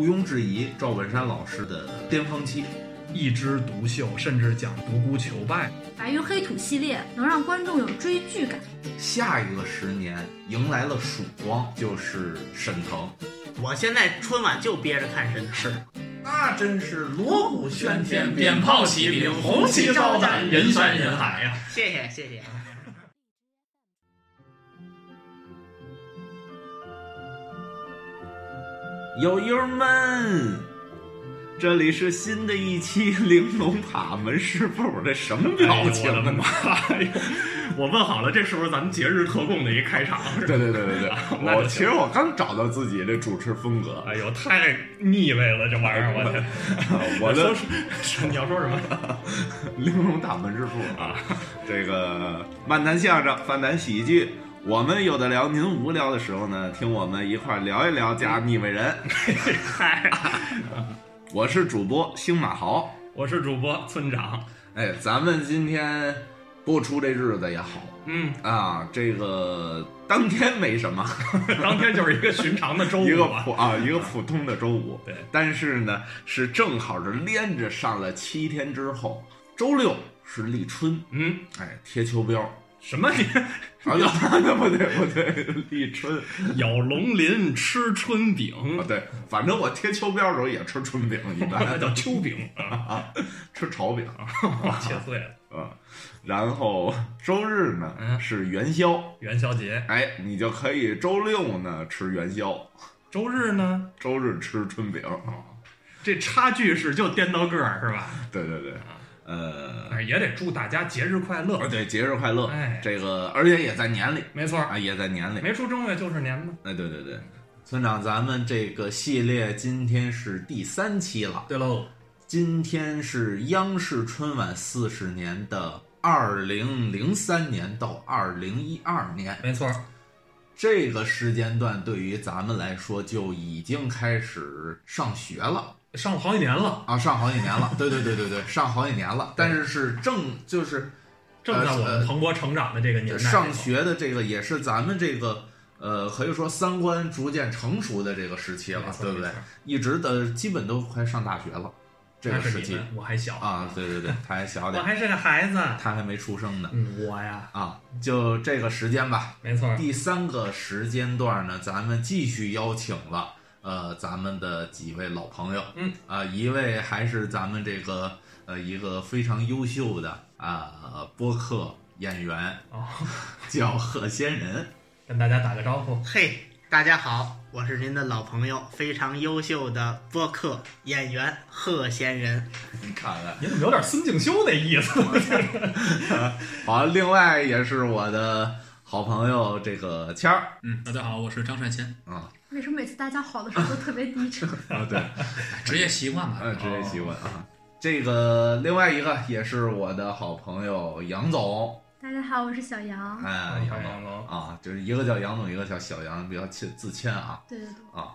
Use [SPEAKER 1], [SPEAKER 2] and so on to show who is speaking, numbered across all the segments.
[SPEAKER 1] 庸置疑赵本山老师的巅峰期。
[SPEAKER 2] 一枝独秀，甚至讲独孤求败。
[SPEAKER 3] 白云黑土系列能让观众有追剧感。
[SPEAKER 1] 下一个十年迎来了曙光，就是沈腾，
[SPEAKER 4] 我现在春晚就憋着看沈腾。
[SPEAKER 2] 是，
[SPEAKER 1] 那真是锣鼓喧天，
[SPEAKER 2] 鞭炮齐鸣，红旗招展，人山人海啊呀、
[SPEAKER 4] 谢谢谢啊谢。
[SPEAKER 1] 友友们，这里是新的一期玲珑塔门市部，这什么表情啊
[SPEAKER 2] 哎呦我的妈呀！我问好了，这是不是咱们节日特供的一开场？是吧
[SPEAKER 1] 对对对对对，
[SPEAKER 2] 那就
[SPEAKER 1] 我其实我刚找到自己这主持风格，
[SPEAKER 2] 哎呦，太腻味了，这玩意儿，我天！
[SPEAKER 1] 我的
[SPEAKER 2] 说是 你要说什么？
[SPEAKER 1] 玲珑塔门市部啊， 这个漫谈相声，漫谈喜剧。我们有的聊，您无聊的时候呢，听我们一块儿聊一聊加腻味 人。
[SPEAKER 2] 嗨，
[SPEAKER 1] 我是主播星马豪，
[SPEAKER 2] 我是主播村长。
[SPEAKER 1] 哎，咱们今天播出这日子也好
[SPEAKER 2] 嗯，
[SPEAKER 1] 啊，这个当天没什么，
[SPEAKER 2] 当天就是一个寻常的周
[SPEAKER 1] 一个
[SPEAKER 2] 五啊。
[SPEAKER 1] 普啊一个普通的周五，
[SPEAKER 2] 对
[SPEAKER 1] 但是呢是正好是连着上了七天之后，周六是立春，
[SPEAKER 2] 嗯，
[SPEAKER 1] 哎，贴秋膘，啊，
[SPEAKER 2] 什么？
[SPEAKER 1] 那不对不对，立 春
[SPEAKER 2] 咬龙鳞吃春
[SPEAKER 1] 啊
[SPEAKER 2] 饼，
[SPEAKER 1] 对，反正我贴秋膘的时候也吃春饼，一
[SPEAKER 2] 那
[SPEAKER 1] 般
[SPEAKER 2] 叫秋饼啊，
[SPEAKER 1] 吃炒饼
[SPEAKER 2] 切碎了。
[SPEAKER 1] 啊，然后周日呢
[SPEAKER 2] 嗯
[SPEAKER 1] 是元宵。
[SPEAKER 2] 元宵节，
[SPEAKER 1] 哎，你就可以周六呢吃元宵，
[SPEAKER 2] 周日呢？
[SPEAKER 1] 周日吃春饼。哦
[SPEAKER 2] 这差距是就颠到个儿是吧？
[SPEAKER 1] 对对对，呃，
[SPEAKER 2] 哎也得祝大家节日快乐
[SPEAKER 1] 啊。对，节日快乐。
[SPEAKER 2] 哎
[SPEAKER 1] 这个而且也在年里
[SPEAKER 2] 没错，
[SPEAKER 1] 啊，也在年里。
[SPEAKER 2] 没出正月就是年嘛。
[SPEAKER 1] 哎，对对对，村长，咱们这个系列今天是第三期了，
[SPEAKER 2] 对喽，
[SPEAKER 1] 今天是央视春晚四十年的二零零三年到二零一二年。
[SPEAKER 2] 没错，
[SPEAKER 1] 这个时间段对于咱们来说就已经开始上学了，
[SPEAKER 2] 上好几年了，
[SPEAKER 1] 啊，上好几年了，对对对对对，上好几年了，但是是正就是
[SPEAKER 2] 正在我
[SPEAKER 1] 呃
[SPEAKER 2] 们蓬勃成长的这个年代里头。
[SPEAKER 1] 上学的这个也是咱们这个呃，可以说三观逐渐成熟的这个时期
[SPEAKER 2] 没
[SPEAKER 1] 了，
[SPEAKER 2] 错
[SPEAKER 1] 对不对
[SPEAKER 2] 没错？
[SPEAKER 1] 一直的基本都快上大学了，这
[SPEAKER 2] 那
[SPEAKER 1] 个
[SPEAKER 2] 是
[SPEAKER 1] 时
[SPEAKER 2] 你
[SPEAKER 1] 期
[SPEAKER 2] 们，我还小，
[SPEAKER 1] 啊，对对对，他还小
[SPEAKER 2] 我
[SPEAKER 1] 点，
[SPEAKER 2] 还是个孩子。
[SPEAKER 1] 他还没出生呢
[SPEAKER 2] 嗯，我呀，
[SPEAKER 1] 啊，就这个时间吧。
[SPEAKER 2] 没错，
[SPEAKER 1] 第三个时间段呢，咱们继续邀请了呃咱们的几位老朋友，
[SPEAKER 2] 嗯
[SPEAKER 1] 啊、一位还是咱们这个呃一个非常优秀的啊、呃播客演员，
[SPEAKER 2] 哦，
[SPEAKER 1] 叫贺仙人，
[SPEAKER 2] 跟大家打个招呼。
[SPEAKER 4] 嘿，大家好，我是您的老朋友，非常优秀的播客演员贺仙人。
[SPEAKER 1] 你看看，
[SPEAKER 2] 你怎么有点孙敬修那意思？
[SPEAKER 1] 好，另外也是我的好朋友这个谦儿
[SPEAKER 5] 嗯，大家好，我是张善谦，
[SPEAKER 1] 啊
[SPEAKER 3] 为什么每次大家好的时候都特别低沉？
[SPEAKER 1] 啊对，
[SPEAKER 5] 职业习惯吧。
[SPEAKER 1] 嗯，职业习惯啊。这个另外一个也是我的好朋友杨总，
[SPEAKER 3] 大家好，我是小杨。
[SPEAKER 1] 哎，杨总
[SPEAKER 2] 杨总，
[SPEAKER 1] 啊，就是一个叫杨总，一个叫小杨，比较谦自谦啊
[SPEAKER 3] 对对对，
[SPEAKER 1] 啊。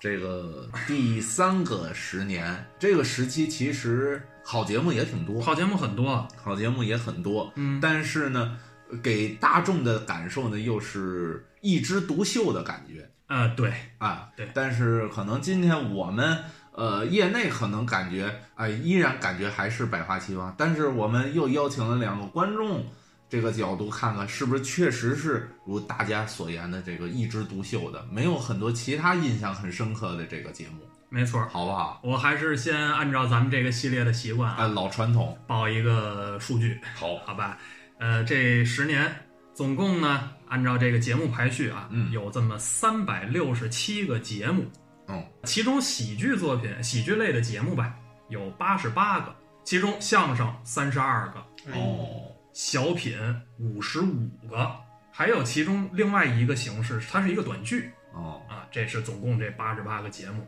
[SPEAKER 1] 这个第三个十年，这个时期其实好节目也挺多，
[SPEAKER 5] 好节目很多，
[SPEAKER 1] 好节目也很多，
[SPEAKER 5] 嗯，
[SPEAKER 1] 但是呢，给大众的感受呢又是一枝独秀的感觉
[SPEAKER 2] 呃，对，
[SPEAKER 1] 啊。
[SPEAKER 5] 对
[SPEAKER 1] 但是可能今天我们。呃，业内可能感觉，哎、依然感觉还是百花齐放，但是我们又邀请了两个观众这个角度看看，是不是确实是如大家所言的这个一枝独秀的，没有很多其他印象很深刻的这个节目，
[SPEAKER 2] 没错。
[SPEAKER 1] 好不好？
[SPEAKER 2] 我还是先按照咱们这个系列的习惯啊，
[SPEAKER 1] 按老传统，
[SPEAKER 2] 报一个数据，
[SPEAKER 1] 好，
[SPEAKER 2] 好吧？呃，这十年总共呢，按照这个节目排序啊，
[SPEAKER 1] 嗯
[SPEAKER 2] 有这么三百六十七个节目，
[SPEAKER 1] 嗯，
[SPEAKER 2] 其中喜剧作品、喜剧类的节目吧，有八十八个，其中相声三十二个，
[SPEAKER 1] 哦，
[SPEAKER 2] 小品五十五个，还有其中另外一个形式，它是一个短剧
[SPEAKER 1] 哦，
[SPEAKER 2] 啊，这是总共这八十八个节目。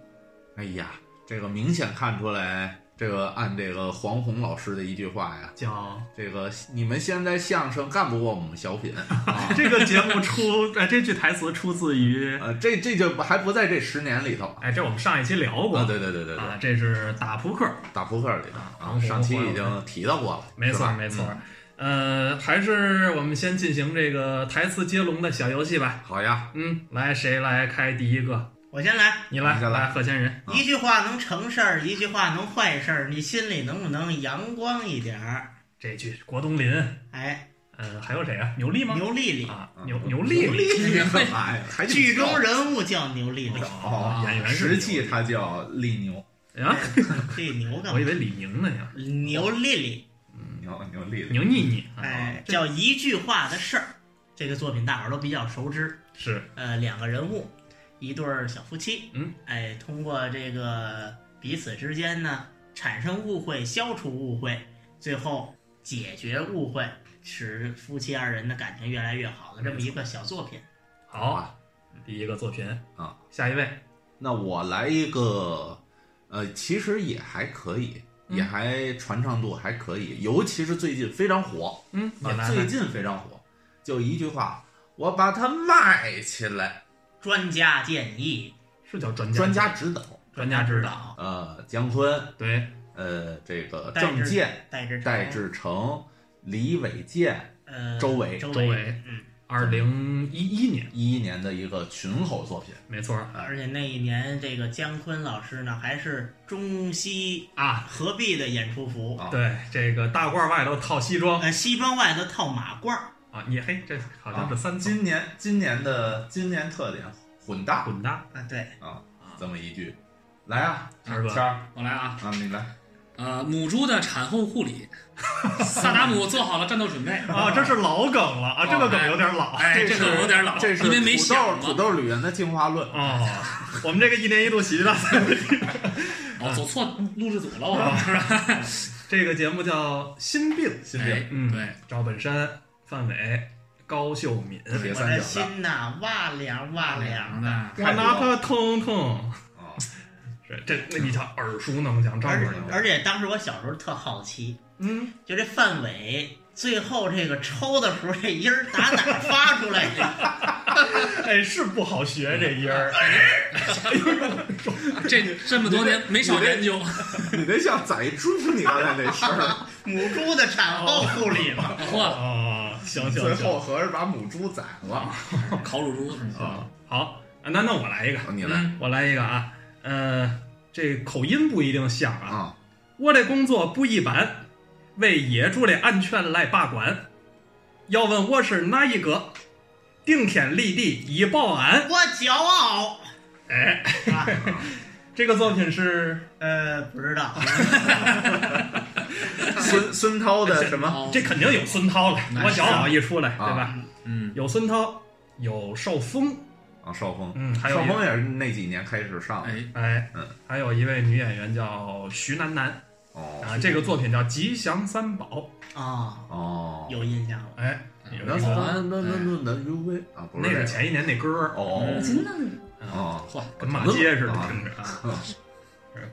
[SPEAKER 1] 哎呀，这个明显看出来，这个按这个黄宏老师的一句话呀，
[SPEAKER 2] 叫
[SPEAKER 1] 这个你们现在相声干不过我们小品啊，
[SPEAKER 2] 这个节目出，呃，这句台词出自于，
[SPEAKER 1] 呃，这这就还不在这十年里头
[SPEAKER 2] 哎，这我们上一期聊过
[SPEAKER 1] 啊，对对对对对，
[SPEAKER 2] 啊，这是打扑克，
[SPEAKER 1] 打扑克里头
[SPEAKER 2] 啊
[SPEAKER 1] 啊，上期已经提到过了，
[SPEAKER 2] 没
[SPEAKER 1] 是
[SPEAKER 2] 错
[SPEAKER 1] 吧
[SPEAKER 2] 没错
[SPEAKER 1] 嗯。
[SPEAKER 2] 呃，还是我们先进行这个台词接龙的小游戏吧。
[SPEAKER 1] 好呀，
[SPEAKER 2] 嗯，来，谁来开第一个？
[SPEAKER 4] 我我先来，
[SPEAKER 2] 你来，
[SPEAKER 1] 你先来
[SPEAKER 2] 贺仙人，
[SPEAKER 1] 啊
[SPEAKER 4] 一句话能成事儿，一句话能坏事儿，你心里能不能阳光一点儿？
[SPEAKER 2] 这句郭冬临，
[SPEAKER 4] 哎，
[SPEAKER 2] 呃，还有谁啊？牛莉吗？
[SPEAKER 4] 牛丽丽，
[SPEAKER 2] 啊，
[SPEAKER 1] 啊
[SPEAKER 2] 牛牛莉莉，
[SPEAKER 1] 莉干哎嘛呀？还得
[SPEAKER 4] 剧
[SPEAKER 1] 叫
[SPEAKER 4] 中人物叫牛丽丽，
[SPEAKER 1] 哦，
[SPEAKER 2] 啊演员是
[SPEAKER 1] 实际他叫利牛
[SPEAKER 2] 牛啊，
[SPEAKER 4] 这牛干
[SPEAKER 2] 我以
[SPEAKER 4] 嘛？
[SPEAKER 2] 为李宁呢呀，
[SPEAKER 4] 哎牛丽丽，
[SPEAKER 1] 嗯牛牛利利，
[SPEAKER 2] 牛腻腻，啊
[SPEAKER 4] 哎，
[SPEAKER 2] 这
[SPEAKER 4] 叫一句话的事儿。这个作品大伙儿都比较熟知。
[SPEAKER 2] 是
[SPEAKER 4] 呃，两个人物，一对儿小夫妻，
[SPEAKER 2] 嗯，
[SPEAKER 4] 哎，通过这个彼此之间呢产生误会，消除误会，最后解决误会，使夫妻二人的感情越来越好的这么一个小作品。
[SPEAKER 2] 好，第一个作品
[SPEAKER 1] 啊，
[SPEAKER 2] 下一位，
[SPEAKER 1] 那我来一个，呃，其实也还可以，也
[SPEAKER 2] 嗯
[SPEAKER 1] 还传唱度还可以，尤其是最近非常火，
[SPEAKER 2] 嗯，你
[SPEAKER 1] 啊
[SPEAKER 2] 来，
[SPEAKER 1] 最
[SPEAKER 2] 来
[SPEAKER 1] 近非常火，就一句话，我把它卖起来，
[SPEAKER 4] 专家建议，
[SPEAKER 2] 是叫专家
[SPEAKER 1] 专家指导，
[SPEAKER 2] 专家指导，
[SPEAKER 4] 导，
[SPEAKER 1] 呃，姜昆，
[SPEAKER 2] 对，
[SPEAKER 1] 呃，这个
[SPEAKER 4] 戴
[SPEAKER 1] 郑
[SPEAKER 4] 志
[SPEAKER 1] 健、
[SPEAKER 4] 戴志诚
[SPEAKER 1] 戴，志诚、李伟健、
[SPEAKER 4] 呃，
[SPEAKER 1] 周伟
[SPEAKER 4] 周
[SPEAKER 2] 周伟，
[SPEAKER 4] 嗯，
[SPEAKER 2] 二零一一年，
[SPEAKER 1] 一一年的一个群口作品，
[SPEAKER 2] 没错儿
[SPEAKER 4] 而且那一年这个姜昆老师呢，还是中西
[SPEAKER 2] 啊，
[SPEAKER 4] 合璧的演出服，
[SPEAKER 1] 啊
[SPEAKER 2] 对，这个大褂外头套西装
[SPEAKER 4] 呃，西装外头套马褂儿，
[SPEAKER 2] 啊，你嘿，这好
[SPEAKER 1] 啊
[SPEAKER 5] 啊
[SPEAKER 2] 像是三金
[SPEAKER 1] 今年今年的今年特点混搭
[SPEAKER 2] 滚蛋，
[SPEAKER 4] 啊，对，
[SPEAKER 1] 这么一句，来啊，
[SPEAKER 2] 二哥
[SPEAKER 1] 谦儿
[SPEAKER 5] 我来啊，
[SPEAKER 1] 啊，你来，
[SPEAKER 5] 呃，母猪的产后护理，萨达姆做好了战斗准备。
[SPEAKER 2] 啊，这是老梗了啊，这个梗有点老。
[SPEAKER 5] 哎，
[SPEAKER 1] 这
[SPEAKER 5] 这
[SPEAKER 1] 是
[SPEAKER 5] 个有点老，
[SPEAKER 1] 这是
[SPEAKER 5] 因为没
[SPEAKER 1] 土豆
[SPEAKER 5] 想
[SPEAKER 1] 土
[SPEAKER 5] 嘛。嗯
[SPEAKER 1] 豆吕人的进化论，
[SPEAKER 2] 哦，我们这个一年一度喜剧大赛，
[SPEAKER 5] 哦，走错录制组了，我是吧？
[SPEAKER 2] 这个节目叫《心病》，
[SPEAKER 1] 新
[SPEAKER 5] 哎
[SPEAKER 1] 病，
[SPEAKER 2] 嗯，
[SPEAKER 5] 对，
[SPEAKER 2] 赵本山、范伟、高秀敏，
[SPEAKER 1] 铁三
[SPEAKER 4] 我的
[SPEAKER 1] 角的
[SPEAKER 4] 心呐，哇凉哇凉的。
[SPEAKER 5] 的，
[SPEAKER 2] 我
[SPEAKER 1] 太多
[SPEAKER 2] 拿
[SPEAKER 1] 了
[SPEAKER 2] 它通通，
[SPEAKER 1] 啊，
[SPEAKER 2] 是这那你瞧耳熟能详，赵
[SPEAKER 4] 而
[SPEAKER 2] 本
[SPEAKER 4] 且
[SPEAKER 2] 山，
[SPEAKER 4] 而且当时我小时候特好奇，
[SPEAKER 2] 嗯，
[SPEAKER 4] 就这范伟最后这个抽的时候，这音儿打哪儿发出来的？
[SPEAKER 2] 哎，是不好学这音儿，
[SPEAKER 5] 这这么多年没少研究，
[SPEAKER 1] 你那像宰猪，你刚才那 事儿，
[SPEAKER 4] 母猪的产后护理嘛。
[SPEAKER 5] 嚯，
[SPEAKER 2] 哦，行
[SPEAKER 1] 最
[SPEAKER 2] 行
[SPEAKER 1] 后
[SPEAKER 2] 行，
[SPEAKER 1] 合着把母猪宰了
[SPEAKER 5] 烤乳猪是吧？
[SPEAKER 1] 啊，
[SPEAKER 2] 好，那那我来一个，嗯
[SPEAKER 1] 你来
[SPEAKER 2] 我来一个啊，呃，这口音不一定像啊，
[SPEAKER 1] 啊，
[SPEAKER 2] 我这工作不一般，为业主的安全来把关，要问我是哪一个，顶天立地一保安，
[SPEAKER 4] 我骄傲。
[SPEAKER 2] 哎，
[SPEAKER 4] 啊，
[SPEAKER 2] 这个作品是。
[SPEAKER 4] 呃，不知道，
[SPEAKER 1] 孙孙涛 的什么？
[SPEAKER 5] 哦
[SPEAKER 2] 这肯定有孙涛了，
[SPEAKER 5] 那
[SPEAKER 2] 我
[SPEAKER 5] 是
[SPEAKER 2] 小
[SPEAKER 5] 啊
[SPEAKER 2] 脑一出来，对吧？
[SPEAKER 5] 嗯，
[SPEAKER 2] 有孙涛，有邵峰，
[SPEAKER 1] 啊，邵峰，
[SPEAKER 2] 嗯，还有
[SPEAKER 1] 邵
[SPEAKER 2] 一
[SPEAKER 1] 峰也是那几年开始上的
[SPEAKER 5] 哎，
[SPEAKER 2] 哎
[SPEAKER 1] 嗯，
[SPEAKER 2] 还有一位女演员叫徐楠楠啊，
[SPEAKER 1] 哦
[SPEAKER 2] 这个作品叫《吉祥三宝
[SPEAKER 4] 哦，
[SPEAKER 1] 哦》，，
[SPEAKER 4] 有印象了。
[SPEAKER 2] 哎，有
[SPEAKER 1] 那
[SPEAKER 2] 一个
[SPEAKER 1] 那那那那那喂啊，不
[SPEAKER 2] 那是
[SPEAKER 1] 是这
[SPEAKER 2] 前一年那歌
[SPEAKER 1] 个
[SPEAKER 2] 儿，嗯
[SPEAKER 1] 哦
[SPEAKER 3] 真的呢，
[SPEAKER 1] 哦，
[SPEAKER 5] 嚯，
[SPEAKER 2] 跟骂街似的，
[SPEAKER 1] 啊
[SPEAKER 2] 听着 啊，是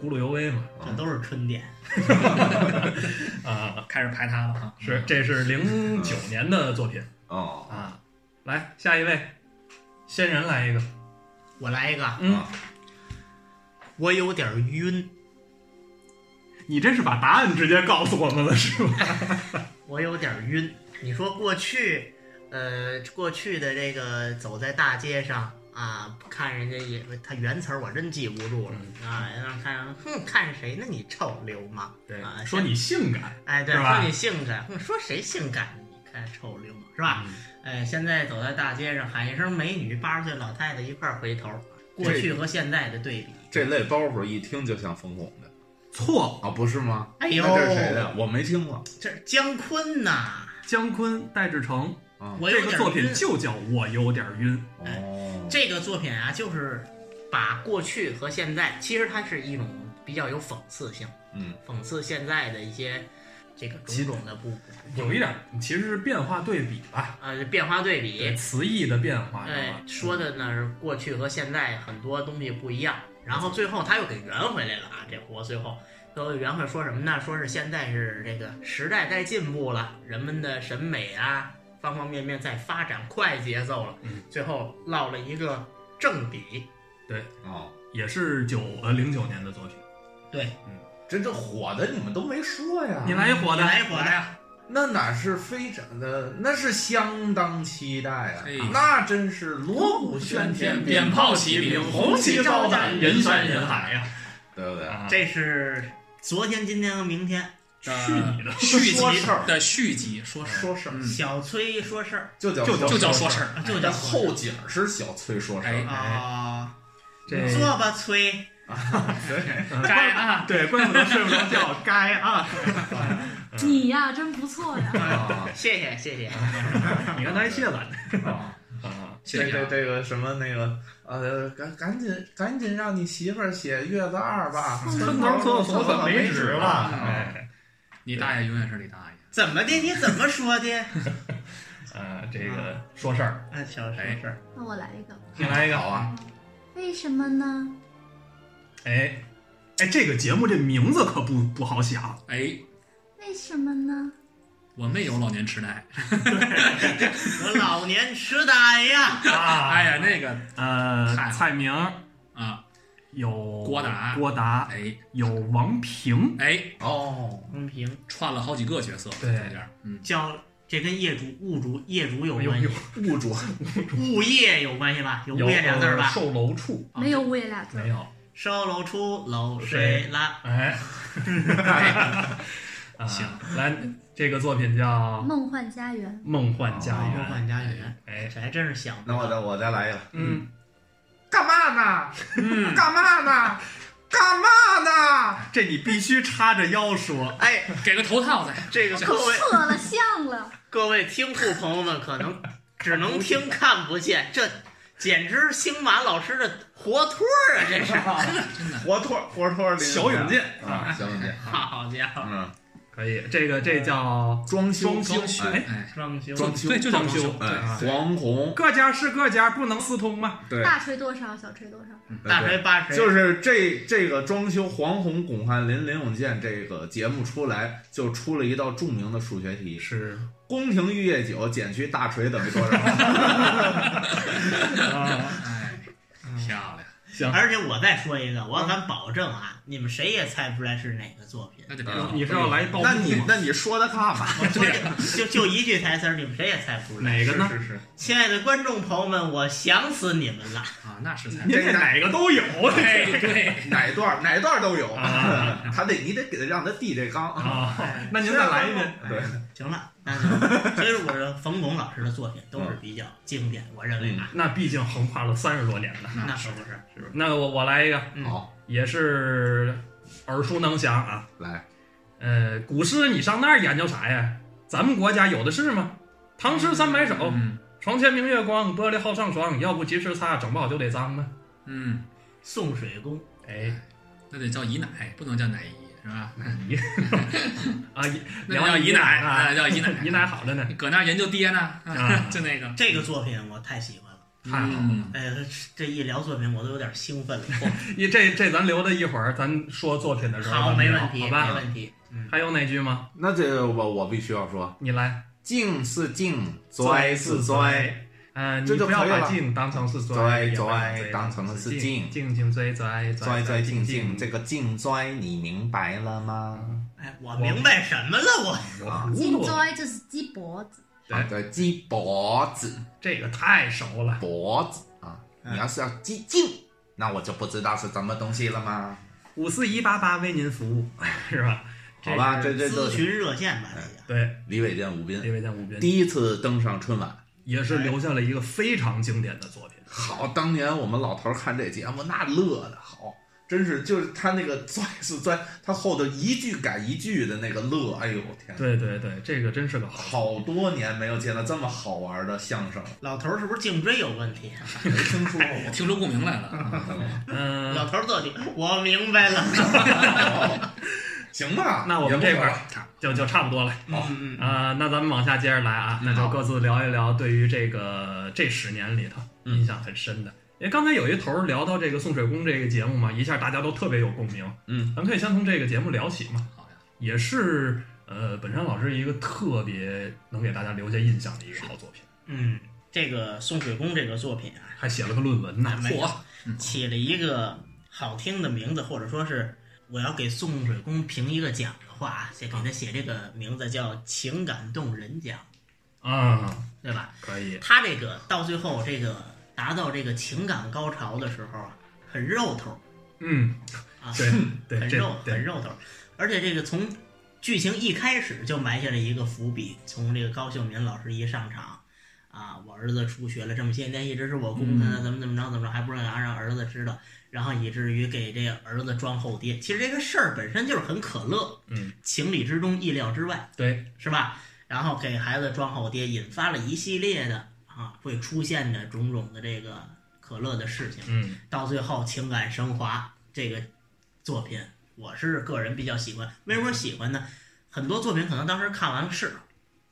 [SPEAKER 2] 咕噜尤为嘛
[SPEAKER 4] 这都是春点，
[SPEAKER 2] 啊，
[SPEAKER 5] 开始排他了啊！
[SPEAKER 2] 是这是零九年的作品
[SPEAKER 1] 哦
[SPEAKER 2] 啊，来下一位，仙人来一个，
[SPEAKER 4] 我来一个，
[SPEAKER 2] 嗯，
[SPEAKER 4] 我有点儿晕，
[SPEAKER 2] 你这是把答案直接告诉我们了是 吧？
[SPEAKER 4] 我有点儿晕。你说过去，呃，过去的这个走在大街上啊，看人家也，他原词儿我真记不住了
[SPEAKER 2] 嗯
[SPEAKER 4] 啊，让看，哼，看谁呢？你臭流氓！
[SPEAKER 2] 对
[SPEAKER 4] 啊，
[SPEAKER 2] 说你性感，
[SPEAKER 4] 哎，对，
[SPEAKER 2] 是吧
[SPEAKER 4] 说你性感，哼说谁性感？你看臭流氓是
[SPEAKER 2] 啊
[SPEAKER 4] 吧？
[SPEAKER 2] 嗯
[SPEAKER 4] 哎，现在走在大街上喊一声美女，八十岁老太太一块儿回头，过去和现在的对比。
[SPEAKER 1] 这类包袱一听就像冯巩的
[SPEAKER 2] 错，
[SPEAKER 1] 啊，不是吗？
[SPEAKER 4] 哎呦
[SPEAKER 1] 那，这是谁的？我没听过
[SPEAKER 4] 这是姜昆呐，
[SPEAKER 2] 姜昆、戴志诚。
[SPEAKER 1] 啊。
[SPEAKER 4] 我有
[SPEAKER 2] 这
[SPEAKER 4] 点
[SPEAKER 2] 个
[SPEAKER 4] 晕
[SPEAKER 2] 作品就叫我有点晕，
[SPEAKER 1] 哦，
[SPEAKER 4] 这个作品啊，就是把过去和现在，其实它是一种比较有讽刺性，
[SPEAKER 1] 嗯，
[SPEAKER 4] 讽刺现在的一些这个种种的不
[SPEAKER 2] 有一点儿其实是变化对比吧，
[SPEAKER 4] 呃变化对比，
[SPEAKER 2] 词义的变化，嗯知道
[SPEAKER 4] 哎
[SPEAKER 2] 吧，
[SPEAKER 4] 说的呢是过去和现在很多东西不一样，然后最后他又给圆回来了啊，这活最后。最后圆回说什么呢？说是现在是这个时代在进步了，人们的审美啊，方方面面在发展，快节奏了。
[SPEAKER 2] 嗯
[SPEAKER 4] 最后落了一个正比，
[SPEAKER 1] 哦，
[SPEAKER 2] 也是九呃零九年的作品。
[SPEAKER 4] 对，
[SPEAKER 1] 这这火的你们都没说呀？
[SPEAKER 2] 啊你来一火的，哎
[SPEAKER 4] 来一火的
[SPEAKER 2] 呀！
[SPEAKER 1] 那哪是非常的，那是相当期待啊
[SPEAKER 5] 哎！
[SPEAKER 1] 那真是锣鼓喧天，鞭炮齐鸣，红旗招展，人山人海，
[SPEAKER 2] 呀！
[SPEAKER 1] 对不对？
[SPEAKER 2] 啊
[SPEAKER 4] 这是昨天、今天和明天。
[SPEAKER 2] 去你的！
[SPEAKER 5] 续集
[SPEAKER 1] 说事儿
[SPEAKER 5] 的续集，说事儿
[SPEAKER 1] 说事儿
[SPEAKER 2] 嗯
[SPEAKER 4] 小崔说事儿，
[SPEAKER 1] 就叫
[SPEAKER 2] 就叫
[SPEAKER 5] 就叫
[SPEAKER 2] 说
[SPEAKER 5] 说
[SPEAKER 2] 事
[SPEAKER 5] 事
[SPEAKER 2] 儿
[SPEAKER 5] 儿，
[SPEAKER 4] 啊就
[SPEAKER 1] 这
[SPEAKER 4] 叫
[SPEAKER 1] 后景是小崔说事
[SPEAKER 5] 哎
[SPEAKER 1] 儿，
[SPEAKER 4] 啊，
[SPEAKER 2] 这 呃
[SPEAKER 4] 坐吧，崔。
[SPEAKER 1] 对，
[SPEAKER 2] 嗯
[SPEAKER 5] 该啊，
[SPEAKER 2] 对，怪不得睡不着觉，该 啊！
[SPEAKER 3] 你呀，真不错呀。
[SPEAKER 1] 啊
[SPEAKER 4] 谢谢谢谢，
[SPEAKER 2] 你看他还卸载呢
[SPEAKER 1] 啊
[SPEAKER 2] 啊！
[SPEAKER 5] 谢
[SPEAKER 1] 这
[SPEAKER 5] 谢
[SPEAKER 1] 这
[SPEAKER 5] 啊。
[SPEAKER 1] 这个什么那个呃，赶赶紧赶紧让你媳妇儿写月子二吧，
[SPEAKER 2] 村头
[SPEAKER 1] 头
[SPEAKER 2] 厕所
[SPEAKER 1] 所
[SPEAKER 2] 可没
[SPEAKER 1] 没啊
[SPEAKER 2] 纸了
[SPEAKER 1] 了。，
[SPEAKER 2] 哎，
[SPEAKER 5] 你大爷永远是你大爷。
[SPEAKER 4] 怎么的？你怎么说的？
[SPEAKER 2] 啊，这个说事儿，
[SPEAKER 4] 啊，小说事
[SPEAKER 6] 哎
[SPEAKER 4] 儿，
[SPEAKER 3] 那我来一个，
[SPEAKER 2] 你来一个
[SPEAKER 1] 好啊，
[SPEAKER 3] 为什么呢？
[SPEAKER 2] 哎，哎，这个节目这名字可不不好想，
[SPEAKER 5] 哎，
[SPEAKER 3] 为什么呢？
[SPEAKER 5] 我没有老年痴呆。
[SPEAKER 4] 我老年痴呆呀。
[SPEAKER 2] 啊
[SPEAKER 5] 哎呀，那个
[SPEAKER 2] 呃
[SPEAKER 5] 太，好
[SPEAKER 2] 蔡明
[SPEAKER 5] 啊，
[SPEAKER 2] 有
[SPEAKER 5] 郭达
[SPEAKER 2] 郭达
[SPEAKER 5] 哎
[SPEAKER 2] 有王平，
[SPEAKER 5] 哎，
[SPEAKER 1] 哦，
[SPEAKER 4] 公平
[SPEAKER 5] 串了好几个角色
[SPEAKER 2] 对
[SPEAKER 5] 在中间，嗯，
[SPEAKER 4] 叫这跟业主、物主、业主有
[SPEAKER 2] 有
[SPEAKER 4] 关系，
[SPEAKER 1] 物主
[SPEAKER 4] 物业有关系吧？哎有物业俩字儿
[SPEAKER 2] 呃
[SPEAKER 4] 吧？
[SPEAKER 2] 售楼处
[SPEAKER 3] 没有物业俩字，
[SPEAKER 2] 没有？
[SPEAKER 4] 烧楼出楼水拉，
[SPEAKER 2] 哎，啊
[SPEAKER 5] 行，
[SPEAKER 2] 来，这个作品叫
[SPEAKER 3] 《
[SPEAKER 2] 《
[SPEAKER 3] 梦幻家园
[SPEAKER 2] 梦幻家
[SPEAKER 4] 哦梦
[SPEAKER 2] 园
[SPEAKER 4] 幻家园，》。
[SPEAKER 2] 哎，
[SPEAKER 4] 这还真是想不
[SPEAKER 1] 那
[SPEAKER 4] 到
[SPEAKER 1] 我再我再来一个，
[SPEAKER 2] 嗯，
[SPEAKER 1] 干嘛呢？
[SPEAKER 5] 嗯，
[SPEAKER 1] 干嘛呢？干嘛呢？
[SPEAKER 2] 这你必须叉着腰说。
[SPEAKER 4] 哎，
[SPEAKER 5] 给个头套在。
[SPEAKER 4] 这个》，各位
[SPEAKER 3] 错了，像了。
[SPEAKER 4] 各位听户朋友们可能只能听看不见，这简直星马老师的活托儿 啊！这是，
[SPEAKER 5] 真的
[SPEAKER 1] 活托活托
[SPEAKER 2] 小永健
[SPEAKER 1] 啊，小永健，
[SPEAKER 4] 好家伙，
[SPEAKER 1] 嗯，
[SPEAKER 2] 可以，这个这叫
[SPEAKER 1] 装修
[SPEAKER 2] 装修
[SPEAKER 1] 哎，
[SPEAKER 5] 哎，
[SPEAKER 4] 装修
[SPEAKER 1] 装修
[SPEAKER 5] 对，就叫装修。
[SPEAKER 1] 哎
[SPEAKER 5] 对，
[SPEAKER 1] 黄宏，
[SPEAKER 2] 各家是各家，不能私通嘛。
[SPEAKER 1] 对，
[SPEAKER 3] 大锤多少，小锤多少？
[SPEAKER 4] 大锤八锤，
[SPEAKER 1] 就是这这个装修黄宏、巩汉林、林永健这个节目出来，就出了一道著名的数学题：
[SPEAKER 2] 是
[SPEAKER 1] 宫廷玉液酒减去大锤等于多 少？
[SPEAKER 2] 啊，
[SPEAKER 5] 哎，漂亮，
[SPEAKER 2] 哎
[SPEAKER 4] 而且我再说一个，我敢保证啊，你们谁也猜不出来是哪个作 品。
[SPEAKER 5] 那就别
[SPEAKER 1] 嗯
[SPEAKER 2] 你是要来盗墓
[SPEAKER 1] 那你
[SPEAKER 2] 吗？
[SPEAKER 1] 那你说的看吧，
[SPEAKER 4] 我说这就就一句台词儿，你们谁也猜不出来。
[SPEAKER 2] 哪个呢？
[SPEAKER 1] 是是是，
[SPEAKER 4] 亲爱的观众朋友们，我想死你们了！
[SPEAKER 5] 啊，那是才。
[SPEAKER 2] 您这哪个都有，
[SPEAKER 5] 哎，对，
[SPEAKER 1] 哪段哪段都有
[SPEAKER 2] 啊，
[SPEAKER 1] 他得你得给他让他递这缸。
[SPEAKER 2] 啊，那您再来一遍。
[SPEAKER 1] 对，
[SPEAKER 4] 行了，那就 所以说我说冯巩老师的作品都是比较经典，我认为啊，
[SPEAKER 2] 那毕竟横跨了三十多年了，
[SPEAKER 4] 那可不是。
[SPEAKER 2] 是不是？那我我来一个，
[SPEAKER 4] 嗯
[SPEAKER 1] 好，
[SPEAKER 2] 也是耳熟能详啊。
[SPEAKER 1] 来，
[SPEAKER 2] 呃，古诗你上那儿研究啥呀？咱们国家有的是吗？唐诗三百首，
[SPEAKER 5] 嗯
[SPEAKER 2] 床前明月光，玻璃好上霜，要不及时擦，整不好就得脏呢。
[SPEAKER 5] 嗯，
[SPEAKER 4] 送水工，
[SPEAKER 2] 哎，
[SPEAKER 5] 那得叫姨奶，不能叫奶姨，是吧？
[SPEAKER 2] 啊，
[SPEAKER 5] 那叫
[SPEAKER 2] 姨
[SPEAKER 5] 姨奶，
[SPEAKER 2] 啊
[SPEAKER 5] 那，叫姨奶，
[SPEAKER 2] 姨奶好着呢。
[SPEAKER 5] 搁那儿研究爹呢，
[SPEAKER 2] 啊
[SPEAKER 5] 就那个嗯
[SPEAKER 4] 这个作品我太喜欢了。
[SPEAKER 2] 太好了。
[SPEAKER 4] 哎呀，这一聊作品我都有点兴奋了。
[SPEAKER 2] 你这这咱留着一会儿，咱说作品的时候
[SPEAKER 4] 好，
[SPEAKER 2] 咱们
[SPEAKER 4] 没
[SPEAKER 2] 聊
[SPEAKER 4] 问题，
[SPEAKER 2] 好
[SPEAKER 4] 没
[SPEAKER 2] 吧？
[SPEAKER 4] 问题。嗯，
[SPEAKER 2] 还有哪句吗？
[SPEAKER 1] 那这个我我必须要说，
[SPEAKER 2] 你来，
[SPEAKER 1] 敬是 敬，拽是拽，。
[SPEAKER 2] 呃，你
[SPEAKER 1] 这就
[SPEAKER 2] 不要
[SPEAKER 1] 可以了
[SPEAKER 2] 把敬当成是
[SPEAKER 1] 拽
[SPEAKER 2] 拽，也不要
[SPEAKER 1] 拽
[SPEAKER 2] 这个
[SPEAKER 1] 当成是
[SPEAKER 2] 敬，
[SPEAKER 1] 敬
[SPEAKER 2] 敬敬拽拽
[SPEAKER 1] 拽拽敬敬，
[SPEAKER 2] 敬
[SPEAKER 1] 这个敬拽你明白了吗？
[SPEAKER 4] 哎，我明白什么了？我
[SPEAKER 1] 啊，
[SPEAKER 3] 金
[SPEAKER 2] 糊涂，
[SPEAKER 3] 栽就是鸡脖子，
[SPEAKER 2] 对
[SPEAKER 1] 啊对，鸡脖子
[SPEAKER 2] 这个太熟了。
[SPEAKER 1] 脖子啊，
[SPEAKER 4] 嗯
[SPEAKER 1] 你要是要鸡敬，那我就不知道是什么东西了吗？
[SPEAKER 2] 五四一八八为您服务，是吧？
[SPEAKER 1] 好吧，
[SPEAKER 2] 是
[SPEAKER 1] 这这都
[SPEAKER 4] 咨
[SPEAKER 1] 是
[SPEAKER 4] 询热线吧，这个
[SPEAKER 2] 对
[SPEAKER 1] 李伟健、吴斌
[SPEAKER 2] 李伟健吴斌
[SPEAKER 1] 第一次登上春晚。
[SPEAKER 2] 也是留下了一个非常经典的作品。
[SPEAKER 1] 好，当年我们老头儿看这节目，那乐的好，真是就是他那个拽是拽，他后头一句改一句的那个乐，哎呦天哪！
[SPEAKER 2] 对对对，这个真是个好。
[SPEAKER 1] 好多年没有见到这么好玩的相 声了，
[SPEAKER 4] 老头儿是不是颈椎有问题？啊
[SPEAKER 1] 没听说过。
[SPEAKER 5] 听出共鸣来了。
[SPEAKER 2] 嗯、
[SPEAKER 4] 老头儿到底，我明白了。
[SPEAKER 1] 行吧，
[SPEAKER 2] 那我们
[SPEAKER 1] 啊也
[SPEAKER 2] 这
[SPEAKER 1] 不
[SPEAKER 2] 块
[SPEAKER 1] 错
[SPEAKER 2] 儿就就差不多了
[SPEAKER 1] 好
[SPEAKER 4] 嗯嗯嗯，
[SPEAKER 2] 啊、那咱们往下接着来啊，那就各自聊一聊对于这个这十年里头
[SPEAKER 1] 嗯
[SPEAKER 2] 印象很深的。因为刚才有一头儿聊到这个送水工这个节目嘛，一下大家都特别有共鸣。
[SPEAKER 1] 嗯，
[SPEAKER 2] 咱可以先从这个节目聊起嘛。
[SPEAKER 5] 好呀，
[SPEAKER 2] 也是呃，本山老师一个特别能给大家留下印象的一个好作品，
[SPEAKER 4] 嗯，这个送水工这个作品啊，
[SPEAKER 2] 还写了个论文呢。
[SPEAKER 4] 没有
[SPEAKER 5] 嚯，
[SPEAKER 4] 起了一个好听的名字，或者说是我要给宋水公评一个奖的话啊，先给他写这个名字叫“情感动人奖
[SPEAKER 2] 啊，”，
[SPEAKER 4] 对吧？
[SPEAKER 2] 可以，
[SPEAKER 4] 他这个到最后这个达到这个情感高潮的时候啊，很肉头
[SPEAKER 2] 嗯，
[SPEAKER 4] 啊，
[SPEAKER 2] 对对
[SPEAKER 4] 很
[SPEAKER 2] 这
[SPEAKER 4] 肉
[SPEAKER 2] 对
[SPEAKER 4] 很肉头，而且这个从剧情一开始就埋下了一个伏笔，从这个高秀敏老师一上场。啊，我儿子出学了，这么些年一直是
[SPEAKER 2] 嗯
[SPEAKER 4] 我供他，怎么怎么着怎么着，还不让让儿子知道，然后以至于给这个儿子装后爹。其实这个事儿本身就是很可乐，
[SPEAKER 2] 嗯，
[SPEAKER 4] 情理之中，意料之外，
[SPEAKER 2] 对，
[SPEAKER 4] 是吧？然后给孩子装后爹，引发了一系列的啊会出现的种种的这个可乐的事情。
[SPEAKER 2] 嗯，
[SPEAKER 4] 到最后情感升华这个作品，我是个人比较喜欢。为什么喜欢呢？很多作品可能当时看完是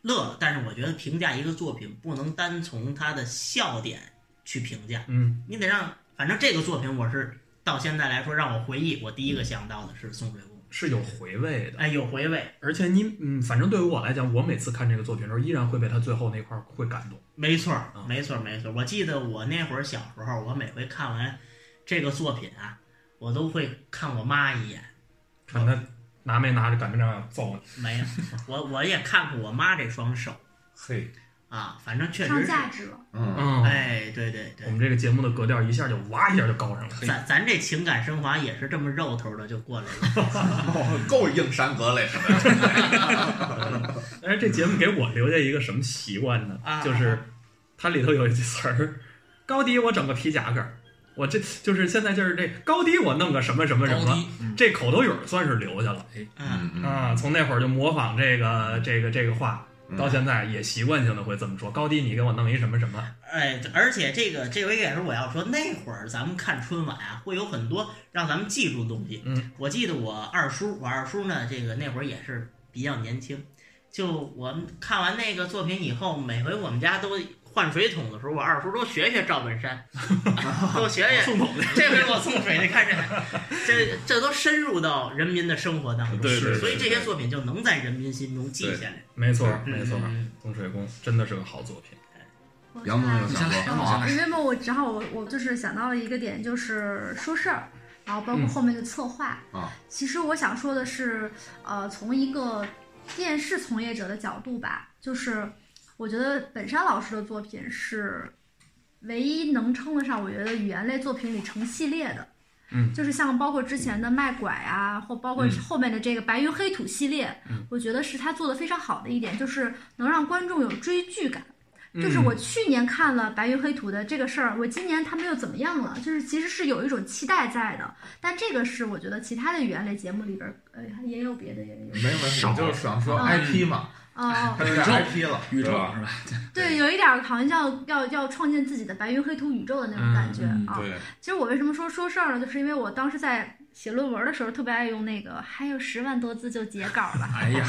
[SPEAKER 4] 乐了，但是我觉得评价一个作品不能单从它的笑点去评价，
[SPEAKER 2] 嗯，
[SPEAKER 4] 你得让，反正这个作品我是到现在来说让我回忆，我第一个想到的是宋水公，
[SPEAKER 2] 是有回味的。
[SPEAKER 4] 哎，有回味，
[SPEAKER 2] 而且你，嗯，反正对于我来讲，我每次看这个作品的时候，依然会被他最后那块儿会感动。
[SPEAKER 4] 没错儿
[SPEAKER 2] 啊，
[SPEAKER 4] 没错儿，没错儿。我记得我那会儿小时候，我每回看完这个作品啊，我都会看我妈一眼。
[SPEAKER 2] 看他拿没拿着擀面杖要揍你，
[SPEAKER 4] 没有，我我也看过我妈这双手
[SPEAKER 1] 嘿，
[SPEAKER 4] 啊，反正确
[SPEAKER 6] 上
[SPEAKER 4] 实是，
[SPEAKER 6] 价值了，
[SPEAKER 1] 嗯，
[SPEAKER 2] 嗯，
[SPEAKER 4] 哎，对对
[SPEAKER 2] 我
[SPEAKER 4] 对，
[SPEAKER 2] 们这个节目的格调一下就哇一下就高上了。
[SPEAKER 4] 咱咱这情感升华也是这么肉头的就过来了，
[SPEAKER 1] 嗯 够硬山格类的。
[SPEAKER 2] 但是这节目给我留下一个什么习惯呢？
[SPEAKER 4] 啊
[SPEAKER 2] 就是它里头有一句词儿：“高低我整个皮夹克儿。”我这就是现在就是这高低我弄个什么什么嗯什
[SPEAKER 5] 高
[SPEAKER 2] 么，
[SPEAKER 5] 低，
[SPEAKER 2] 这口头语儿算是留下了
[SPEAKER 4] 嗯，
[SPEAKER 2] 啊。从那会儿就模仿这个这个这个话，
[SPEAKER 5] 啊
[SPEAKER 1] 嗯
[SPEAKER 2] 到现在也习惯性的会这么说：“高低你给我弄一什么什么。
[SPEAKER 4] 哎，而且这个这回也是我要说，那会儿咱们看春晚啊，会有很多让咱们记住的东西。
[SPEAKER 2] 嗯，
[SPEAKER 4] 我记得我二叔，我二叔呢，这个那会儿也是比较年轻，就我们看完那个作品以后，每回我们家都换水桶的时候，我二叔都学学赵 本山，都学学”
[SPEAKER 2] 送桶的，
[SPEAKER 4] 这回我送水，你看这，这这都深入到人民的生活当中，
[SPEAKER 2] 对对
[SPEAKER 4] 所
[SPEAKER 2] 对
[SPEAKER 4] 以这些作品就能在人民心中记下来。
[SPEAKER 2] 没错儿没错儿，
[SPEAKER 4] 嗯
[SPEAKER 2] 《风水工》真的是个好作品。
[SPEAKER 6] 我
[SPEAKER 1] 杨总
[SPEAKER 6] 看
[SPEAKER 1] 有
[SPEAKER 5] 你先
[SPEAKER 1] 想
[SPEAKER 5] 来
[SPEAKER 1] 说
[SPEAKER 5] 杨总
[SPEAKER 1] 啊
[SPEAKER 2] 嗯
[SPEAKER 5] 先？
[SPEAKER 6] 因为嘛，我正好我我就是想到了一个点，就是说事儿，然后包括
[SPEAKER 2] 嗯
[SPEAKER 6] 后面的策划。
[SPEAKER 1] 啊
[SPEAKER 6] 其实我想说的是，呃，从一个电视从业者的角度吧，就是我觉得本山老师的作品是唯一能称得上我觉得语言类作品里成系列的。
[SPEAKER 2] 嗯
[SPEAKER 6] 就是像包括之前的卖拐啊，或包括
[SPEAKER 2] 嗯
[SPEAKER 6] 后面的这个白云黑土系列，
[SPEAKER 2] 嗯
[SPEAKER 6] 我觉得是他做的非常好的一点，就是能让观众有追剧感。嗯就是我去年看了《白云黑土》的这个事儿，我今年他们又怎么样了？就是其实是有一种期待在的，但这个是我觉得其他的语言类节目里边儿，呃，也有别的也有
[SPEAKER 1] 没有没有，我就是想说
[SPEAKER 6] 嗯
[SPEAKER 1] IP 嘛，
[SPEAKER 6] 哦，
[SPEAKER 1] 它有点
[SPEAKER 5] 宇宙
[SPEAKER 1] IP 了，
[SPEAKER 5] 宇宙
[SPEAKER 1] 对吧
[SPEAKER 5] 是吧？
[SPEAKER 6] 对，有一点儿好像要要要创建自己的白云黑土宇宙的那种感觉
[SPEAKER 5] 嗯嗯
[SPEAKER 6] 啊。
[SPEAKER 1] 对，
[SPEAKER 6] 其实我为什么说说事儿呢？就是因为我当时在写论文的时候特别爱用那个，还有十万多字就截稿了。
[SPEAKER 5] 哎呀，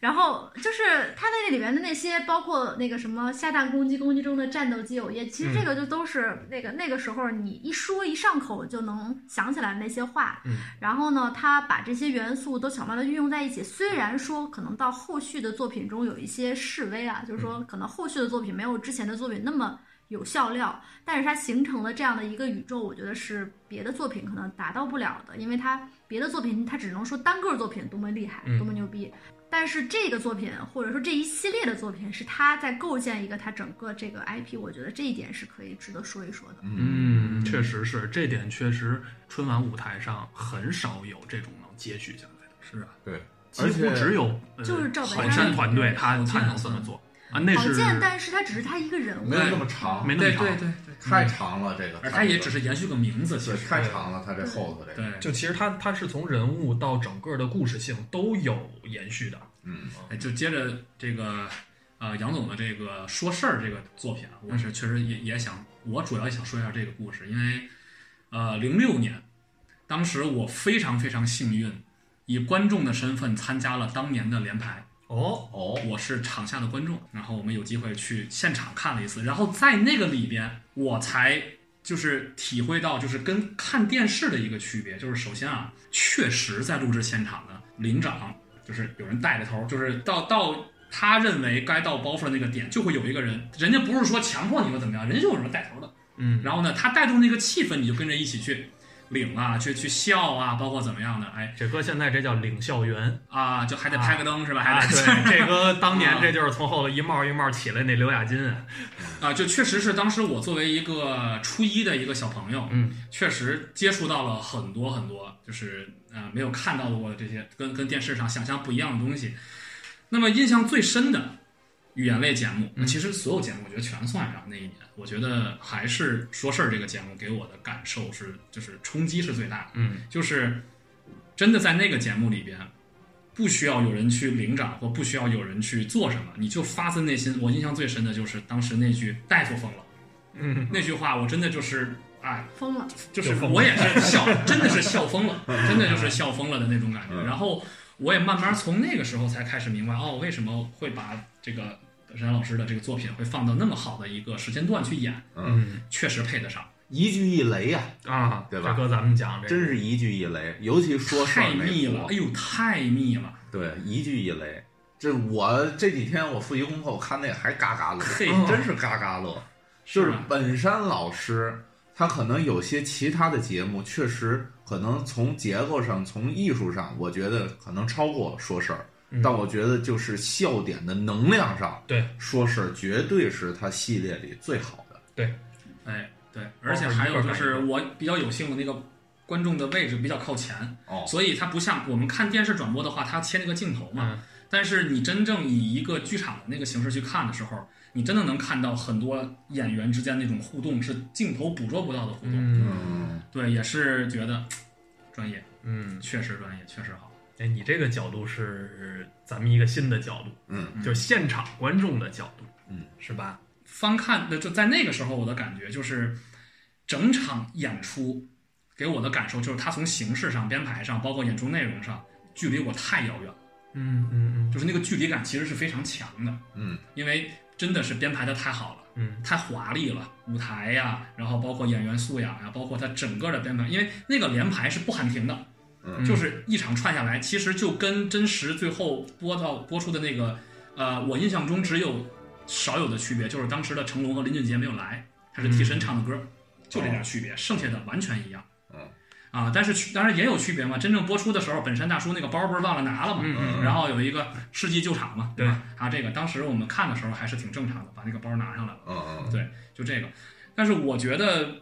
[SPEAKER 6] 然后就是它那里面的那些，包括那个什么下蛋公鸡、公鸡中的战斗机偶夜，其实这个就都是那个、那个时候你一说一上口就能想起来那些话。
[SPEAKER 2] 嗯
[SPEAKER 6] 然后呢，他把这些元素都巧妙的运用在一起。虽然说可能到后续的作品中有一些示威啊，就是说可能后续的作品没有之前的作品那么。有笑料，但是它形成了这样的一个宇宙，我觉得是别的作品可能达到不了的，因为它别的作品它只能说单个作品多么厉害，
[SPEAKER 2] 嗯
[SPEAKER 6] 多么牛逼，但是这个作品，或者说这一系列的作品，是他在构建一个他整个这个 IP，我觉得这一点是可以值得说一说的。
[SPEAKER 2] 嗯，确实是，这点确实春晚舞台上很少有这种能接续下来的，是啊，
[SPEAKER 1] 对，
[SPEAKER 2] 几
[SPEAKER 1] 而
[SPEAKER 2] 乎
[SPEAKER 1] 且
[SPEAKER 2] 只有呃
[SPEAKER 6] 就是赵本
[SPEAKER 2] 郝
[SPEAKER 6] 山嗯
[SPEAKER 2] 山团队他
[SPEAKER 5] 郝建
[SPEAKER 2] 他能这么做啊，那
[SPEAKER 6] 好
[SPEAKER 2] 是
[SPEAKER 6] 见，但是他只是他一个人物
[SPEAKER 1] 没。有那么长，
[SPEAKER 2] 没那么
[SPEAKER 5] 对
[SPEAKER 2] 长，
[SPEAKER 5] 对对对，
[SPEAKER 1] 太长了这个，
[SPEAKER 5] 而他也只是延续个名字，其
[SPEAKER 1] 对
[SPEAKER 5] 实
[SPEAKER 1] 太长了，他这后头这个，
[SPEAKER 5] 对，
[SPEAKER 2] 就其实他他是从人物到整个的故事性都有延续的，
[SPEAKER 1] 嗯，
[SPEAKER 5] 哎就接着这个呃杨总的这个说事儿这个作品啊，我是确实也也想，我主要也想说一下这个故事，因为呃零六年，当时我非常非常幸运，以观众的身份参加了当年的联排。
[SPEAKER 2] 哦，
[SPEAKER 1] 哦，
[SPEAKER 5] 我是场下的观众，然后我们有机会去现场看了一次，然后在那个里边，我才就是体会到，就是跟看电视的一个区别，就是首先啊，确实在录制现场呢，领长就是有人带着头，就是到到他认为该到包袱的那个点，就会有一个人，人家不是说强迫你们怎么样，人家就有人带头的，
[SPEAKER 2] 嗯，
[SPEAKER 5] 然后呢，他带动那个气氛，你就跟着一起去。领啊，去去笑啊，包括怎么样的，哎
[SPEAKER 2] 这哥现在这叫领校园
[SPEAKER 5] 啊，就还得拍个灯、是吧？
[SPEAKER 2] 啊！
[SPEAKER 5] 还得
[SPEAKER 2] 对，这哥当年
[SPEAKER 5] 啊
[SPEAKER 2] 这就是从后头一帽一帽起来那刘亚金啊，
[SPEAKER 5] 啊，就确实是当时我作为一个初一的一个小朋友，
[SPEAKER 2] 嗯，
[SPEAKER 5] 确实接触到了很多很多，就是呃没有看到过的这些跟跟电视上想象不一样的东西。那么印象最深的语言类节目，
[SPEAKER 2] 嗯
[SPEAKER 5] 其实所有节目我觉得全算上那一年，我觉得还是说事儿这个节目给我的感受是，就是冲击是最大的。
[SPEAKER 2] 嗯
[SPEAKER 5] 就是真的在那个节目里边，不需要有人去领涨或不需要有人去做什么，你就发自内心。我印象最深的就是当时那句“大夫疯了
[SPEAKER 2] 嗯”，
[SPEAKER 5] 那句话，我真的就是哎，
[SPEAKER 3] 疯了，
[SPEAKER 5] 就是
[SPEAKER 2] 就疯了
[SPEAKER 5] 我也是笑，真的是笑疯了，真的就是笑疯了的那种感觉。
[SPEAKER 1] 嗯
[SPEAKER 5] 然后我也慢慢从那个时候才开始明白，哦，为什么会把这个沈老师的这个作品会放到那么好的一个时间段去演，
[SPEAKER 2] 嗯
[SPEAKER 5] 确实配得上，
[SPEAKER 1] 一句一雷呀、
[SPEAKER 2] 啊，
[SPEAKER 1] 对吧
[SPEAKER 2] 这哥咱们讲这个
[SPEAKER 1] 真是一句一雷，尤其说事
[SPEAKER 5] 太
[SPEAKER 1] 儿那
[SPEAKER 5] 密了，
[SPEAKER 1] 出
[SPEAKER 5] 哎，呦，太密了。
[SPEAKER 1] 对，一句一雷。这我这几天我复习功课，我看那还嘎嘎乐，
[SPEAKER 5] 嘿
[SPEAKER 1] 真是嘎嘎乐。
[SPEAKER 5] 是
[SPEAKER 1] 就是
[SPEAKER 5] 吧
[SPEAKER 1] 本山老师，他可能有些其他的节目，确实可能从结构上、从艺术上，我觉得可能超过说事儿。
[SPEAKER 2] 嗯
[SPEAKER 1] 但我觉得就是笑点的能量上，
[SPEAKER 2] 对
[SPEAKER 1] 说事儿绝对是他系列里最好的。
[SPEAKER 5] 哎，对，而且还有就是我比较有幸，我那个观众的位置比较靠前，
[SPEAKER 1] 哦，
[SPEAKER 5] 所以它不像我们看电视转播的话，它切那个镜头嘛。
[SPEAKER 2] 嗯
[SPEAKER 5] 但是你真正以一个剧场的那个形式去看的时候，你真的能看到很多演员之间那种互动，是镜头捕捉不到的互动。
[SPEAKER 2] 嗯
[SPEAKER 1] 嗯，
[SPEAKER 5] 对，也是觉得专业，
[SPEAKER 2] 嗯，
[SPEAKER 5] 确实专业，确实好。
[SPEAKER 2] 哎，你这个角度是咱们一个新的角度，
[SPEAKER 1] 嗯
[SPEAKER 2] 就是现场观众的角度，
[SPEAKER 1] 嗯，
[SPEAKER 2] 是吧？
[SPEAKER 5] 翻看的就在那个时候，我的感觉就是，整场演出给我的感受就是，它从形式上、编排上，包括演出内容上，距离我太遥远了。
[SPEAKER 2] 嗯嗯
[SPEAKER 5] 就是那个距离感其实是非常强的，
[SPEAKER 1] 嗯
[SPEAKER 5] 因为真的是编排的太好了，
[SPEAKER 2] 嗯
[SPEAKER 5] 太华丽了，舞台呀、然后包括演员素养呀、包括它整个的编排，因为那个连排是不喊停的，
[SPEAKER 1] 嗯
[SPEAKER 5] 就是一场串下来，其实就跟真实最后播到播出的那个，呃，我印象中只有少有的区别，就是当时的成龙和林俊杰没有来，他是替身唱的歌，就这点区别，剩下的完全一样。
[SPEAKER 1] 嗯
[SPEAKER 5] 啊，但是区当然也有区别嘛。真正播出的时候，本山大叔那个包不是忘了拿了嘛，
[SPEAKER 2] 嗯嗯
[SPEAKER 5] 然后有一个世纪救场嘛，
[SPEAKER 2] 对
[SPEAKER 5] 吧？啊，这个当时我们看的时候还是挺正常的，把那个包拿上来了，
[SPEAKER 1] 嗯
[SPEAKER 5] 就这个。但是我觉得，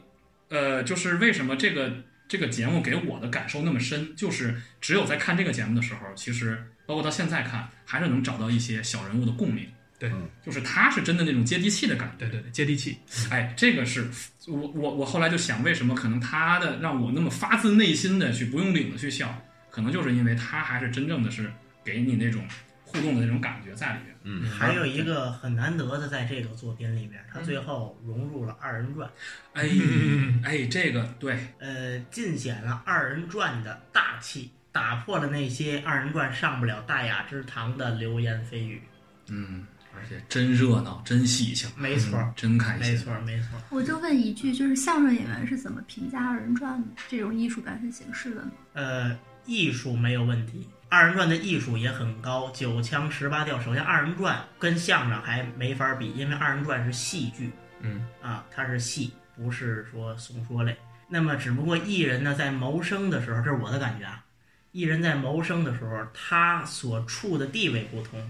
[SPEAKER 5] 呃，就是为什么这个这个节目给我的感受那么深，就是只有在看这个节目的时候，其实包括到现在看，还是能找到一些小人物的共鸣。
[SPEAKER 2] 对
[SPEAKER 1] 嗯
[SPEAKER 5] 就是他是真的那种接地气的感觉。
[SPEAKER 2] 对对对，接地气，
[SPEAKER 5] 哎，这个是我我我后来就想，为什么可能他的让我那么发自内心的去不用领的去笑，可能就是因为他还是真正的是给你那种互动的那种感觉在里面。
[SPEAKER 1] 嗯
[SPEAKER 4] 还有一个很难得的，在这个作品里边，他最后融入了二人转，
[SPEAKER 5] 哎 哎，这个对，
[SPEAKER 4] 呃，尽显了二人转的大气，打破了那些二人转上不了大雅之堂的流言蜚语。
[SPEAKER 5] 嗯，而且真热闹，真喜庆，
[SPEAKER 4] 没错，
[SPEAKER 5] 真开心，
[SPEAKER 4] 没错，没错。
[SPEAKER 3] 我就问一句，就是相声演员是怎么评价二人转这种艺术表现形式的呢？
[SPEAKER 4] 呃，艺术没有问题，二人转的艺术也很高，九腔十八调。首先，二人转跟相声还没法比，因为二人转是戏剧
[SPEAKER 2] 嗯
[SPEAKER 4] 啊，它是戏，不是说怂说类。那么，只不过艺人呢，在谋生的时候，这是我的感觉啊，艺人在谋生的时候，他所处的地位不同。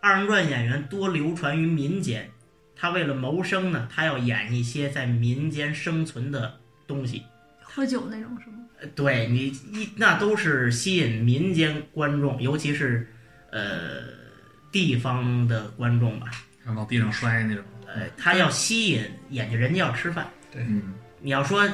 [SPEAKER 4] 二人转演员多流传于民间，他为了谋生呢，他要演一些在民间生存的东西。
[SPEAKER 3] 喝酒那种是吗？
[SPEAKER 4] 对你一那都是吸引民间观众，尤其是呃地方的观众吧。
[SPEAKER 5] 然后往地上摔那种。
[SPEAKER 4] 呃，他要吸引眼睛，人家要吃饭。
[SPEAKER 5] 嗯，
[SPEAKER 4] 你要说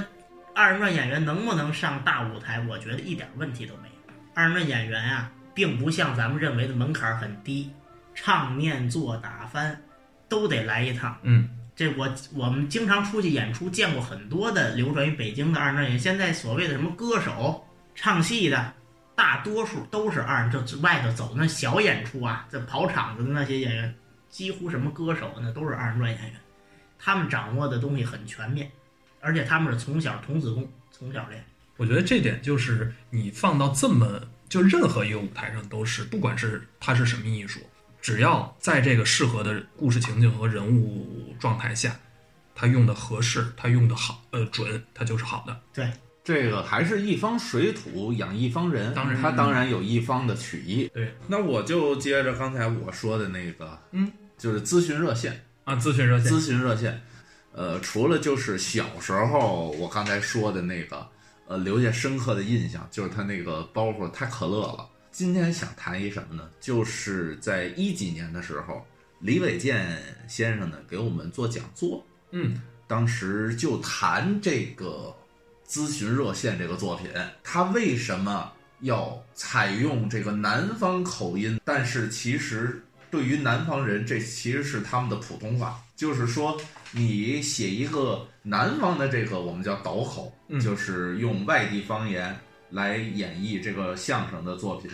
[SPEAKER 4] 二人转演员能不能上大舞台，我觉得一点问题都没有。二人转演员啊，并不像咱们认为的门槛很低，唱念做打翻都得来一趟。
[SPEAKER 2] 嗯
[SPEAKER 4] 这我我们经常出去演出，见过很多的流传于北京的二人转演员。现在所谓的什么歌手、唱戏的，大多数都是二人，就外头走那小演出啊，这跑场子的那些演员，几乎什么歌手那都是二人转演员。他们掌握的东西很全面，而且他们是从小童子功，从小练。
[SPEAKER 2] 我觉得这点就是你放到这么就任何一个舞台上都是，不管是它是什么艺术，只要在这个适合的故事情境和人物状态下，它用的合适，它用的好，呃准，它就是好的。
[SPEAKER 4] 对，
[SPEAKER 1] 这个还是一方水土养一方人，
[SPEAKER 5] 当然
[SPEAKER 1] 他当然有一方的曲艺。
[SPEAKER 2] 对，
[SPEAKER 1] 那我就接着刚才我说的那个，
[SPEAKER 2] 嗯，
[SPEAKER 1] 就是咨询热线，
[SPEAKER 2] 啊，咨询热线
[SPEAKER 1] 咨询热线，呃，除了就是小时候我刚才说的那个，呃，留下深刻的印象，就是他那个包袱太可乐了。今天想谈一什么呢？就是在一几年的时候，李伟健先生呢给我们做讲座，
[SPEAKER 2] 嗯，
[SPEAKER 1] 当时就谈这个咨询热线这个作品，他为什么要采用这个南方口音？但是其实对于南方人，这其实是他们的普通话。就是说，你写一个南方的这个我们叫倒口，
[SPEAKER 2] 嗯
[SPEAKER 1] 就是用外地方言来演绎这个相声的作品。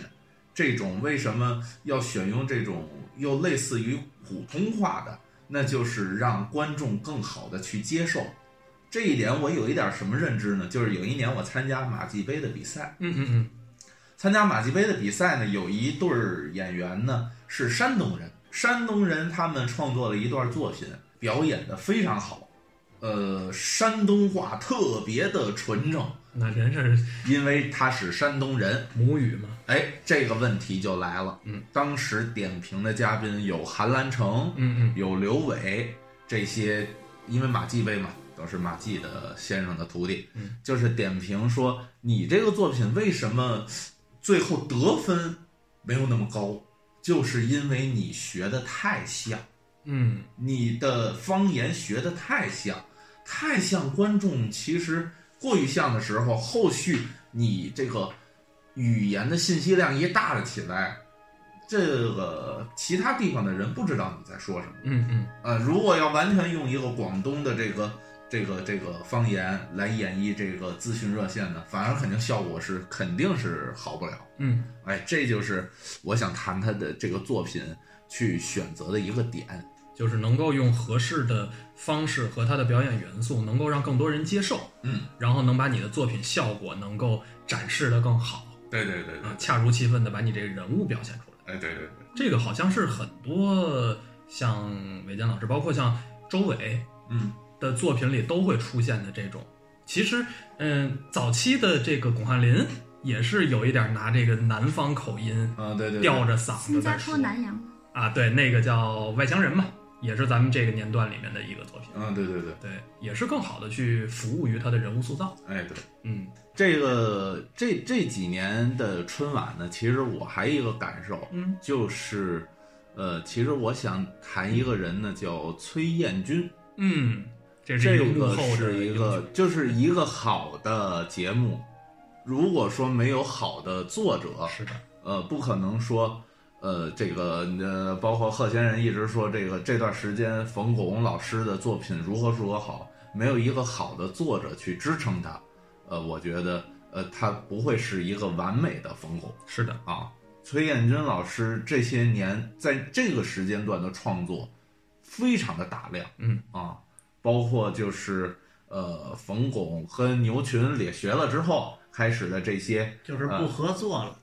[SPEAKER 1] 这种为什么要选用这种又类似于普通话的？那就是让观众更好的去接受。这一点我有一点什么认知呢？就是有一年我参加马季杯的比赛，
[SPEAKER 2] 嗯嗯嗯，
[SPEAKER 1] 参加马季杯的比赛呢，有一对儿演员呢是山东人，山东人他们创作了一段作品，表演的非常好，呃，山东话特别的纯正，
[SPEAKER 2] 那人是
[SPEAKER 1] 因为他是山东人，
[SPEAKER 2] 母语嘛，
[SPEAKER 1] 哎，这个问题就来了。
[SPEAKER 2] 嗯，
[SPEAKER 1] 当时点评的嘉宾有韩兰成，
[SPEAKER 2] 嗯
[SPEAKER 1] 有刘伟这些，因为马季杯嘛，都是马季的先生的徒弟，
[SPEAKER 2] 嗯
[SPEAKER 1] 就是点评说你这个作品为什么最后得分没有那么高，就是因为你学的太像，
[SPEAKER 2] 嗯
[SPEAKER 1] 你的方言学的太像，太像观众，其实过于像的时候，后续你这个语言的信息量一大了起来。这个其他地方的人不知道你在说什么，
[SPEAKER 2] 嗯嗯
[SPEAKER 1] 呃，如果要完全用一个广东的这个这个这个方言来演绎这个咨询热线呢，反而肯定效果是肯定是好不了。
[SPEAKER 2] 嗯
[SPEAKER 1] 哎，这就是我想谈他的这个作品去选择的一个点。
[SPEAKER 2] 嗯，就是能够用合适的方式和他的表演元素，能够让更多人接受，
[SPEAKER 1] 嗯，
[SPEAKER 2] 然后能把你的作品效果能够展示的更好
[SPEAKER 1] 对对对
[SPEAKER 2] 啊，恰如其分的把你这个人物表现出来。
[SPEAKER 1] 哎对对对，
[SPEAKER 2] 这个好像是很多像韦健老师，包括像周伟
[SPEAKER 1] 嗯
[SPEAKER 2] 的作品里都会出现的这种。其实，嗯，早期的这个巩汉林也是有一点拿这个南方口音
[SPEAKER 1] 啊对对对，
[SPEAKER 2] 吊着嗓
[SPEAKER 3] 新
[SPEAKER 2] 子
[SPEAKER 3] 加
[SPEAKER 2] 在
[SPEAKER 3] 坡
[SPEAKER 2] 说
[SPEAKER 3] 南洋，
[SPEAKER 2] 啊，对，那个叫《外乡人》嘛，也是咱们这个年段里面的一个作品。
[SPEAKER 1] 嗯对对对，
[SPEAKER 2] 对，也是更好的去服务于他的人物塑造。
[SPEAKER 1] 哎对。
[SPEAKER 2] 嗯
[SPEAKER 1] 这个这这几年的春晚呢，其实我还有一个感受，
[SPEAKER 2] 嗯，
[SPEAKER 1] 就是，呃，其实我想谈一个人呢，叫崔彦军，
[SPEAKER 2] 嗯，这是
[SPEAKER 1] 这
[SPEAKER 2] 一
[SPEAKER 1] 个
[SPEAKER 2] 个幕后的
[SPEAKER 1] 是一
[SPEAKER 2] 个
[SPEAKER 1] 个，就是一个好的节目，如果说没有好的作者，
[SPEAKER 2] 是的，
[SPEAKER 1] 呃，不可能说，呃，这个呃，包括贺先生一直说这个这段时间冯巩老师的作品如何如何好，没有一个好的作者去支撑他，呃，我觉得呃，他不会是一个完美的冯巩。
[SPEAKER 2] 是的，
[SPEAKER 1] 啊，崔彦军老师这些年在这个时间段的创作非常的大量，
[SPEAKER 2] 嗯
[SPEAKER 1] 啊，包括就是呃冯巩和牛群也学了之后开始的这些
[SPEAKER 4] 就是不合作了。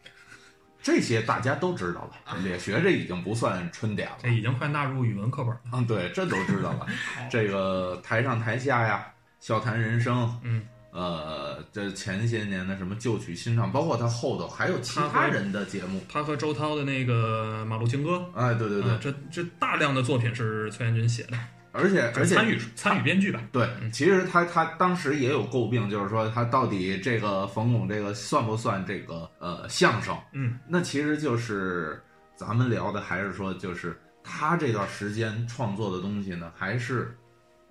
[SPEAKER 1] 这些大家都知道了，也学这已经不算春点了
[SPEAKER 2] 啊这，哎已经快纳入语文课本了。
[SPEAKER 1] 嗯，对，这都知道 了。这个台上台下呀，笑谈人生，
[SPEAKER 2] 嗯，
[SPEAKER 1] 呃，这前些年的什么旧曲新唱，包括他后头还有其他人的节目，
[SPEAKER 2] 他和周涛的那个《马路情歌》，
[SPEAKER 1] 哎，对对对，
[SPEAKER 2] 啊这这大量的作品是崔彦军写的，
[SPEAKER 1] 而且而且
[SPEAKER 2] 参与参与编剧吧。
[SPEAKER 1] 对，其实他他当时也有诟病，就是说他到底这个冯巩这个算不算这个呃相声？
[SPEAKER 2] 嗯，
[SPEAKER 1] 那其实就是咱们聊的还是说，就是他这段时间创作的东西呢，还是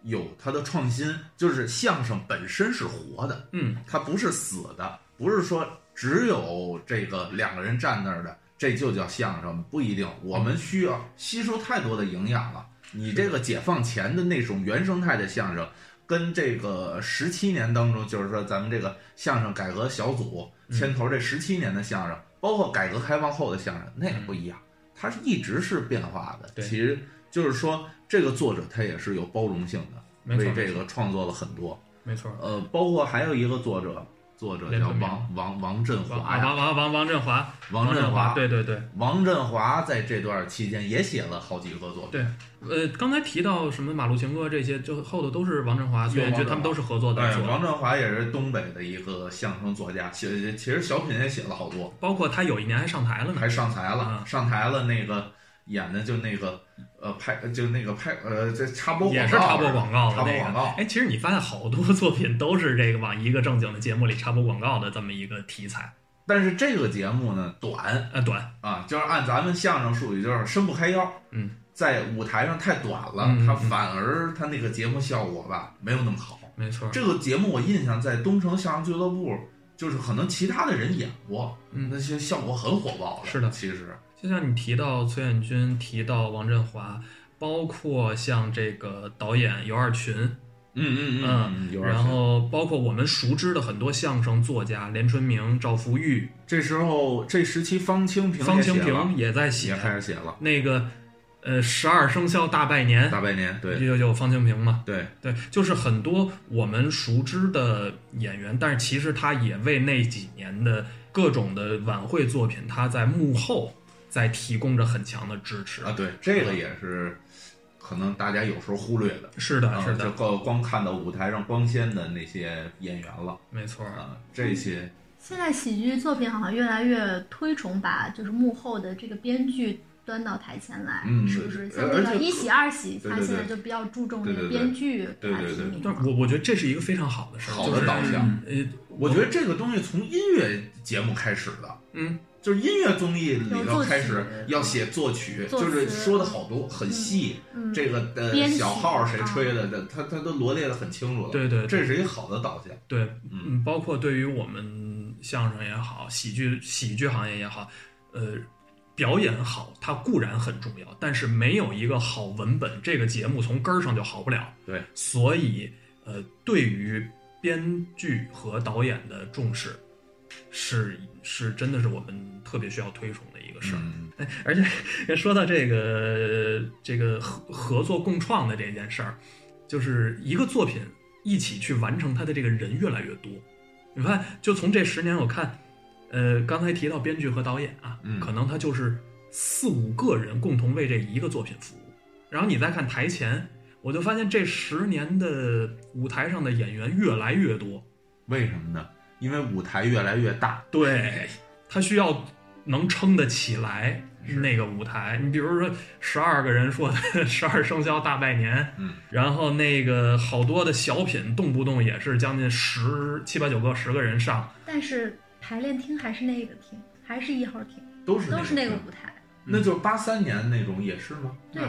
[SPEAKER 1] 有他的创新，就是相声本身是活的，
[SPEAKER 2] 嗯，
[SPEAKER 1] 它不是死的，不是说只有这个两个人站那儿的，这就叫相声，不一定。我们需要吸收太多的营养了。你这个解放前的那种原生态的相声，跟这个十七年当中，就是说咱们这个相声改革小组
[SPEAKER 2] 嗯
[SPEAKER 1] 牵头这十七年的相声，包括改革开放后的相声，那也不一样，它是一直是变化的。
[SPEAKER 2] 嗯对
[SPEAKER 1] 其实就是说，这个作者他也是有包容性的，
[SPEAKER 2] 没错
[SPEAKER 1] 为
[SPEAKER 2] 没
[SPEAKER 1] 这
[SPEAKER 2] 错
[SPEAKER 1] 个创作了很多。
[SPEAKER 2] 没错，
[SPEAKER 1] 呃，包括还有一个作者，作者
[SPEAKER 2] 人
[SPEAKER 1] 叫
[SPEAKER 2] 本名
[SPEAKER 1] 王王王振
[SPEAKER 2] 王
[SPEAKER 1] 华呀，
[SPEAKER 2] 王王王王振华，
[SPEAKER 1] 王
[SPEAKER 2] 振
[SPEAKER 1] 振华。
[SPEAKER 2] 对对对
[SPEAKER 1] 王振华在这段期间也写了好几个作品，
[SPEAKER 2] 对，呃，刚才提到什么马路情歌这些，就后头都是王振华，所以
[SPEAKER 1] 有王
[SPEAKER 2] 觉
[SPEAKER 1] 振
[SPEAKER 2] 得他们都是合作的，
[SPEAKER 1] 哎，
[SPEAKER 2] 说
[SPEAKER 1] 王振华也是东北的一个相声作家，写其实小品也写了好多，
[SPEAKER 2] 包括他有一年还上台了呢，
[SPEAKER 1] 还上台了，
[SPEAKER 2] 嗯
[SPEAKER 1] 上台了那个演的就那个呃拍就那个拍呃这插播广告
[SPEAKER 2] 也是插播广告
[SPEAKER 1] 插
[SPEAKER 2] 的
[SPEAKER 1] 播
[SPEAKER 2] 那
[SPEAKER 1] 广
[SPEAKER 2] 个。
[SPEAKER 1] 告，
[SPEAKER 2] 哎，其实你发现好多作品都是这个往一个正经的节目里插播广告的这么一个题材，
[SPEAKER 1] 但是这个节目呢短
[SPEAKER 2] 呃，短，
[SPEAKER 1] 啊，就是按咱们相声术语就是伸不开腰，
[SPEAKER 2] 嗯，
[SPEAKER 1] 在舞台上太短了，
[SPEAKER 2] 嗯嗯
[SPEAKER 1] 它
[SPEAKER 2] 嗯
[SPEAKER 1] 反而它那个节目效果吧没有那么好。
[SPEAKER 2] 没错，
[SPEAKER 1] 这个节目我印象在东城相声俱乐部，就是可能其他的人演过，
[SPEAKER 2] 嗯
[SPEAKER 1] 那些效果很火爆
[SPEAKER 2] 是的
[SPEAKER 1] 其实
[SPEAKER 2] 就像你提到崔远军，提到王振华，包括像这个导演尤二群，
[SPEAKER 1] 嗯
[SPEAKER 2] 嗯
[SPEAKER 1] 有点
[SPEAKER 2] 然
[SPEAKER 1] 像
[SPEAKER 2] 后包括我们熟知的很多相声作家，连春明、赵福玉、
[SPEAKER 1] 这时候这时期方清平
[SPEAKER 2] 方
[SPEAKER 1] 也写
[SPEAKER 2] 清
[SPEAKER 1] 了
[SPEAKER 2] 平也在
[SPEAKER 1] 也
[SPEAKER 2] 写
[SPEAKER 1] 开始写了，
[SPEAKER 2] 那个，呃，十二生肖大拜年，
[SPEAKER 1] 大拜年，对
[SPEAKER 2] 就就方清平嘛，
[SPEAKER 1] 对，
[SPEAKER 2] 对，就是很多我们熟知的演员，但是其实他也为那几年的各种的晚会作品，他在幕后在提供着很强的支持
[SPEAKER 1] 啊，对，这个也是可能大家有时候忽略的，
[SPEAKER 2] 是的，
[SPEAKER 1] 啊
[SPEAKER 2] 是
[SPEAKER 1] 就
[SPEAKER 2] 的，
[SPEAKER 1] 光光看到舞台上光鲜的那些演员了
[SPEAKER 2] 没错儿。
[SPEAKER 1] 啊，这
[SPEAKER 2] 嗯
[SPEAKER 1] 些
[SPEAKER 3] 现在喜剧作品好像越来越推崇把就是幕后的这个编剧端到台前来，
[SPEAKER 1] 嗯
[SPEAKER 3] 是不是？
[SPEAKER 1] 对
[SPEAKER 3] 像
[SPEAKER 1] 而
[SPEAKER 3] 这个
[SPEAKER 1] 且
[SPEAKER 3] 一喜二喜，
[SPEAKER 1] 对对
[SPEAKER 3] 他现在
[SPEAKER 1] 对
[SPEAKER 3] 就比较注重
[SPEAKER 1] 对
[SPEAKER 3] 这个
[SPEAKER 1] 对对
[SPEAKER 3] 编剧
[SPEAKER 1] 对
[SPEAKER 3] 来
[SPEAKER 1] 对
[SPEAKER 3] 提
[SPEAKER 1] 对
[SPEAKER 3] 名
[SPEAKER 2] 但
[SPEAKER 3] 嘛。
[SPEAKER 2] 我我觉得这是一个非常好的事儿，
[SPEAKER 1] 好
[SPEAKER 2] 就
[SPEAKER 1] 的
[SPEAKER 2] 是
[SPEAKER 1] 导向。
[SPEAKER 5] 嗯
[SPEAKER 2] 呃，
[SPEAKER 1] 我觉得这个东西从音乐节目开始的，
[SPEAKER 2] 嗯，
[SPEAKER 1] 就是音乐综艺里
[SPEAKER 3] 有
[SPEAKER 1] 头
[SPEAKER 3] 作曲
[SPEAKER 1] 开始要写作曲，
[SPEAKER 3] 作
[SPEAKER 1] 就
[SPEAKER 3] 词
[SPEAKER 1] 是说的好多很细，
[SPEAKER 3] 嗯，
[SPEAKER 1] 这个的
[SPEAKER 3] 编曲啊
[SPEAKER 1] 小号谁吹的，这他他都罗列的很清楚了。
[SPEAKER 2] 对对对
[SPEAKER 1] 这是一个好的导向。
[SPEAKER 2] 对，
[SPEAKER 1] 嗯，
[SPEAKER 2] 嗯，包括对于我们相声也好，喜剧喜剧行业也好，呃，表演好它固然很重要，但是没有一个好文本，这个节目从根儿上就好不了。
[SPEAKER 1] 对，
[SPEAKER 2] 所以呃，对于编剧和导演的重视是是真的是我们特别需要推崇的一个事儿。
[SPEAKER 1] 嗯
[SPEAKER 2] 哎，而且说到这个这个合合作共创的这件事儿，就是一个作品一起去完成它的这个人越来越多。你看，就从这十年，我看，呃，刚才提到编剧和导演啊，
[SPEAKER 1] 嗯
[SPEAKER 2] 可能他就是四五个人共同为这一个作品服务。然后你再看台前，我就发现这十年的舞台上的演员越来越多，
[SPEAKER 1] 为什么呢？因为舞台越来越大，
[SPEAKER 2] 对，他需要能撑得起来那个舞台。你比如说十二个人说的 十二生肖大拜年，
[SPEAKER 1] 嗯，
[SPEAKER 2] 然后那个好多的小品，动不动也是将近十七八九个、十个人上，
[SPEAKER 3] 但是排练厅还是那个厅，还是一号厅，
[SPEAKER 1] 都是
[SPEAKER 3] 都是那个
[SPEAKER 1] 种嗯
[SPEAKER 3] 舞台。
[SPEAKER 1] 那就是八三年那种也是吗？
[SPEAKER 3] 对，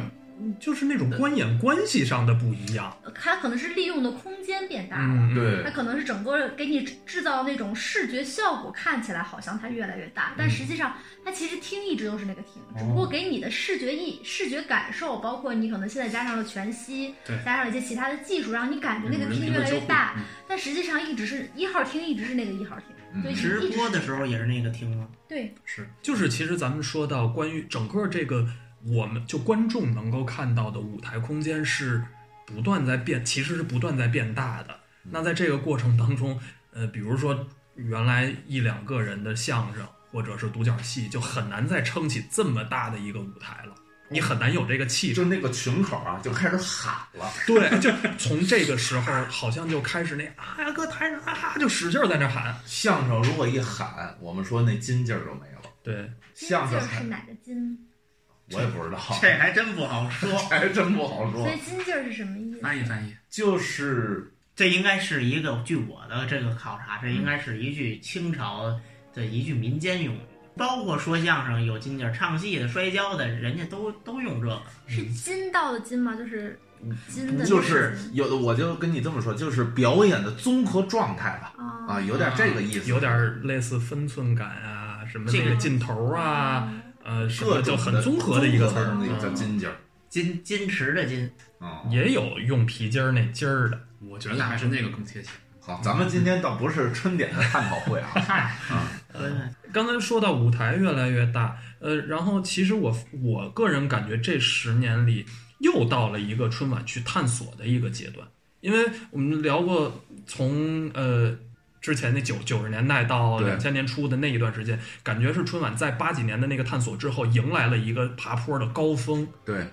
[SPEAKER 2] 就是那种观演关系上的不一样。
[SPEAKER 3] 呃它可能是利用的空间变大了。
[SPEAKER 2] 嗯，
[SPEAKER 1] 对
[SPEAKER 3] 它可能是整个给你制造那种视觉效果，看起来好像它越来越大，但实际上它其实听一直都是那个听，只不过给你的视觉意、视觉感受，包括你可能现在加上了全息
[SPEAKER 5] 对，
[SPEAKER 3] 加上了一些其他的技术，让你感觉那个
[SPEAKER 5] 人
[SPEAKER 3] 听
[SPEAKER 5] 民
[SPEAKER 3] 越
[SPEAKER 5] 的
[SPEAKER 3] 来
[SPEAKER 5] 交
[SPEAKER 3] 越
[SPEAKER 5] 互
[SPEAKER 3] 大，
[SPEAKER 5] 嗯
[SPEAKER 3] 但实际上一直是一号听，一直是那个一号听，
[SPEAKER 1] 嗯
[SPEAKER 3] 哎就一直
[SPEAKER 4] 直
[SPEAKER 3] 是
[SPEAKER 4] 播的时候也是那个听吗？
[SPEAKER 3] 对，
[SPEAKER 5] 是
[SPEAKER 2] 就是其实咱们说到关于整个这个，我们就观众能够看到的舞台空间是不断在变，其实是不断在变大的。那在这个过程当中，呃，比如说原来一两个人的相声或者是独角戏，就很难再撑起这么大的一个舞台了。你很难有这个气
[SPEAKER 1] 就
[SPEAKER 2] 势，
[SPEAKER 1] 那个群口啊，就开始喊了。
[SPEAKER 2] 对，就从这个时候好像就开始那啊呀，搁台上啊，就使劲儿在那喊，
[SPEAKER 1] 相声如果一喊，我们说那劲劲儿就没了。
[SPEAKER 2] 对，
[SPEAKER 3] 金
[SPEAKER 1] 相
[SPEAKER 3] 劲
[SPEAKER 1] 声
[SPEAKER 3] 儿是
[SPEAKER 1] 喊
[SPEAKER 3] 哪个金？
[SPEAKER 1] 我也不 知道，
[SPEAKER 4] 这还真不好说。
[SPEAKER 1] 还真不好说
[SPEAKER 3] 所。以金劲儿是什么意思？
[SPEAKER 5] 翻译翻译，
[SPEAKER 1] 就是
[SPEAKER 4] 这应该是一个，据我的这个考察，这应该是一句清朝的一句民间用语，包括说相声有金劲儿、唱戏的、摔跤的，人家都都用这个。
[SPEAKER 3] 是筋道的筋吗？就是筋的那个筋，
[SPEAKER 1] 嗯就是有的，我就跟你这么说，就是表演的综合状态吧，啊，
[SPEAKER 3] 啊，
[SPEAKER 1] 有点这个意思，
[SPEAKER 2] 有点儿类似分寸感啊，什么
[SPEAKER 4] 这
[SPEAKER 2] 那
[SPEAKER 4] 个
[SPEAKER 2] 个劲头儿啊，呃，是
[SPEAKER 1] 各
[SPEAKER 2] 吧
[SPEAKER 1] 种
[SPEAKER 2] 就
[SPEAKER 1] 的
[SPEAKER 2] 很综合的一个词儿
[SPEAKER 1] 综合的那个叫
[SPEAKER 2] 嗯，
[SPEAKER 1] 金劲儿
[SPEAKER 4] 金金池的金，
[SPEAKER 1] 啊。
[SPEAKER 2] 也有用皮筋儿那筋儿的，
[SPEAKER 5] 我觉得还是那个更贴切。
[SPEAKER 1] 好，咱们今天倒不是春点的探讨会 啊，
[SPEAKER 5] 嗨，
[SPEAKER 2] 嗯
[SPEAKER 4] 呃，
[SPEAKER 2] 刚才说到舞台越来越大，呃，然后其实我我个人感觉这十年里又到了一个春晚去探索的一个阶段，因为我们聊过从呃之前那九九十年代到
[SPEAKER 1] 对
[SPEAKER 2] 两千年初的那一段时间，感觉是春晚在八几年的那个探索之后，迎来了一个爬坡的高峰。
[SPEAKER 1] 对，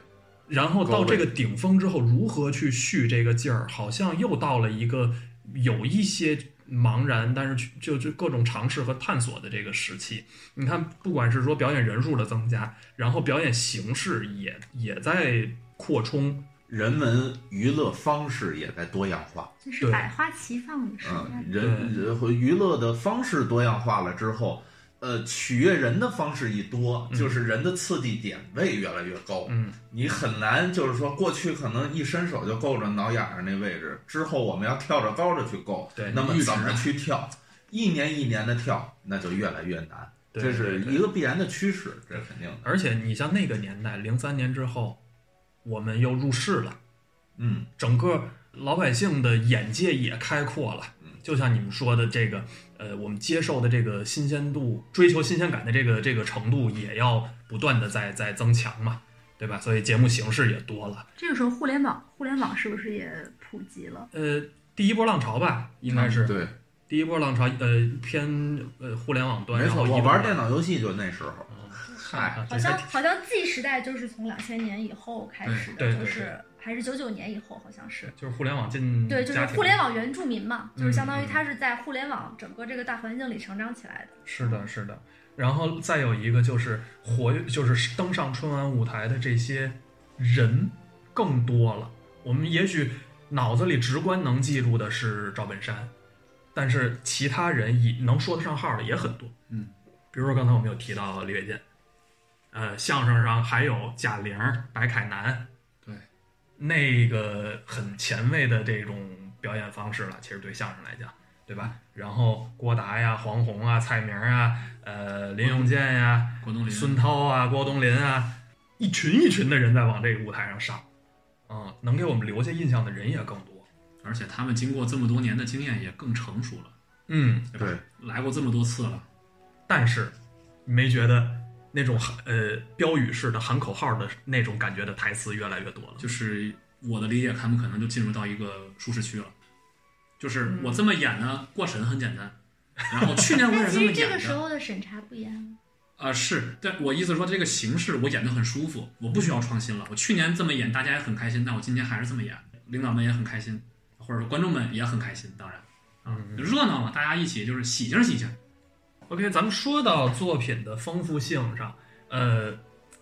[SPEAKER 2] 然后
[SPEAKER 1] 高
[SPEAKER 2] 到
[SPEAKER 1] 位
[SPEAKER 2] 这个顶峰之后，如何去续这个劲儿，好像又到了一个有一些茫然，但是去就就各种尝试和探索的这个时期。你看，不管是说表演人数的增加，然后表演形式也也在扩充，
[SPEAKER 1] 人文娱乐方式也在多样化。
[SPEAKER 3] 哦就是
[SPEAKER 2] 对
[SPEAKER 3] 百花齐放的时啊代
[SPEAKER 1] 嗯，。人人和娱乐的方式多样化了之后，呃，取悦人的方式一多，
[SPEAKER 2] 嗯
[SPEAKER 1] 就是人的次第点位越来越高。
[SPEAKER 2] 嗯，
[SPEAKER 1] 你很难就是说过去可能一伸手就够着挠痒痒那位置，之后我们要跳着高着去够。
[SPEAKER 2] 对
[SPEAKER 1] 那么
[SPEAKER 5] 阈值
[SPEAKER 1] 怎么去跳？一年一年的跳，那就越来越难。
[SPEAKER 2] 对
[SPEAKER 1] 这是
[SPEAKER 2] 对对
[SPEAKER 1] 一个必然的趋势，这肯定的。
[SPEAKER 2] 而且你像那个年代，零三年之后，我们又入世了，
[SPEAKER 1] 嗯，
[SPEAKER 2] 整个老百姓的眼界也开阔了。就像你们说的这个，呃，我们接受的这个新鲜度、追求新鲜感的这个这个程度，也要不断的在在增强嘛，对吧？所以节目形式也多了。
[SPEAKER 3] 这个时候互联网，互联网是不是也普及了？
[SPEAKER 2] 呃，第一波浪潮吧，应该是、
[SPEAKER 1] 对，
[SPEAKER 2] 第一波浪潮，呃，偏呃互联网端，
[SPEAKER 1] 没
[SPEAKER 2] 然
[SPEAKER 1] 错。
[SPEAKER 2] 后移
[SPEAKER 1] 我
[SPEAKER 2] 动
[SPEAKER 1] 玩
[SPEAKER 2] 了
[SPEAKER 1] 电脑游戏就那时候，嗨，
[SPEAKER 2] 啊，
[SPEAKER 6] 好
[SPEAKER 2] 对
[SPEAKER 6] 像好像 Z 时代就是从两千年以后开始
[SPEAKER 2] 对
[SPEAKER 6] 的，
[SPEAKER 2] 对
[SPEAKER 6] 就
[SPEAKER 2] 对
[SPEAKER 6] 是还是九九年以后，好像是。
[SPEAKER 2] 就是互联网进
[SPEAKER 6] 对，就是
[SPEAKER 2] 家庭
[SPEAKER 6] 互联网原住民嘛，就是相
[SPEAKER 2] 嗯
[SPEAKER 6] 当于
[SPEAKER 2] 嗯
[SPEAKER 6] 他是在互联网整个这个大环境里成长起来的。
[SPEAKER 2] 是的，是的。然后再有一个就是活跃，就是登上春晚舞台的这些人更多了。我们也许脑子里直观能记住的是赵本山，但是其他人也能说得上号的也很多。
[SPEAKER 5] 嗯，
[SPEAKER 2] 比如说刚才我们有提到李伟健，呃，相声上还有贾玲、白凯南，
[SPEAKER 5] 对，
[SPEAKER 2] 那个很前卫的这种表演方式了。其实对相声来讲，对吧？然后郭达呀、黄宏啊、蔡明啊、呃林永健呀、
[SPEAKER 5] 郭冬临、
[SPEAKER 2] 孙涛啊、郭冬临啊，一群一群的人在往这个舞台上上，嗯，能给我们留下印象的人也更多。
[SPEAKER 5] 而且他们经过这么多年的经验，也更成熟了，
[SPEAKER 2] 嗯，
[SPEAKER 5] 对吧？来过这么多次了，
[SPEAKER 2] 但是你没觉得那种喊呃标语式的喊口号的那种感觉的台词越来越多了？
[SPEAKER 5] 就是我的理解，他们可能就进入到一个舒适区了。就是
[SPEAKER 6] 嗯
[SPEAKER 5] 我这么演呢，过审很简 单。然后去年我也
[SPEAKER 6] 但
[SPEAKER 5] 是这
[SPEAKER 6] 其
[SPEAKER 5] 么
[SPEAKER 6] 实这个
[SPEAKER 5] 演
[SPEAKER 6] 时
[SPEAKER 5] 的，
[SPEAKER 6] 候的审查不严了，
[SPEAKER 5] 啊、是，但我意思说这个形式我演的很舒服，我不需要创新了。我去年这么演，大家也很开心，但我今天还是这么演，领导们也很开心，或者说观众们也很开心，当然啊，热闹嘛，大家一起就是喜庆喜庆。
[SPEAKER 2] 嗯 OK，咱们说到作品的丰富性上，呃，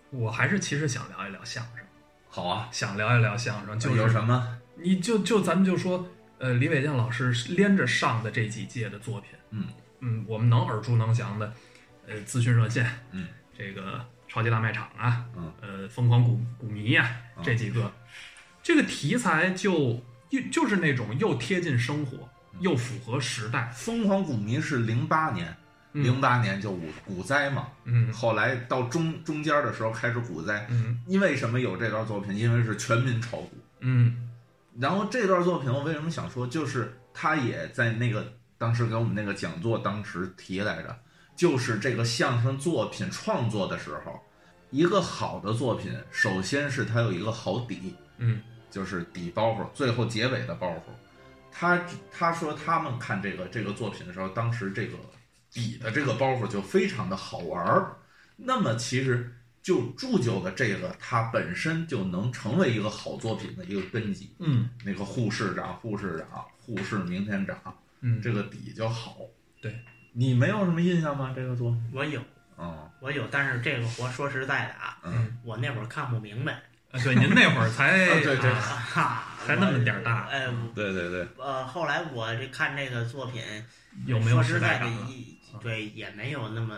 [SPEAKER 2] 我还是其实想聊一聊相声，
[SPEAKER 1] 好啊，
[SPEAKER 2] 想聊一聊相声，就
[SPEAKER 1] 有
[SPEAKER 2] 是
[SPEAKER 1] 什么？
[SPEAKER 2] 你就就咱们就说，呃，李伟健老师连着上的这几届的作品，
[SPEAKER 1] 嗯
[SPEAKER 2] 嗯，我们能耳熟能详的，呃，咨询热线，
[SPEAKER 1] 嗯，
[SPEAKER 2] 这个超级大卖场啊，
[SPEAKER 1] 嗯，
[SPEAKER 2] 呃，疯狂股股迷呀、
[SPEAKER 1] 嗯
[SPEAKER 2] 这几个，这个题材就又就是那种又贴近生活，
[SPEAKER 1] 嗯
[SPEAKER 2] 又符合时代，
[SPEAKER 1] 疯狂股民是零八年，
[SPEAKER 2] 嗯
[SPEAKER 1] 零八年就股股灾嘛，
[SPEAKER 2] 嗯
[SPEAKER 1] 后来到中中间的时候开始股灾。
[SPEAKER 2] 嗯
[SPEAKER 1] 因为什么有这段作品？因为是全民炒股。
[SPEAKER 2] 嗯
[SPEAKER 1] 然后这段作品我为什么想说，就是他也在那个当时给我们那个讲座当时提来着，就是这个相声作品创作的时候，一个好的作品，首先是它有一个好底，
[SPEAKER 2] 嗯
[SPEAKER 1] 就是底包袱，最后结尾的包袱。他他说他们看这个这个作品的时候，当时这个底的这个包袱就非常的好玩儿。那么其实就铸就了这个它本身就能成为一个好作品的一个根基。
[SPEAKER 2] 嗯
[SPEAKER 1] 那个护士长、护士长、护士明天长，
[SPEAKER 2] 嗯，
[SPEAKER 1] 这个底就好。
[SPEAKER 2] 对，
[SPEAKER 1] 你没有什么印象吗？这个作品？
[SPEAKER 4] 我有，
[SPEAKER 1] 嗯，
[SPEAKER 4] 我有，但是这个活说实在的啊，
[SPEAKER 1] 嗯
[SPEAKER 4] 我那会儿看不明白，
[SPEAKER 2] 啊对，您那会儿才
[SPEAKER 1] 啊对对
[SPEAKER 2] 啊
[SPEAKER 4] 哈，
[SPEAKER 2] 还那么点儿大
[SPEAKER 4] 我哎，
[SPEAKER 1] 对对对，
[SPEAKER 4] 呃，后来我这看这个作品，
[SPEAKER 2] 有没有
[SPEAKER 4] 说实
[SPEAKER 2] 时代
[SPEAKER 4] 在
[SPEAKER 2] 感
[SPEAKER 4] 的
[SPEAKER 2] 了？
[SPEAKER 4] 一
[SPEAKER 2] 嗯
[SPEAKER 4] 对也没有那么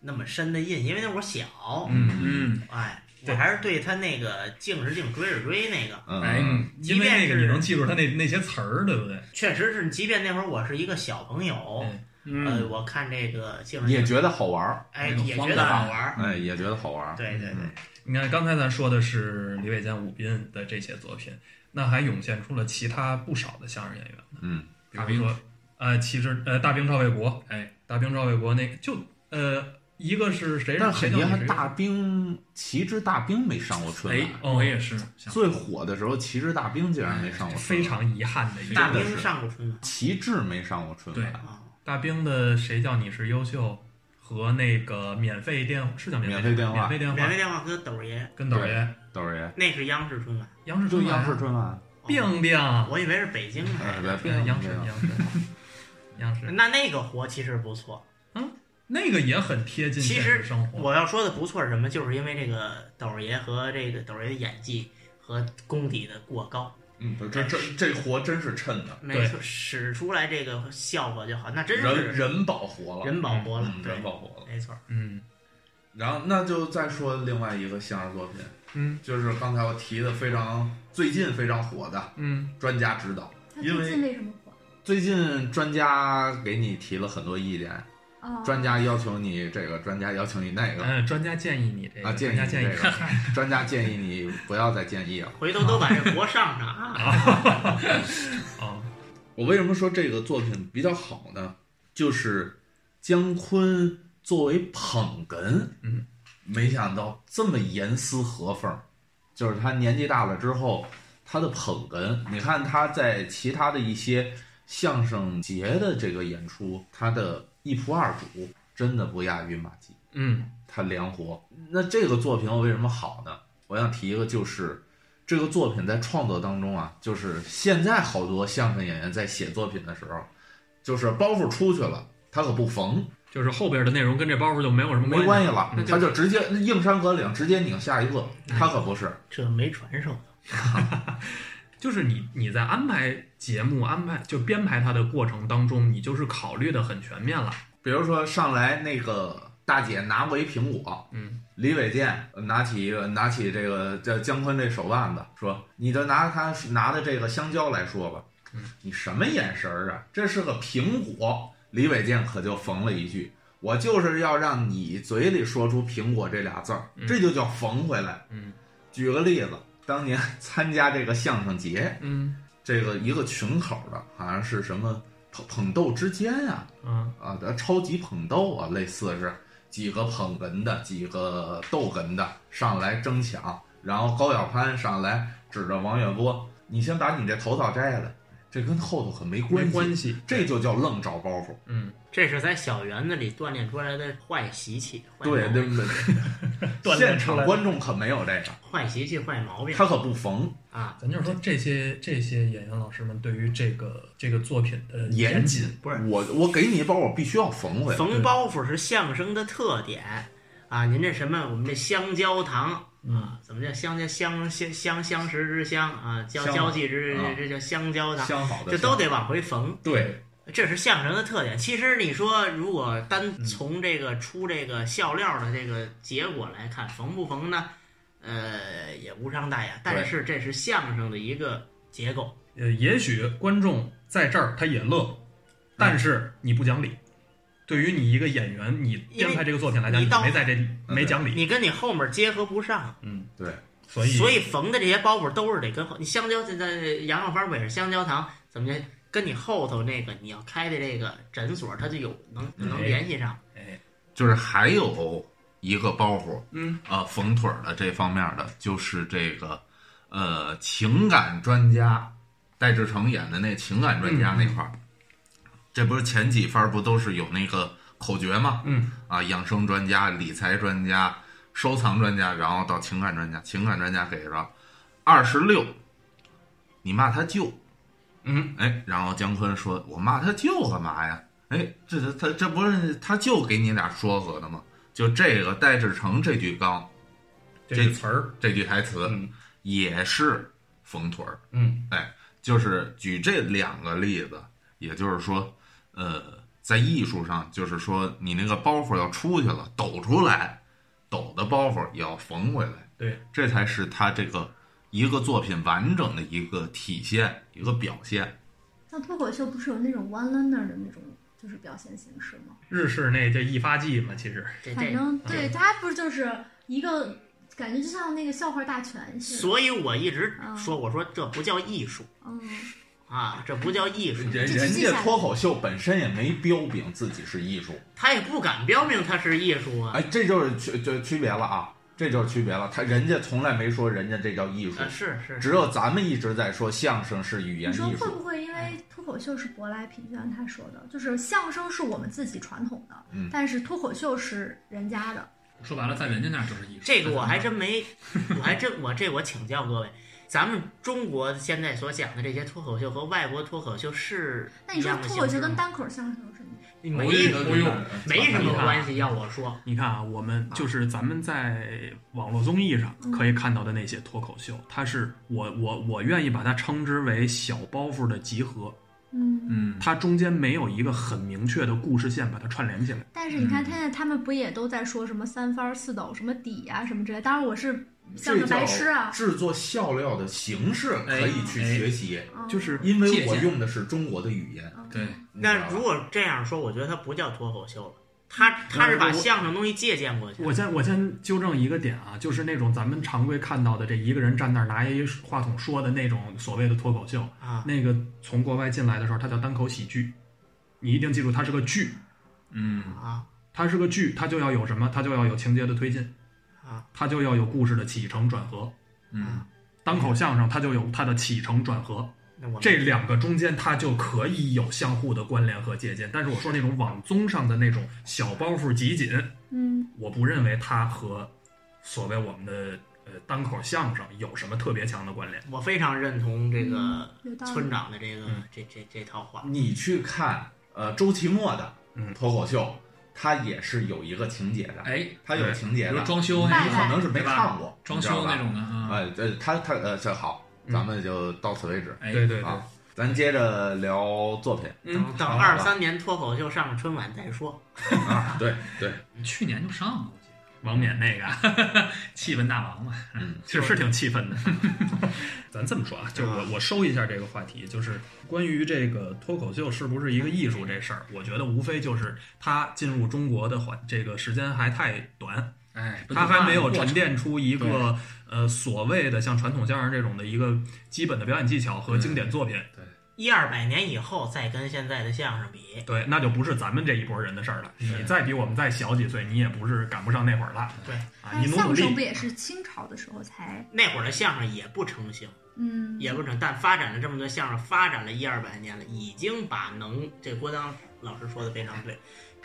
[SPEAKER 4] 那么深的印，因为那会儿小，
[SPEAKER 2] 嗯，
[SPEAKER 5] 嗯，
[SPEAKER 4] 哎，我
[SPEAKER 2] 对
[SPEAKER 4] 还是对他那个敬是敬，追是追那个，
[SPEAKER 1] 嗯，
[SPEAKER 5] 哎
[SPEAKER 2] 嗯，
[SPEAKER 4] 即
[SPEAKER 2] 因为那
[SPEAKER 4] 便
[SPEAKER 2] 个
[SPEAKER 4] 是
[SPEAKER 2] 你能记住他那那些词儿，对不对？
[SPEAKER 4] 确实是，即便那会儿我是一个小朋友，
[SPEAKER 2] 嗯
[SPEAKER 4] 呃，我看这个敬是
[SPEAKER 1] 也
[SPEAKER 4] 敬，
[SPEAKER 1] 觉得好玩儿，
[SPEAKER 4] 哎，
[SPEAKER 5] 那个
[SPEAKER 4] 也
[SPEAKER 5] 荒
[SPEAKER 4] 觉得
[SPEAKER 5] 诞
[SPEAKER 4] 好玩儿，
[SPEAKER 1] 哎，也觉得好玩儿。
[SPEAKER 4] 对对对，
[SPEAKER 2] 你看刚才咱说的是李伟健、武斌的这些作品，那还涌现出了其他不少的相声演员呢，
[SPEAKER 1] 嗯，
[SPEAKER 2] 比如说，呃，其实呃，大兵赵卫国，
[SPEAKER 5] 哎，
[SPEAKER 2] 大兵赵卫国那就呃，一个是谁
[SPEAKER 1] 但
[SPEAKER 2] 谁
[SPEAKER 1] 很
[SPEAKER 2] 叫
[SPEAKER 1] 遗
[SPEAKER 2] 你
[SPEAKER 1] 憾，
[SPEAKER 2] 谁
[SPEAKER 1] 大兵旗帜大兵没上过春
[SPEAKER 5] 哎
[SPEAKER 1] 晚。，
[SPEAKER 2] 哦
[SPEAKER 5] 我也是想
[SPEAKER 1] 最火的时候，旗帜大兵竟然没上过春
[SPEAKER 2] 哎非
[SPEAKER 1] 晚，
[SPEAKER 2] 常遗憾的一
[SPEAKER 4] 大
[SPEAKER 2] 个。
[SPEAKER 1] 真的
[SPEAKER 4] 兵
[SPEAKER 1] 嗯是
[SPEAKER 4] 上过春晚
[SPEAKER 1] 旗帜没上过春晚，
[SPEAKER 4] 啊，
[SPEAKER 2] 大兵的谁叫你是优秀和那个免费电是叫免
[SPEAKER 1] 免费电话
[SPEAKER 2] 免费电
[SPEAKER 4] 免
[SPEAKER 2] 话
[SPEAKER 4] 费电话跟斗爷
[SPEAKER 2] 跟导演
[SPEAKER 1] 豆儿爷
[SPEAKER 4] 那是央视春晚，
[SPEAKER 2] 央视
[SPEAKER 1] 就
[SPEAKER 2] 春晚
[SPEAKER 1] 央
[SPEAKER 2] 啊
[SPEAKER 1] 视春晚，
[SPEAKER 2] 病病
[SPEAKER 4] 我以为是北京台
[SPEAKER 1] 哎，别
[SPEAKER 2] 央视
[SPEAKER 1] 别
[SPEAKER 2] 央视央
[SPEAKER 1] 嗯
[SPEAKER 2] 视
[SPEAKER 4] 那那个活其实不错。
[SPEAKER 2] 那个也很贴近
[SPEAKER 4] 其
[SPEAKER 2] 现
[SPEAKER 4] 实
[SPEAKER 2] 实生
[SPEAKER 1] 嗯
[SPEAKER 2] 活。
[SPEAKER 4] 我要说的不错是什么？就是因为这个斗爷和这个斗爷的演技和功底的过高，
[SPEAKER 1] 嗯，这这这活真是趁的，
[SPEAKER 4] 没错，使出来这个效果就好，那真
[SPEAKER 1] 人
[SPEAKER 4] 是
[SPEAKER 1] 人保活了，
[SPEAKER 4] 人保活了
[SPEAKER 1] 嗯，
[SPEAKER 4] 对
[SPEAKER 1] 人，保活了。
[SPEAKER 4] 没错，
[SPEAKER 2] 嗯
[SPEAKER 1] 然后那就再说另外一个相声作品，
[SPEAKER 2] 嗯
[SPEAKER 1] 就是刚才我提的非常最近非常火的
[SPEAKER 2] 嗯，
[SPEAKER 1] 《专家指导》，
[SPEAKER 6] 他
[SPEAKER 1] 因为
[SPEAKER 6] 最近为什么火？
[SPEAKER 1] 最近专家给你提了很多意见，
[SPEAKER 6] 哦，
[SPEAKER 1] 专家要求你这个，专家要求你那个，
[SPEAKER 2] 嗯，专家建议你这
[SPEAKER 1] 啊
[SPEAKER 2] 个，
[SPEAKER 1] 建
[SPEAKER 2] 专
[SPEAKER 1] 议
[SPEAKER 2] 家建议
[SPEAKER 1] 你这个专家建议你不要再建议了。
[SPEAKER 4] 回头都把这活上上啊，
[SPEAKER 2] 哦，
[SPEAKER 1] 我为什么说这个作品比较好呢？就是姜昆作为捧哏，
[SPEAKER 2] 嗯，
[SPEAKER 1] 没想到这么严丝合缝儿，就是他年纪大了之后，他的捧哏，你看他在其他的一些相声节的这个演出，他的一仆二主真的不亚于马季。
[SPEAKER 2] 嗯
[SPEAKER 1] 他梁活。那这个作品我为什么好呢？我想提一个，就是这个作品在创作当中啊，就是现在好多相声演员在写作品的时候，就是包袱出去了，他可不缝，
[SPEAKER 2] 就是后边的内容跟这包袱就没有什么
[SPEAKER 1] 没
[SPEAKER 2] 关
[SPEAKER 1] 关系了，
[SPEAKER 2] 嗯
[SPEAKER 1] 他就直接硬山合岭，直接拧下一个。他可不是，
[SPEAKER 4] 这没传授，
[SPEAKER 2] 就是你你在安排节目、安排就编排它的过程当中，你就是考虑的很全面了。
[SPEAKER 1] 比如说上来那个大姐拿过一苹果，
[SPEAKER 2] 嗯，
[SPEAKER 1] 李伟健拿起一个拿起这个叫姜昆这手腕子，说：“你就拿他拿的这个香蕉来说吧，
[SPEAKER 2] 嗯，
[SPEAKER 1] 你什么眼神儿啊？这是个苹果。”李伟健可就缝了一句：“我就是要让你嘴里说出苹果这俩字儿，
[SPEAKER 2] 嗯
[SPEAKER 1] 这就叫缝回来。”
[SPEAKER 2] 嗯，
[SPEAKER 1] 举个例子，当年 参加这个相声节，
[SPEAKER 2] 嗯
[SPEAKER 1] 这个一个群口的，好像是什么捧捧逗之间啊，
[SPEAKER 2] 嗯
[SPEAKER 1] 啊，超级捧逗啊，类似是几个捧哏的，几个逗哏的上来争抢，然后高晓攀上来指着王远波，你先把你这头套摘下来，这跟后头可没关
[SPEAKER 2] 没
[SPEAKER 1] 系，
[SPEAKER 2] 关系。
[SPEAKER 1] 这就叫愣找包袱。
[SPEAKER 2] 嗯，
[SPEAKER 4] 这是在小园子里锻炼出来的坏习气，坏
[SPEAKER 1] 对
[SPEAKER 4] 毛
[SPEAKER 1] 对
[SPEAKER 4] 病
[SPEAKER 1] 对，
[SPEAKER 2] 锻炼出
[SPEAKER 1] 现
[SPEAKER 2] 来的
[SPEAKER 1] 场观众可没有这个，
[SPEAKER 4] 坏习气，坏毛病
[SPEAKER 1] 他可不缝，
[SPEAKER 4] 啊，
[SPEAKER 2] 咱就是说这些这些演员老师们对于这个这个作品的
[SPEAKER 1] 严
[SPEAKER 2] 谨，
[SPEAKER 4] 不是
[SPEAKER 1] 我我给你一包，我必须要缝回来。
[SPEAKER 4] 缝包袱是相声的特点啊！您这什么，我们这香蕉糖啊
[SPEAKER 2] 嗯，
[SPEAKER 4] 怎么叫香蕉相相相相识之相啊，交
[SPEAKER 1] 香
[SPEAKER 4] 交际之
[SPEAKER 1] 啊
[SPEAKER 4] 这叫香蕉糖，
[SPEAKER 1] 相好的
[SPEAKER 4] 这都
[SPEAKER 1] 香
[SPEAKER 4] 得往回缝，
[SPEAKER 1] 对，
[SPEAKER 4] 这是相声的特点。其实你说，如果
[SPEAKER 2] 嗯
[SPEAKER 4] 单从这个出这个笑料的这个结果来看，缝不缝呢？呃，也无伤大雅，但是这是相声的一个结构。
[SPEAKER 2] 呃，也许观众在这儿他也乐，但是你不讲理。对于你一个演员，你
[SPEAKER 4] 因为
[SPEAKER 2] 编排这个作品来讲，
[SPEAKER 4] 你
[SPEAKER 2] 你
[SPEAKER 4] 到
[SPEAKER 2] 没在这里
[SPEAKER 1] 嗯
[SPEAKER 2] 没讲理，
[SPEAKER 4] 你跟你后面结合不上，
[SPEAKER 2] 嗯，
[SPEAKER 1] 对，
[SPEAKER 2] 所以
[SPEAKER 4] 所以缝的这些包袱都是得跟后你香蕉这这羊肉包不也是香蕉糖怎么的？跟你后头那个你要开的这个诊所，它就有能能
[SPEAKER 2] 哎
[SPEAKER 4] 联系上。
[SPEAKER 2] 哎，
[SPEAKER 1] 就是还有一个包袱，
[SPEAKER 2] 嗯
[SPEAKER 1] 啊，缝腿儿的这方面的，就是这个，呃，情感专家，戴志诚演的那情感专
[SPEAKER 2] 嗯
[SPEAKER 1] 家那块儿，这不是前几番儿不都是有那个口诀吗？
[SPEAKER 2] 嗯，
[SPEAKER 1] 啊，养生专家、理财专家、收藏专家，然后到情感专家，情感专家给了二十六，你骂他舅，
[SPEAKER 2] 嗯，
[SPEAKER 1] 哎，然后姜昆说：“我骂他舅干嘛呀？”哎，这这他这不是他舅给你俩说和的吗？就这个戴志诚这句刚。
[SPEAKER 2] 这个词儿，
[SPEAKER 1] 这句台词，
[SPEAKER 2] 嗯
[SPEAKER 1] 也是缝腿儿。
[SPEAKER 2] 嗯
[SPEAKER 1] 就是举这两个例子，也就是说，呃，在艺术上，就是说你那个包袱要出去了，抖出来，抖的包袱也要缝回来。
[SPEAKER 2] 对，
[SPEAKER 1] 这才是他这个一个作品完整的一个体现，一个表现。
[SPEAKER 6] 像脱口秀不是有那种 one liner 的那种就是表现形式吗？
[SPEAKER 2] 日式那叫一发剂嘛，其实
[SPEAKER 4] 这
[SPEAKER 6] 反
[SPEAKER 4] 这，
[SPEAKER 6] 正
[SPEAKER 2] 嗯
[SPEAKER 6] 对他不是就是一个感觉就像那个笑话大全似的，
[SPEAKER 4] 所以我一直
[SPEAKER 6] 嗯
[SPEAKER 4] 说，我说这不叫艺术
[SPEAKER 6] 嗯，
[SPEAKER 4] 啊，这不叫艺术。
[SPEAKER 1] 人
[SPEAKER 3] 这
[SPEAKER 1] 人
[SPEAKER 3] 这
[SPEAKER 1] 家脱口秀本身也没标炳自己是艺术，
[SPEAKER 4] 他也不敢标明他是艺术啊。
[SPEAKER 1] 哎，这就是区就区别了啊，这就是区别了。他人家从来没说人家这叫艺术
[SPEAKER 5] 哎
[SPEAKER 4] 啊，，是是，
[SPEAKER 1] 只有咱们一直在说相声是语言
[SPEAKER 6] 你说
[SPEAKER 1] 艺
[SPEAKER 6] 会
[SPEAKER 1] 术。
[SPEAKER 6] 不会因为脱口秀是舶来品？就像他说的，就是相声是我们自己传统的，
[SPEAKER 1] 嗯
[SPEAKER 6] 但是脱口秀是人家的。
[SPEAKER 5] 说白了，在人家那儿就是艺术。
[SPEAKER 4] 这个我还 真没，我还真我这我请教各位，咱们中国现在所讲的这些脱口秀和外国脱口秀是
[SPEAKER 6] 那
[SPEAKER 4] 一
[SPEAKER 6] 你说
[SPEAKER 4] 样的
[SPEAKER 6] 脱口秀
[SPEAKER 4] 形式
[SPEAKER 6] 跟
[SPEAKER 4] 吗
[SPEAKER 6] 单口相声有什么？
[SPEAKER 4] 没
[SPEAKER 5] 不用
[SPEAKER 4] 没什么关系，要我说，
[SPEAKER 2] 你看啊，我们就是咱们在网络综艺上可以看到的那些脱口秀，它是我我我愿意把它称之为小包袱的集合，
[SPEAKER 6] 嗯，
[SPEAKER 5] 嗯，
[SPEAKER 2] 它中间没有一个很明确的故事线把它串联起来。
[SPEAKER 6] 但是你看
[SPEAKER 5] 嗯
[SPEAKER 6] 现在他们不也都在说什么三番儿四抖、什么底啊、什么之类？当然我是相
[SPEAKER 1] 这
[SPEAKER 6] 声白
[SPEAKER 1] 叫
[SPEAKER 6] 痴啊，
[SPEAKER 1] 制作笑料的形式可以去学习，
[SPEAKER 6] 嗯
[SPEAKER 2] 就是
[SPEAKER 1] 因为
[SPEAKER 5] 哎借
[SPEAKER 1] 我
[SPEAKER 5] 鉴
[SPEAKER 1] 用的是中国的语言。
[SPEAKER 6] 嗯
[SPEAKER 5] 对，
[SPEAKER 1] 你知道吧
[SPEAKER 4] 那如果这样说，我觉得它不叫脱口秀了，它它是把相声东西借鉴过去。
[SPEAKER 2] 我先我先纠正一个点啊，就是那种咱们常规看到的这一个人站那儿拿一话筒说的那种所谓的脱口秀，
[SPEAKER 4] 啊，
[SPEAKER 2] 那个从国外进来的时候，它叫单口喜剧，你一定记住它是个剧，
[SPEAKER 5] 嗯，
[SPEAKER 4] 啊
[SPEAKER 2] 它是个剧，它就要有什么，它就要有情节的推进，
[SPEAKER 4] 啊，
[SPEAKER 2] 它就要有故事的起承转合。
[SPEAKER 5] 嗯，
[SPEAKER 2] 单口相声它就有它的起承转合，
[SPEAKER 4] 那我
[SPEAKER 2] 这两个中间它就可以有相互的关联和借鉴。但是我说那种网综上的那种小包袱集锦，
[SPEAKER 6] 嗯，
[SPEAKER 2] 我不认为它和所谓我们的呃单口相声有什么特别强的关联。
[SPEAKER 4] 我非常认同这个
[SPEAKER 6] 有道理
[SPEAKER 4] 村长的这个
[SPEAKER 2] 嗯
[SPEAKER 4] 这这这套话。
[SPEAKER 1] 你去看呃周奇墨的
[SPEAKER 2] 嗯
[SPEAKER 1] 脱口秀，他也是有一个情节的，
[SPEAKER 5] 哎，
[SPEAKER 1] 他有情节
[SPEAKER 5] 比如
[SPEAKER 1] 的，
[SPEAKER 5] 装修
[SPEAKER 1] 你
[SPEAKER 5] 那
[SPEAKER 1] 可
[SPEAKER 5] 种，
[SPEAKER 1] 能是没
[SPEAKER 5] 对吧
[SPEAKER 1] 看过
[SPEAKER 5] 装修那。种的
[SPEAKER 1] 你知道吧
[SPEAKER 5] 啊，
[SPEAKER 1] 呃呃，他他呃这好，
[SPEAKER 2] 嗯
[SPEAKER 1] 咱们就到此为止
[SPEAKER 5] 哎，
[SPEAKER 2] 对对对，
[SPEAKER 1] 啊，咱接着聊作品
[SPEAKER 2] 嗯
[SPEAKER 4] 等
[SPEAKER 1] 好
[SPEAKER 4] 等
[SPEAKER 1] 吧
[SPEAKER 4] 二三年脱口秀上了春晚再说。
[SPEAKER 1] 啊，对对，
[SPEAKER 5] 去年就上了，我记得
[SPEAKER 2] 王冕那个。啊
[SPEAKER 5] 气氛大王嘛，
[SPEAKER 1] 嗯，
[SPEAKER 2] 是是挺气愤的。 咱这么说啊，就是我我收一下这个话题，就是关于这个脱口秀是不是一个艺术这事儿，我觉得无非就是它进入中国的环这个时间还太短，
[SPEAKER 5] 哎，
[SPEAKER 2] 它还没有沉淀出一
[SPEAKER 5] 对
[SPEAKER 2] 个呃所谓的像传统相声这种的一个基本的表演技巧和经典作品。
[SPEAKER 4] 一二百年以后再跟现在的相声比，
[SPEAKER 2] 对，那就不是咱们这一波人的事儿了。你再比我们再小几岁，你也不是赶不上那会儿了。
[SPEAKER 4] 对
[SPEAKER 2] 啊，
[SPEAKER 6] 但
[SPEAKER 2] 你
[SPEAKER 6] 是
[SPEAKER 2] 努努
[SPEAKER 6] 相声不
[SPEAKER 2] 力。
[SPEAKER 6] 也是清朝的时候才
[SPEAKER 4] 那会儿的相声也不成型，
[SPEAKER 6] 嗯
[SPEAKER 4] 也不成，但发展了这么多相声，发展了一二百年了，已经把能这郭当老师说的非常对，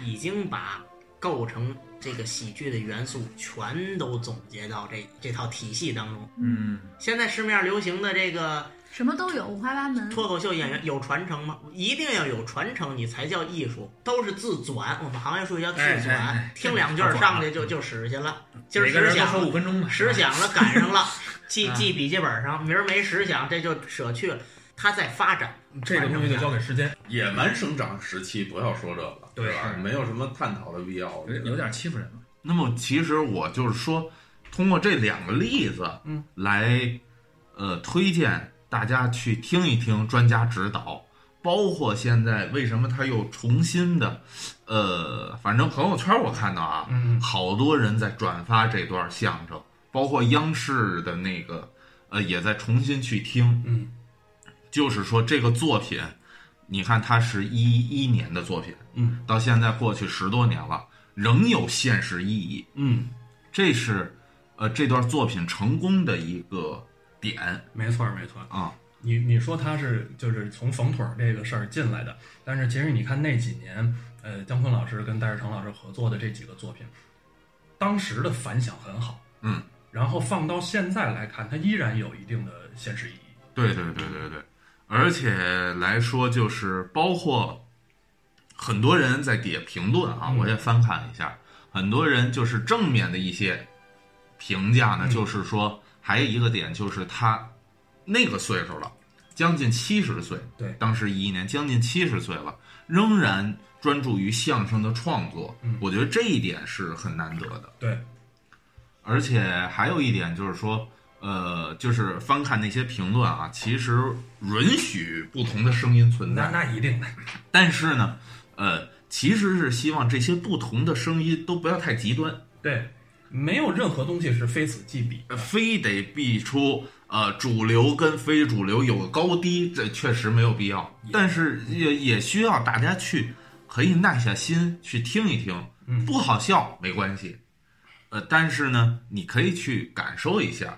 [SPEAKER 4] 已经把构成这个喜剧的元素全都总结到这这套体系当中。
[SPEAKER 5] 嗯，
[SPEAKER 4] 现在市面上流行的这个
[SPEAKER 6] 什么都有，五花八门。
[SPEAKER 4] 脱口秀演员有传承吗？一定要有传承，你才叫艺术。都是自转，我们行业术语叫自
[SPEAKER 5] 哎
[SPEAKER 4] 转，
[SPEAKER 5] 哎哎
[SPEAKER 4] 听两句儿上去就就使去了。今儿
[SPEAKER 5] 每个
[SPEAKER 4] 只
[SPEAKER 5] 人都
[SPEAKER 4] 想
[SPEAKER 5] 说五分钟嘛，
[SPEAKER 4] 十响了，赶 上了，记
[SPEAKER 5] 啊
[SPEAKER 4] 记笔记本上，明儿没十响，这就舍去了。它在发展，
[SPEAKER 2] 这个东西就交给时间。
[SPEAKER 1] 野蛮生长时期不要说这个，
[SPEAKER 2] 对
[SPEAKER 1] 吧？没有什么探讨的必要。
[SPEAKER 5] 有有点欺负人了，
[SPEAKER 1] 那么其实我就是说，通过这两个例子，
[SPEAKER 2] 嗯，
[SPEAKER 1] 来，呃，推荐大家去听一听专家指导，包括现在为什么他又重新的，呃，反正朋友圈我看到啊，
[SPEAKER 2] 嗯，
[SPEAKER 1] 好多人在转发这段相声，包括央视的那个，呃，也在重新去听。
[SPEAKER 2] 嗯，
[SPEAKER 1] 就是说这个作品，你看它是一一年的作品，
[SPEAKER 2] 嗯，
[SPEAKER 1] 到现在过去十多年了，仍有现实意义，
[SPEAKER 2] 嗯，
[SPEAKER 1] 这是呃这段作品成功的一个点
[SPEAKER 2] 没错儿没错儿。
[SPEAKER 1] 啊。
[SPEAKER 2] 你你说他是就是从缝腿儿这个事儿进来的，但是其实你看那几年，呃，姜昆老师跟戴志诚老师合作的这几个作品，当时的反响很好，
[SPEAKER 1] 嗯，
[SPEAKER 2] 然后放到现在来看，它依然有一定的现实意义。
[SPEAKER 1] 对对对对对，而且来说就是包括很多人在底下评论啊，
[SPEAKER 2] 嗯
[SPEAKER 1] 我也翻看一下，很多人就是正面的一些评价呢，
[SPEAKER 2] 嗯
[SPEAKER 1] 就是说还有一个点就是他那个岁数了，将近七十岁，
[SPEAKER 2] 对
[SPEAKER 1] 当时一一年将近七十岁了，仍然专注于相声的创作，
[SPEAKER 2] 嗯
[SPEAKER 1] 我觉得这一点是很难得的。
[SPEAKER 2] 对，
[SPEAKER 1] 而且还有一点就是说，呃，就是翻看那些评论啊，其实允许不同的声音存
[SPEAKER 2] 那
[SPEAKER 1] 在，
[SPEAKER 2] 那一定的，
[SPEAKER 1] 但是呢，呃，其实是希望这些不同的声音都不要太极端，
[SPEAKER 2] 对，没有任何东西是非此即彼。
[SPEAKER 1] 呃非得避出呃主流跟非主流有个高低，这确实没有必要，但是也也需要大家去可以耐下心去听一听，
[SPEAKER 2] 嗯
[SPEAKER 1] 不好笑没关系，呃，但是呢，你可以去感受一下，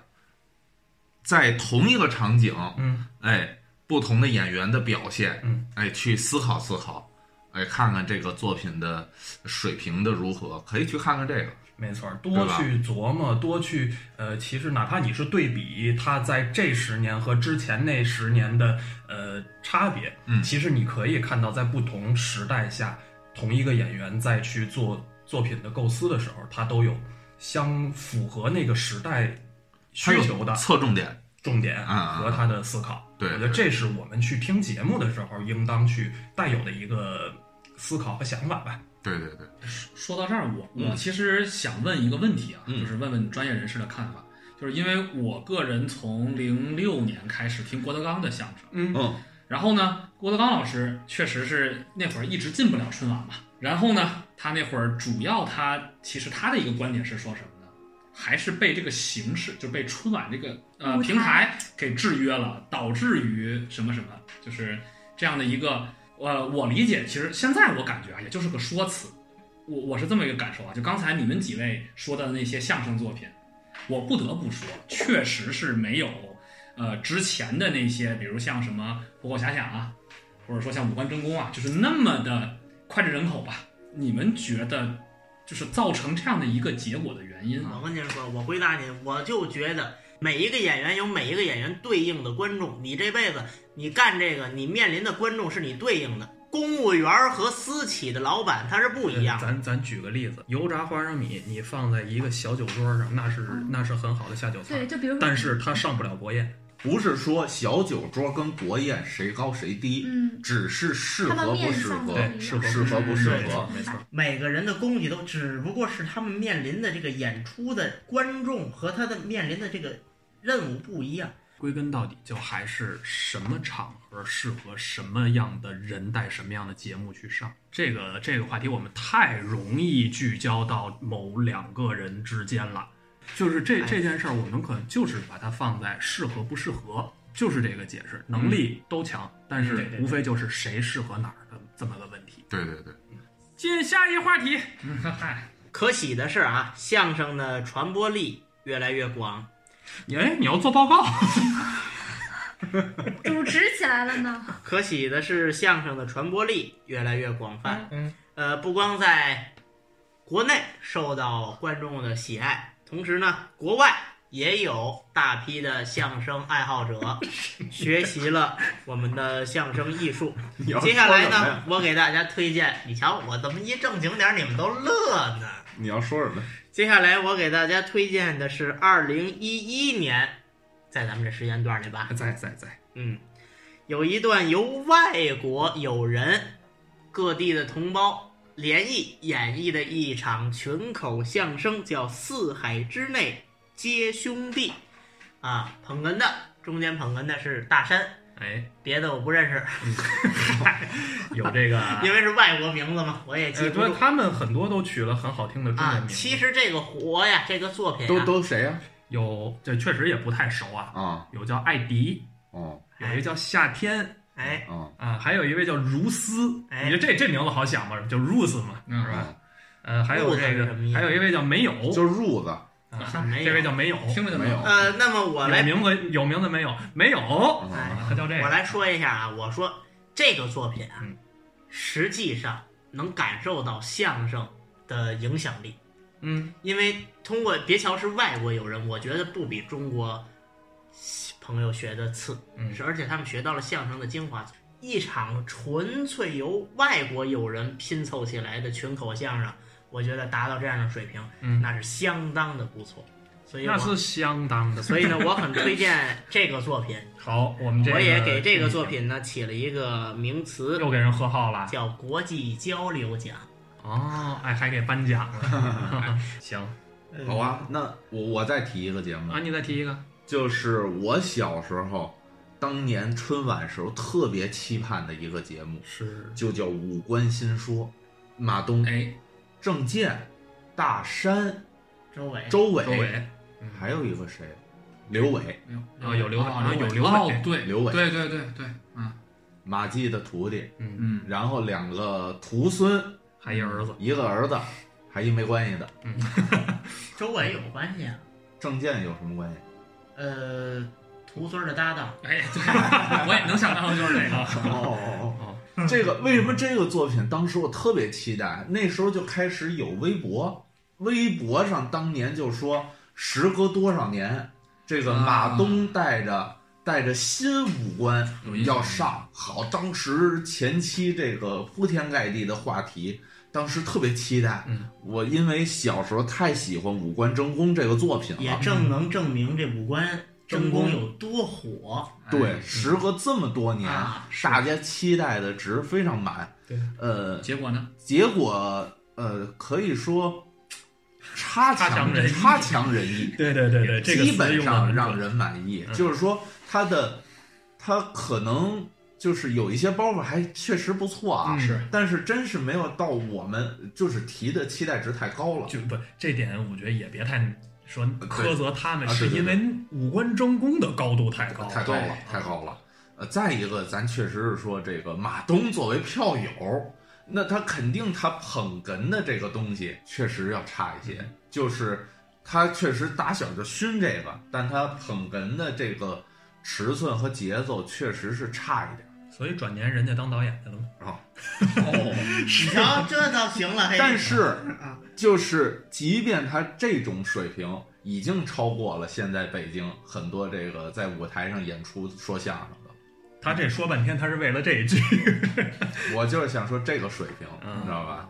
[SPEAKER 1] 在同一个场景，
[SPEAKER 2] 嗯，
[SPEAKER 1] 哎，不同的演员的表现，
[SPEAKER 2] 嗯，
[SPEAKER 1] 哎，去思考思考，哎，看看这个作品的水平的如何，可以去看看这个，
[SPEAKER 2] 没错儿，多
[SPEAKER 1] 对吧
[SPEAKER 2] 去琢磨，多去呃，其实哪怕你是对比它在这十年和之前那十年的呃差别，
[SPEAKER 1] 嗯
[SPEAKER 2] 其实你可以看到在不同时代下，同一个演员在去做作品的构思的时候，他都有相符合那个时代
[SPEAKER 1] 它有
[SPEAKER 2] 需求的
[SPEAKER 1] 侧重点，
[SPEAKER 2] 重点
[SPEAKER 1] 啊
[SPEAKER 2] 和他的思考。
[SPEAKER 1] 对
[SPEAKER 2] 我觉得这是我们去听节目的时候应当去带有的一个思考和想法吧。
[SPEAKER 1] 对对对，
[SPEAKER 5] 说到这儿，我
[SPEAKER 1] 嗯
[SPEAKER 5] 我其实想问一个问题啊，
[SPEAKER 1] 嗯
[SPEAKER 5] 就是问问专业人士的看法，就是因为我个人从零六年开始听郭德纲的相声，
[SPEAKER 2] 嗯
[SPEAKER 1] 嗯
[SPEAKER 5] 然后呢，郭德纲老师确实是那会儿一直进不了春晚嘛。然后呢，他那会儿主要他其实他的一个观点是说什么呢？还是被这个形式，就被春晚这个呃
[SPEAKER 3] 舞台
[SPEAKER 5] 平台给制约了，导致于什么什么，就是这样的一个呃，我理解，其实现在我感觉啊，也就是个说辞。我我是这么一个感受啊，就刚才你们几位说的那些相声作品，我不得不说，确实是没有呃之前的那些，比如像什么《虎口遐想》啊，或者说像《五官争功》啊，就是那么的脍炙人口吧。你们觉得就是造成这样的一个结果的原因
[SPEAKER 4] 我
[SPEAKER 5] 啊？
[SPEAKER 4] 跟您说，我回答您，我就觉得每一个演员有每一个演员对应的观众。你这辈子你干这个，你面临的观众是你对应的。公务员儿和私企的老板他是不一样的。
[SPEAKER 2] 咱咱举个例子，油炸花生米，你放在一个小酒桌上，那是那是很好的下酒菜
[SPEAKER 6] 对，，就比如说，
[SPEAKER 2] 但是它上不了国宴。
[SPEAKER 1] 不是说小酒桌跟国宴谁高谁低，
[SPEAKER 6] 嗯，
[SPEAKER 1] 只是适
[SPEAKER 6] 他
[SPEAKER 1] 合
[SPEAKER 6] 们
[SPEAKER 1] 不
[SPEAKER 6] 面
[SPEAKER 1] 适
[SPEAKER 6] 向
[SPEAKER 1] 合
[SPEAKER 6] 不，
[SPEAKER 2] 对
[SPEAKER 6] 一
[SPEAKER 2] 哎适
[SPEAKER 6] 样
[SPEAKER 2] 合
[SPEAKER 1] 适合不适
[SPEAKER 2] 没
[SPEAKER 1] 合
[SPEAKER 2] 错，没错。
[SPEAKER 4] 每个人的东西都只不过是他们面临的这个演出的观众和他的面临的这个任务不一样。
[SPEAKER 2] 归根到底，就还是什么场合适合什么样的人带什么样的节目去上。这个这个话题，我们太容易聚焦到某两个人之间了。就是这这件事儿，我们可能就是把它放在适合不适合，就是这个解释。能力都强，但
[SPEAKER 5] 对
[SPEAKER 2] 是
[SPEAKER 5] 对对
[SPEAKER 2] 无非就是谁适合哪儿的这么个问题。
[SPEAKER 1] 对对对，
[SPEAKER 5] 进下一话题。嗯，嗨，
[SPEAKER 4] 可喜的是啊，相声的传播力越来越广。
[SPEAKER 2] 你哎，你要做报 告？
[SPEAKER 6] 主持起来了呢。
[SPEAKER 4] 可喜的是，相声的传播力越来越广泛。
[SPEAKER 2] 嗯，
[SPEAKER 4] 呃，不光在国内受到观众的喜爱，同时呢，国外也有大批的相声爱 好者学习了我们的相声艺术。
[SPEAKER 1] 你 要
[SPEAKER 4] 接下来
[SPEAKER 1] 说什么呀
[SPEAKER 4] 呢，我给大家推荐，你瞧我怎么一正经点儿，你们都乐呢？
[SPEAKER 1] 你要说什么？
[SPEAKER 4] 接下来我给大家推荐的是二零一一年，在咱们这时间段里吧，
[SPEAKER 2] 在在在，
[SPEAKER 4] 嗯，有一段由外国友人、各地的同胞联谊演绎的一场群口相声，叫《四海之内皆兄弟》，啊，捧哏的中间捧哏的是大山，
[SPEAKER 2] 哎，
[SPEAKER 4] 别的我不认识，
[SPEAKER 2] 有这个，
[SPEAKER 4] 因为是外国名字嘛，我也记
[SPEAKER 2] 啊呃，
[SPEAKER 4] 不
[SPEAKER 2] 对，
[SPEAKER 4] 住。
[SPEAKER 2] 他们很多都取了很好听的中文
[SPEAKER 4] 啊
[SPEAKER 2] 名，字。
[SPEAKER 4] 其实这个活呀，这个作品
[SPEAKER 1] 都
[SPEAKER 4] 啊，
[SPEAKER 1] 都谁呀？
[SPEAKER 2] 有这确实也不太熟啊，
[SPEAKER 1] 啊
[SPEAKER 2] 有叫艾迪，
[SPEAKER 1] 哦
[SPEAKER 2] 有一个叫夏天
[SPEAKER 4] 哎，
[SPEAKER 1] 哦
[SPEAKER 2] 啊，还有一位叫如斯，
[SPEAKER 4] 哎
[SPEAKER 2] 你说这这名字好想嘛，就 Rus 嘛，
[SPEAKER 5] 嗯
[SPEAKER 2] 是吧？呃，还有
[SPEAKER 4] 入
[SPEAKER 2] 这
[SPEAKER 4] 是什么意
[SPEAKER 2] 个，
[SPEAKER 4] 思
[SPEAKER 2] 还有一位叫没有，
[SPEAKER 1] 哦就是褥子
[SPEAKER 2] 啊
[SPEAKER 4] 没有
[SPEAKER 2] 这位叫没有，
[SPEAKER 5] 听着就
[SPEAKER 1] 没有？
[SPEAKER 4] 呃，那么我来
[SPEAKER 2] 有名字有名字没有？没有，
[SPEAKER 1] 嗯
[SPEAKER 4] 哎
[SPEAKER 2] 他叫这
[SPEAKER 4] 我
[SPEAKER 2] 个，
[SPEAKER 4] 来说一下啊，我说这个作品啊
[SPEAKER 2] 嗯，
[SPEAKER 4] 实际上能感受到相声的影响力，
[SPEAKER 2] 嗯，
[SPEAKER 4] 因为通过别瞧是外国友人，我觉得不比中国朋友学的次，
[SPEAKER 2] 嗯
[SPEAKER 4] 是而且他们学到了相声的精华。一场纯粹由外国友人拼凑起来的群口相声，我觉得达到这样的水平，
[SPEAKER 2] 嗯
[SPEAKER 4] 那是相当的不错。所以我
[SPEAKER 2] 那是相当的
[SPEAKER 4] 所以呢，我很推荐这个作品。
[SPEAKER 2] 好，我们这个
[SPEAKER 4] 我也给这个作品呢起了一个名词，
[SPEAKER 2] 又给人喝号了
[SPEAKER 4] 叫国际交流奖。
[SPEAKER 2] 哦，哎，还给颁 奖
[SPEAKER 4] 哎
[SPEAKER 2] 了，行
[SPEAKER 1] 好啊，那我我再提一个节目
[SPEAKER 2] 啊，，你再提一个，
[SPEAKER 1] 就是我小时候，当年春晚时候特别期盼的一个节目，
[SPEAKER 2] 是
[SPEAKER 1] 就叫《五官新说》，马东、
[SPEAKER 5] 哎，
[SPEAKER 1] 郑健、大山、
[SPEAKER 4] 周伟，
[SPEAKER 1] 哎周伟，
[SPEAKER 2] 周伟，
[SPEAKER 1] 还有一个谁？刘伟，
[SPEAKER 2] 啊有刘伟
[SPEAKER 5] 啊
[SPEAKER 2] 有
[SPEAKER 5] 刘
[SPEAKER 2] 刘
[SPEAKER 5] 伟
[SPEAKER 2] 伟
[SPEAKER 5] 哦对
[SPEAKER 1] 刘伟
[SPEAKER 5] 对对对对，嗯
[SPEAKER 1] 马季的徒弟，
[SPEAKER 2] 嗯，
[SPEAKER 5] 嗯，
[SPEAKER 1] 然后两个徒孙，
[SPEAKER 2] 还一儿子，
[SPEAKER 1] 一个儿子，还一没关系的。
[SPEAKER 4] 周伟有关系啊。
[SPEAKER 1] 郑健有什么关系？
[SPEAKER 4] 呃，徒孙儿的搭档，
[SPEAKER 5] 哎，对，我也能想到就是这个，
[SPEAKER 1] 哦哦哦，这个为什么这个作品当时我特别期待？那时候就开始有微博，微博上当年就说，时隔多少年，这个马东带着、带着新五官
[SPEAKER 5] 有印象
[SPEAKER 1] 要上，好，当时前期这个铺天盖地的话题。当时特别期待，
[SPEAKER 2] 嗯
[SPEAKER 1] 我因为小时候太喜欢《五官争功》这个作品
[SPEAKER 4] 也
[SPEAKER 1] 了。
[SPEAKER 4] 正能证明这五官
[SPEAKER 1] 真啊功
[SPEAKER 4] 真功有多火
[SPEAKER 1] 对，时隔这么多年，
[SPEAKER 4] 啊！
[SPEAKER 1] 大家期待的值非常满。
[SPEAKER 2] 对，
[SPEAKER 1] 呃
[SPEAKER 5] 哎，，结果呢？
[SPEAKER 1] 结果呃，可以说差
[SPEAKER 2] 差强人意
[SPEAKER 1] 差强人意，
[SPEAKER 2] 对对对对，这个
[SPEAKER 1] 基
[SPEAKER 2] 词
[SPEAKER 1] 本
[SPEAKER 2] 用的
[SPEAKER 1] 上
[SPEAKER 2] 很
[SPEAKER 1] 让
[SPEAKER 2] 准。
[SPEAKER 1] 人满意。
[SPEAKER 2] 嗯
[SPEAKER 1] 就是说，他的他可能就是有一些包袱还确实不错啊，
[SPEAKER 2] 嗯
[SPEAKER 5] 是
[SPEAKER 1] 但是真是没有到我们就是提的期待值太高了。
[SPEAKER 2] 就不这点，我觉得也别太说
[SPEAKER 1] 对
[SPEAKER 2] 苛责他们，
[SPEAKER 1] 啊
[SPEAKER 2] 是
[SPEAKER 1] 对对
[SPEAKER 2] 因为五官争功的高度太高，啊
[SPEAKER 1] 太高了，太高了。呃，再一个，咱确实是说这个马东作为票友，那他肯定他捧哏的这个东西确实要差一些，就是他确实打小就熏这个，但他捧哏的这个尺寸和节奏确实是差一点。
[SPEAKER 2] 所以转年人家当导演去了嘛。
[SPEAKER 5] 哦，
[SPEAKER 4] 你瞧，这倒行了，嘿。
[SPEAKER 1] 但是
[SPEAKER 4] 哎啊，
[SPEAKER 1] 就是即便他这种水平，已经超过了现在北京很多这个在舞台上演出说相声的。
[SPEAKER 2] 他这说半天，他是为了这一句。
[SPEAKER 1] 我就是想说这个水平，
[SPEAKER 2] 嗯
[SPEAKER 1] 你知道吧？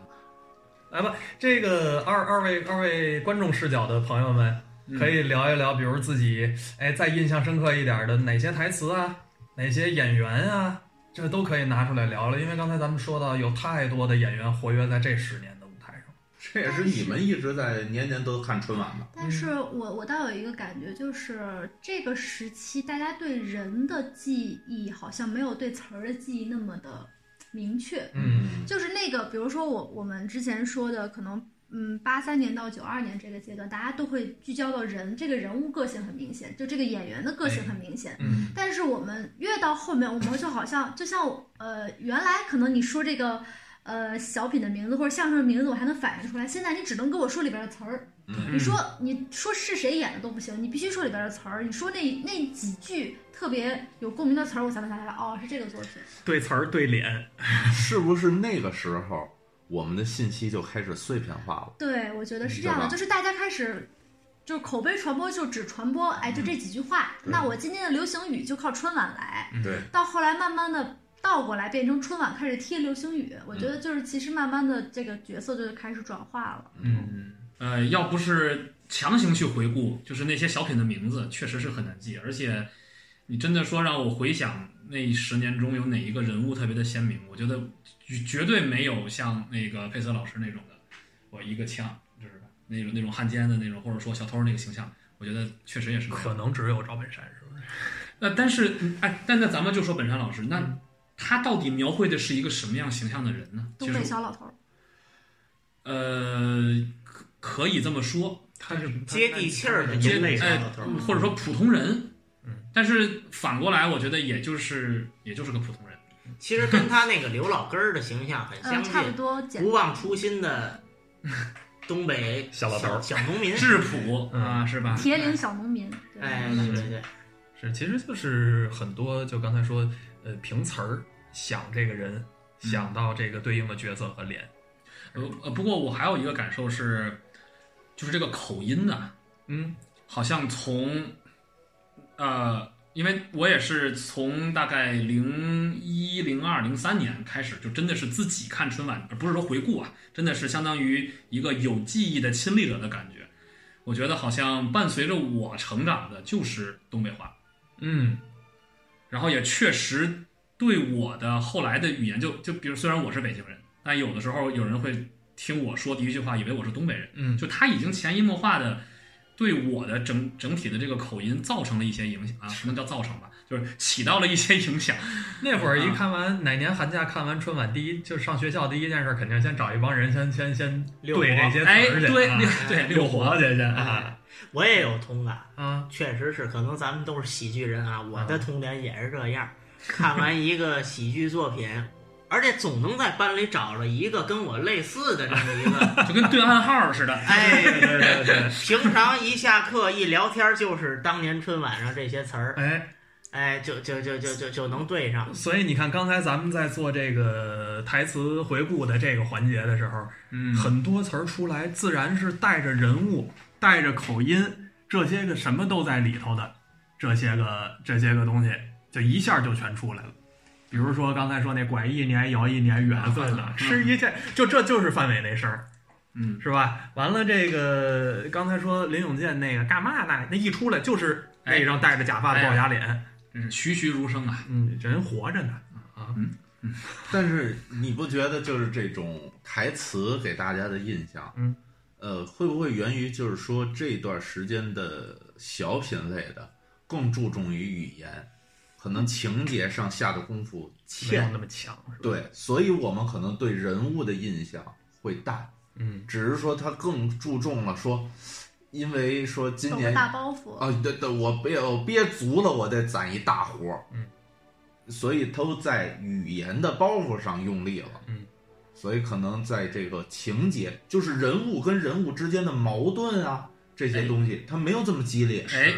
[SPEAKER 2] 来吧，这个二二位二位观众视角的朋友们，
[SPEAKER 1] 嗯
[SPEAKER 2] 可以聊一聊，比如自己哎再印象深刻一点的哪些台词啊，哪些演员啊，这都可以拿出来聊聊。因为刚才咱们说到，有太多的演员活跃在这十年的舞台上。
[SPEAKER 1] 这也是你们一直在年年都看春晚吧？
[SPEAKER 6] 但是我我倒有一个感觉，就是这个时期大家对人的记忆好像没有对词儿的记忆那么的明确。
[SPEAKER 2] 嗯，
[SPEAKER 6] 就是那个，比如说我我们之前说的，可能嗯，八三年到九二年这个阶段，大家都会聚焦到人，这个人物个性很明显，就这个演员的个性很明显。
[SPEAKER 2] 嗯，
[SPEAKER 6] 但是我们越到后面，我们就好像就像我呃，原来可能你说这个呃小品的名字或者相声的名字，我还能反应出来，现在你只能跟我说里边的词儿。
[SPEAKER 1] 嗯
[SPEAKER 6] 你说你说是谁演的都不行，你必须说里边的词儿，你说那那几句特别有共鸣的词儿，我才能想起来，哦，是这个作品。
[SPEAKER 2] 对词儿对脸，
[SPEAKER 1] 是不是那个时候我们的信息就开始碎片化了？
[SPEAKER 6] 对，我觉得是这样
[SPEAKER 1] 对
[SPEAKER 6] 的，
[SPEAKER 1] 吧
[SPEAKER 6] 就是大家开始，就是口碑传播就只传播，哎，就这几句话。
[SPEAKER 1] 对
[SPEAKER 6] 那我今天的流行语就靠春晚来，
[SPEAKER 1] 对，
[SPEAKER 6] 到后来慢慢的倒过来变成春晚开始贴流行语。我觉得就是其实慢慢的这个角色就开始转化了。
[SPEAKER 2] 嗯，
[SPEAKER 5] 呃，要不是强行去回顾，就是那些小品的名字确实是很难记，而且你真的说让我回想那十年中有哪一个人物特别的鲜明，我觉得绝绝对没有像那个佩瑟老师那种的，我一个枪就是那种那种汉奸的那种，或者说小偷那个形象，我觉得确实也是没
[SPEAKER 2] 嗯
[SPEAKER 5] 有
[SPEAKER 2] 可能只有赵本山是不是？
[SPEAKER 5] 那但是，哎，但那咱们就说本山老师，那
[SPEAKER 2] 嗯
[SPEAKER 5] 他到底描绘的是一个什么样形象的人呢？
[SPEAKER 6] 东
[SPEAKER 5] 其
[SPEAKER 6] 北
[SPEAKER 5] 实，
[SPEAKER 6] 小老头儿，
[SPEAKER 5] 呃，可可以这么说，
[SPEAKER 2] 他 是
[SPEAKER 4] 接地气儿的
[SPEAKER 5] 接
[SPEAKER 4] 人类小
[SPEAKER 5] 哎
[SPEAKER 4] 老头儿，
[SPEAKER 5] 或者说普通人。
[SPEAKER 2] 嗯，
[SPEAKER 5] 但是反过来，我觉得也就是也就是个普通人。
[SPEAKER 4] 其实跟他那个刘老根儿的形象很
[SPEAKER 6] 嗯，
[SPEAKER 4] 相
[SPEAKER 6] 差不
[SPEAKER 4] 近，
[SPEAKER 6] 多简
[SPEAKER 4] 不忘初心的东北
[SPEAKER 2] 小老头儿
[SPEAKER 4] 小农民。
[SPEAKER 5] 质朴
[SPEAKER 2] 嗯
[SPEAKER 5] 啊，是吧？
[SPEAKER 6] 铁岭小农民。对
[SPEAKER 4] 哎，对对对，
[SPEAKER 2] 是，其实就是很多，就刚才说，呃，凭词儿想这个人，想到这个对应的角色和脸，
[SPEAKER 5] 呃呃，不过我还有一个感受是，就是这个口音呢、
[SPEAKER 2] 嗯
[SPEAKER 5] 好像从，呃，因为我也是从大概零一、零二、零三年开始，就真的是自己看春晚，而不是说回顾啊，真的是相当于一个有记忆的亲历者的感觉。我觉得好像伴随着我成长的就是东北话，
[SPEAKER 2] 嗯
[SPEAKER 5] 然后也确实对我的后来的语言就，就比如虽然我是北京人，但有的时候有人会听我说第一句话，以为我是东北人。
[SPEAKER 2] 嗯，
[SPEAKER 5] 就他已经潜移默化的对我的整整体的这个口音造成了一些影响啊，不能叫造成吧，就是起到了一些影响。
[SPEAKER 2] 那会儿一看完哪年寒假看完春晚，第一就上学校第一件事，肯定先找一帮人先先先对
[SPEAKER 4] 遛活
[SPEAKER 2] 这些词
[SPEAKER 5] 哎，
[SPEAKER 2] 儿去，
[SPEAKER 5] 对
[SPEAKER 2] 啊
[SPEAKER 5] 六 对
[SPEAKER 2] 遛
[SPEAKER 5] 六
[SPEAKER 2] 活
[SPEAKER 5] 活，
[SPEAKER 2] 去先啊
[SPEAKER 4] 我也有同感，
[SPEAKER 2] 啊！
[SPEAKER 4] 确实是，可能咱们都是喜剧人啊，我的
[SPEAKER 2] 嗯
[SPEAKER 4] 童年也是这样，看完一个喜剧作品，而且总能在班里找着一个跟我类似的这么一 个，
[SPEAKER 5] 啊就跟对暗号 似的。
[SPEAKER 4] 哎，
[SPEAKER 2] 对对对，
[SPEAKER 4] 平常一下课一聊天就是当年春晚上这些词儿，
[SPEAKER 2] 哎，
[SPEAKER 4] 哎，就就就就就就能对上。
[SPEAKER 2] 所以你看，刚才咱们在做这个台词回顾的这个环节的时候，
[SPEAKER 5] 嗯，
[SPEAKER 2] 很多词儿出来，自然是带着人物、带着口音，这些个什么都在里头的，这些个这些个东西，就一下就全出来了。比如说刚才说那拐一年摇一年缘分了，
[SPEAKER 5] 嗯
[SPEAKER 2] 吃一堑，就这就是范伟那事儿，
[SPEAKER 5] 嗯，
[SPEAKER 2] 是吧？完了，这个刚才说林永健那个干嘛呢？那一出来就是那张戴着假发的龅牙脸，
[SPEAKER 5] 真是栩栩如生啊。
[SPEAKER 2] 嗯，人活着呢啊，
[SPEAKER 1] 但是你不觉得就是这种台词给大家的印象，
[SPEAKER 2] 嗯，
[SPEAKER 1] 呃，会不会源于就是说这段时间的小品类的更注重于语言，可能情节上下的功夫
[SPEAKER 2] 没有
[SPEAKER 1] 欠，
[SPEAKER 2] 那么强，是吧？
[SPEAKER 1] 对，所以我们可能对人物的印象会淡，
[SPEAKER 2] 嗯，
[SPEAKER 1] 只是说他更注重了说，因为说今
[SPEAKER 6] 有
[SPEAKER 1] 年
[SPEAKER 6] 个大包袱，
[SPEAKER 1] 啊，对对，我憋我憋足了，我得攒一大活儿。
[SPEAKER 2] 嗯，
[SPEAKER 1] 所以都在语言的包袱上用力了。
[SPEAKER 2] 嗯，
[SPEAKER 1] 所以可能在这个情节，就是人物跟人物之间的矛盾啊这
[SPEAKER 2] 哎
[SPEAKER 1] 些东西，它没有这么激烈。
[SPEAKER 5] 哎，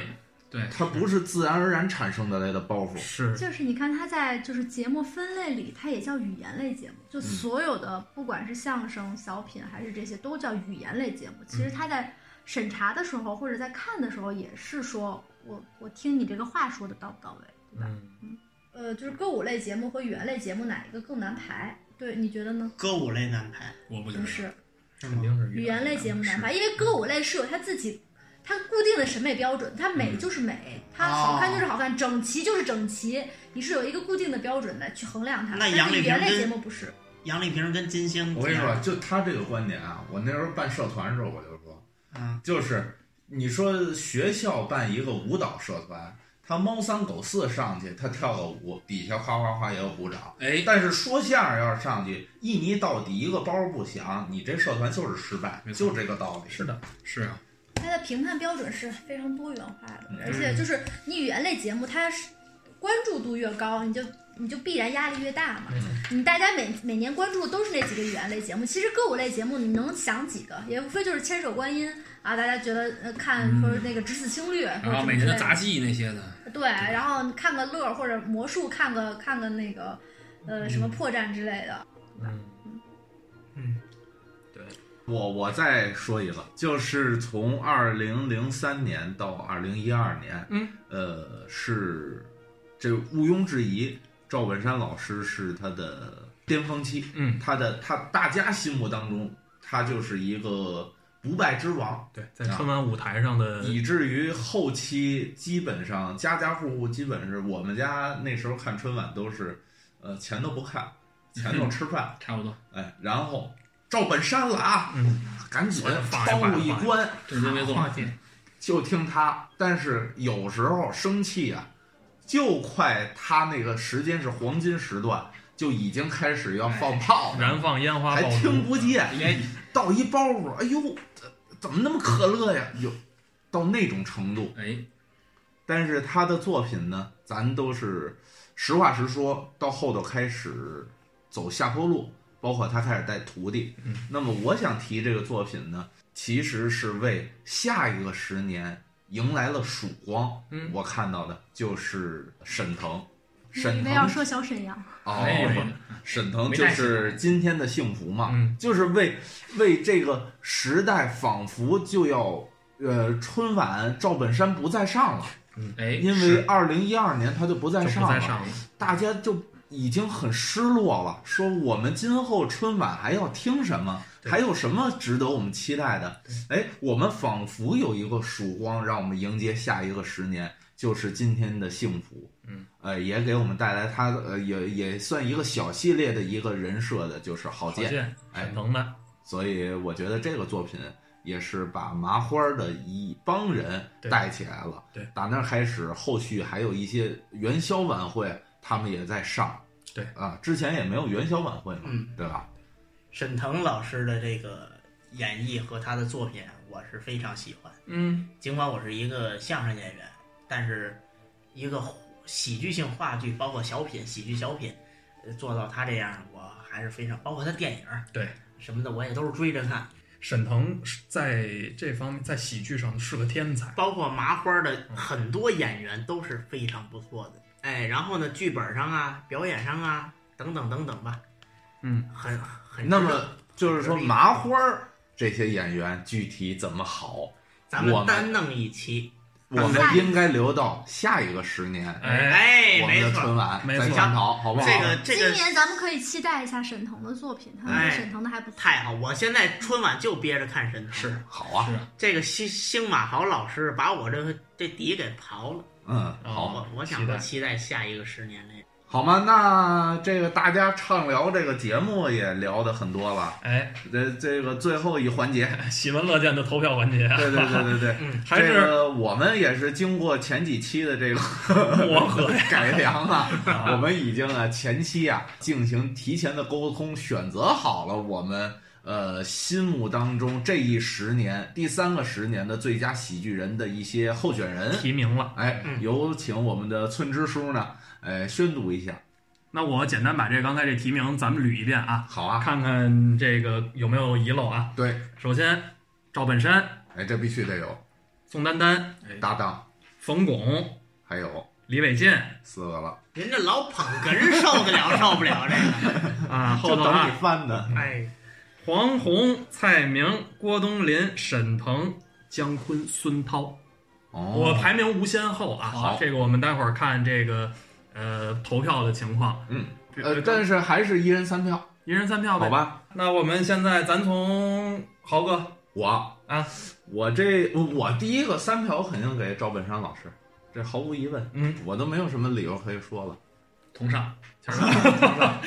[SPEAKER 5] 对，
[SPEAKER 1] 它不是自然而然产生的来的包袱。
[SPEAKER 2] 是
[SPEAKER 6] 就是你看它在就是节目分类里，它也叫语言类节目，就
[SPEAKER 5] 嗯
[SPEAKER 6] 所有的不管是相声、小品还是这些都叫语言类节目。其实
[SPEAKER 5] 嗯
[SPEAKER 6] 它在审查的时候或者在看的时候也是说我我听你这个话说的到不到位，对吧？
[SPEAKER 2] 嗯。
[SPEAKER 6] 呃，就是歌舞类节目和语言类节目哪一个更难排？对，你觉得呢？
[SPEAKER 4] 歌舞类难排，
[SPEAKER 5] 我不觉
[SPEAKER 6] 不
[SPEAKER 5] 得
[SPEAKER 6] 是，
[SPEAKER 4] 是
[SPEAKER 2] 肯
[SPEAKER 4] 吗？
[SPEAKER 2] 定是
[SPEAKER 6] 语言类节目难
[SPEAKER 2] 是
[SPEAKER 6] 排，因为歌舞类是有它自己它固定的审美标准，它美就是美，它好看就是好看，整齐就是整齐，你是有一个固定的标准来去衡量它。
[SPEAKER 4] 那
[SPEAKER 6] 但
[SPEAKER 4] 杨
[SPEAKER 6] 是
[SPEAKER 4] 丽
[SPEAKER 6] 语言
[SPEAKER 4] 萍
[SPEAKER 6] 类
[SPEAKER 4] 跟
[SPEAKER 6] 节目不是，
[SPEAKER 4] 杨丽萍跟金
[SPEAKER 5] 嗯
[SPEAKER 4] 星，
[SPEAKER 1] 我跟你说，，就他这个观点啊，我那时候办社团的时候我就说，
[SPEAKER 4] 嗯，
[SPEAKER 1] 就是你说学校办一个舞蹈社团，他猫三狗四上去，他跳个舞，底下哗哗哗也有鼓掌。
[SPEAKER 5] 哎，
[SPEAKER 1] 但是说相声要是上去一泥到底，一个包儿不响，你这社团就是失败
[SPEAKER 5] 没，错
[SPEAKER 1] 就这个道理。
[SPEAKER 2] 是的，
[SPEAKER 5] 是啊，
[SPEAKER 6] 它的评判标准是非常多元化的
[SPEAKER 1] 嗯，
[SPEAKER 6] 而且就是你语言类节目，它是关注度越高，你就你就必然压力越大嘛。
[SPEAKER 2] 没错
[SPEAKER 6] 你大家每每年关注的都是那几个语言类节目，其实歌舞类节目你能想几个，也无非就是《千手观音》啊，大家觉得呃看
[SPEAKER 5] 嗯
[SPEAKER 6] 或者那个《只此青绿》啊或者
[SPEAKER 5] 哎然后
[SPEAKER 6] 什么
[SPEAKER 5] 每
[SPEAKER 6] 之
[SPEAKER 5] 年
[SPEAKER 6] 类的，
[SPEAKER 5] 的杂技那些的，
[SPEAKER 6] 对，然后你看个乐儿或者魔术，看个看个那个呃什么破绽之类的，
[SPEAKER 2] 嗯
[SPEAKER 1] 我我再说一个，就是从二零零三年到二零一二年，
[SPEAKER 2] 嗯，
[SPEAKER 1] 呃，是这毋庸置疑，赵本山老师是他的巅峰期，
[SPEAKER 2] 嗯，
[SPEAKER 1] 他的他大家心目当中，他就是一个不败之王，
[SPEAKER 2] 对，在春晚舞台上的
[SPEAKER 1] 以至于后期基本上家家户户基本是我们家那时候看春晚都是，呃，钱都不看，钱都吃饭，
[SPEAKER 5] 差不多，
[SPEAKER 1] 哎，然后赵本山了啊，
[SPEAKER 2] 嗯
[SPEAKER 1] 赶紧
[SPEAKER 2] 放一
[SPEAKER 1] 窗
[SPEAKER 2] 放
[SPEAKER 1] 户
[SPEAKER 2] 一
[SPEAKER 1] 一
[SPEAKER 2] 放一
[SPEAKER 1] 关，
[SPEAKER 5] 这真没做。
[SPEAKER 4] 我去
[SPEAKER 1] 就听他。但是有时候生气啊，就快他那个时间是黄金时段，就已经开始要放炮了，
[SPEAKER 2] 燃放烟花
[SPEAKER 1] 还
[SPEAKER 2] 爆
[SPEAKER 1] 听
[SPEAKER 2] 竹，
[SPEAKER 1] 不见，
[SPEAKER 5] 哎，
[SPEAKER 1] 倒一包袱，哎呦，怎么那么可乐呀？有到那种程度。
[SPEAKER 5] 哎，
[SPEAKER 1] 但是他的作品呢，咱都是实话实说，到后头开始走下坡路，包括他开始带徒弟。
[SPEAKER 2] 嗯
[SPEAKER 1] 那么我想提这个作品呢，其实是为下一个十年迎来了曙光。
[SPEAKER 2] 嗯
[SPEAKER 1] 我看到的就是沈腾，
[SPEAKER 6] 你
[SPEAKER 1] 沈
[SPEAKER 6] 以为要
[SPEAKER 1] 腾
[SPEAKER 6] 说小沈阳，
[SPEAKER 1] 哦，沈腾
[SPEAKER 5] 没
[SPEAKER 1] 就
[SPEAKER 5] 带
[SPEAKER 1] 是今天的幸福嘛，
[SPEAKER 2] 嗯
[SPEAKER 1] 就是为为这个时代仿佛就要呃春晚赵本山不再上了。
[SPEAKER 5] 哎，
[SPEAKER 1] 因为
[SPEAKER 5] 是
[SPEAKER 1] 二零一二年他就不
[SPEAKER 2] 就
[SPEAKER 1] 再
[SPEAKER 2] 不
[SPEAKER 1] 上了，
[SPEAKER 2] 再上了。
[SPEAKER 1] 大家就已经很失落了，说我们今后春晚还要听什么，
[SPEAKER 2] 对
[SPEAKER 1] 还有什么值得我们期待的？哎，我们仿佛有一个曙光，让我们迎接下一个十年，就是今天的幸福。
[SPEAKER 2] 嗯，
[SPEAKER 1] 呃，也给我们带来他呃也也算一个小系列的一个人设的，就是郝
[SPEAKER 2] 郝
[SPEAKER 1] 建。
[SPEAKER 2] 建、
[SPEAKER 1] 哎
[SPEAKER 2] 沈腾的，
[SPEAKER 1] 所以我觉得这个作品也是把麻花儿的一帮人
[SPEAKER 2] 对
[SPEAKER 1] 带起来了。
[SPEAKER 2] 对
[SPEAKER 1] 打那儿开始，后续还有一些元宵晚会，他们也在上。
[SPEAKER 2] 对
[SPEAKER 1] 啊，之前也没有元宵晚会嘛，
[SPEAKER 4] 嗯
[SPEAKER 1] 对吧？
[SPEAKER 4] 沈腾老师的这个演绎和他的作品，我是非常喜欢。
[SPEAKER 2] 嗯，
[SPEAKER 4] 尽管我是一个相声演员，但是一个喜剧性话剧，包括小品、喜剧小品，呃做到他这样，我还是非常，包括他电影儿
[SPEAKER 2] 对，
[SPEAKER 4] 什么的，我也都是追着看。
[SPEAKER 2] 沈腾是在这方面在喜剧上是个天才。
[SPEAKER 4] 包括麻花的
[SPEAKER 1] 嗯
[SPEAKER 4] 很多演员都是非常不错的。哎，然后呢，剧本上啊，表演上啊，等等等等吧，
[SPEAKER 2] 嗯，
[SPEAKER 4] 很很值得。
[SPEAKER 1] 那么就是说，麻花儿这些演员具体怎么好，
[SPEAKER 4] 咱
[SPEAKER 1] 我
[SPEAKER 4] 们
[SPEAKER 1] 们
[SPEAKER 4] 单弄一期，
[SPEAKER 1] 我们应该留到下一个十年，
[SPEAKER 2] 哎，
[SPEAKER 4] 哎，
[SPEAKER 1] 我们
[SPEAKER 4] 没
[SPEAKER 1] 的春
[SPEAKER 4] 错，
[SPEAKER 1] 晚
[SPEAKER 2] 没
[SPEAKER 1] 咱
[SPEAKER 2] 错
[SPEAKER 1] 探讨，好不好？
[SPEAKER 4] 这个这
[SPEAKER 6] 今
[SPEAKER 4] 个
[SPEAKER 6] 年咱们可以期待一下沈腾的作品，他
[SPEAKER 4] 哎
[SPEAKER 6] 们沈腾的还不错。
[SPEAKER 4] 太好，我现在春晚就憋着看沈腾。
[SPEAKER 2] 是
[SPEAKER 1] 好啊
[SPEAKER 5] 是，
[SPEAKER 4] 这个星星马豪老师把我这这底给刨了，
[SPEAKER 1] 嗯，好，
[SPEAKER 4] 我我
[SPEAKER 2] 期
[SPEAKER 4] 想
[SPEAKER 2] 待
[SPEAKER 4] 我期待下一个十年内。
[SPEAKER 1] 好吗？那这个大家畅聊这个节目也聊的很多了，
[SPEAKER 2] 哎，
[SPEAKER 1] 这这个最后一环节，
[SPEAKER 2] 喜闻乐见的投票环节，啊
[SPEAKER 1] 对对对对 对，
[SPEAKER 4] 嗯，
[SPEAKER 2] 还
[SPEAKER 1] 这
[SPEAKER 2] 是
[SPEAKER 1] 个我们也是经过前几期的这个
[SPEAKER 2] 磨合呀。
[SPEAKER 1] 改良啊，我们已经啊前期啊进行提前的沟通，选择好了我们呃心目当中这一十年第三个十年的最佳喜剧人的一些候选人。
[SPEAKER 2] 提名了。
[SPEAKER 1] 哎，
[SPEAKER 4] 嗯
[SPEAKER 1] 有请我们的村支书呢，呃，宣读一下。
[SPEAKER 2] 那我简单把这刚才这提名咱们捋一遍啊，
[SPEAKER 1] 好啊，
[SPEAKER 2] 看看这个有没有遗漏啊。
[SPEAKER 1] 对，
[SPEAKER 2] 首先，赵本山、
[SPEAKER 1] 哎，这必须得有
[SPEAKER 2] 宋丹丹、
[SPEAKER 1] 搭档，
[SPEAKER 2] 冯巩、
[SPEAKER 1] 还有
[SPEAKER 2] 李伟健
[SPEAKER 1] 四个了，
[SPEAKER 4] 人家老捧哏受 得了受不了这个？
[SPEAKER 2] 啊，后
[SPEAKER 1] 就
[SPEAKER 2] 头
[SPEAKER 1] 等你
[SPEAKER 2] 啊，
[SPEAKER 1] 翻呢。
[SPEAKER 4] 哎，
[SPEAKER 2] 黄宏、蔡明、郭冬临、沈腾、姜昆、孙涛。
[SPEAKER 1] 哦，
[SPEAKER 2] 我排名无先后啊，
[SPEAKER 1] 好
[SPEAKER 2] 这个我们待会儿看这个呃投票的情况。
[SPEAKER 1] 嗯，
[SPEAKER 2] 这
[SPEAKER 1] 呃，但是还是一人三票，
[SPEAKER 2] 一人三票呗。
[SPEAKER 1] 好，吧？
[SPEAKER 2] 那我们现在咱从豪哥
[SPEAKER 1] 我
[SPEAKER 2] 啊，
[SPEAKER 1] 我这我第一个三票我肯定给赵本山老师，这毫无疑问，
[SPEAKER 2] 嗯，
[SPEAKER 1] 我都没有什么理由可以说了，嗯
[SPEAKER 5] 同上，
[SPEAKER 2] 先 生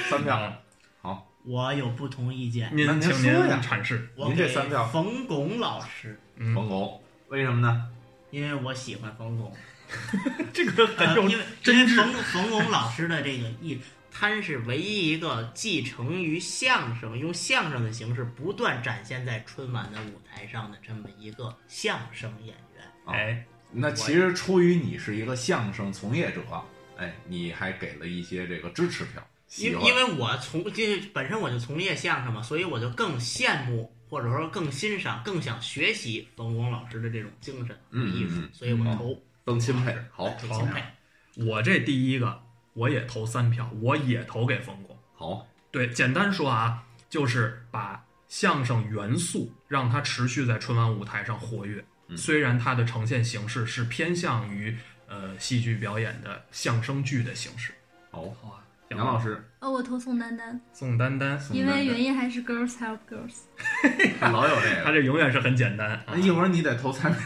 [SPEAKER 1] 三票。
[SPEAKER 4] 我有不同意见，
[SPEAKER 1] 那
[SPEAKER 2] 您
[SPEAKER 1] 您
[SPEAKER 2] 请您
[SPEAKER 1] 说呀
[SPEAKER 2] 阐释。
[SPEAKER 4] 我
[SPEAKER 1] 您这
[SPEAKER 4] 给
[SPEAKER 1] 三票
[SPEAKER 4] 冯巩老师，
[SPEAKER 2] 嗯，
[SPEAKER 1] 冯巩，为什么呢？
[SPEAKER 4] 因为我喜欢 冯巩，
[SPEAKER 2] 这个
[SPEAKER 4] 呃
[SPEAKER 2] 很有
[SPEAKER 4] 因为因为冯冯巩老师的这个艺，他是唯一一个继承于相声，用相声的形式不断展现在春晚的舞台上的这么一个相声演员。
[SPEAKER 2] 哎，
[SPEAKER 1] 那其实出于你是一个相声从业者，哎，你还给了一些这个支持票，
[SPEAKER 4] 因
[SPEAKER 1] 喜欢
[SPEAKER 4] 因为我从这本身我就从业相声嘛，所以我就更羡慕或者说更欣赏、更想学习冯巩老师的这种精神和
[SPEAKER 1] 嗯
[SPEAKER 4] 艺术
[SPEAKER 1] 嗯嗯，
[SPEAKER 4] 所以我投
[SPEAKER 1] 更钦佩。好，
[SPEAKER 4] 挺钦佩。
[SPEAKER 2] 我这第一个我也投三票，我也投给冯巩。
[SPEAKER 1] 好，
[SPEAKER 2] 对，简单说啊，就是把相声元素让它持续在春晚舞台上活跃。
[SPEAKER 1] 嗯
[SPEAKER 2] 虽然它的呈现形式是偏向于呃戏剧表演的相声剧的形式。
[SPEAKER 1] 好，
[SPEAKER 5] 好啊，
[SPEAKER 1] 杨老师，
[SPEAKER 6] 呃，我投宋丹丹，
[SPEAKER 2] 宋丹丹，
[SPEAKER 6] 因为原因还是 girls help girls。
[SPEAKER 1] 老有这
[SPEAKER 2] 他
[SPEAKER 1] 个。
[SPEAKER 2] 这永远是很简单啊
[SPEAKER 1] 那。一会儿你得投蔡明，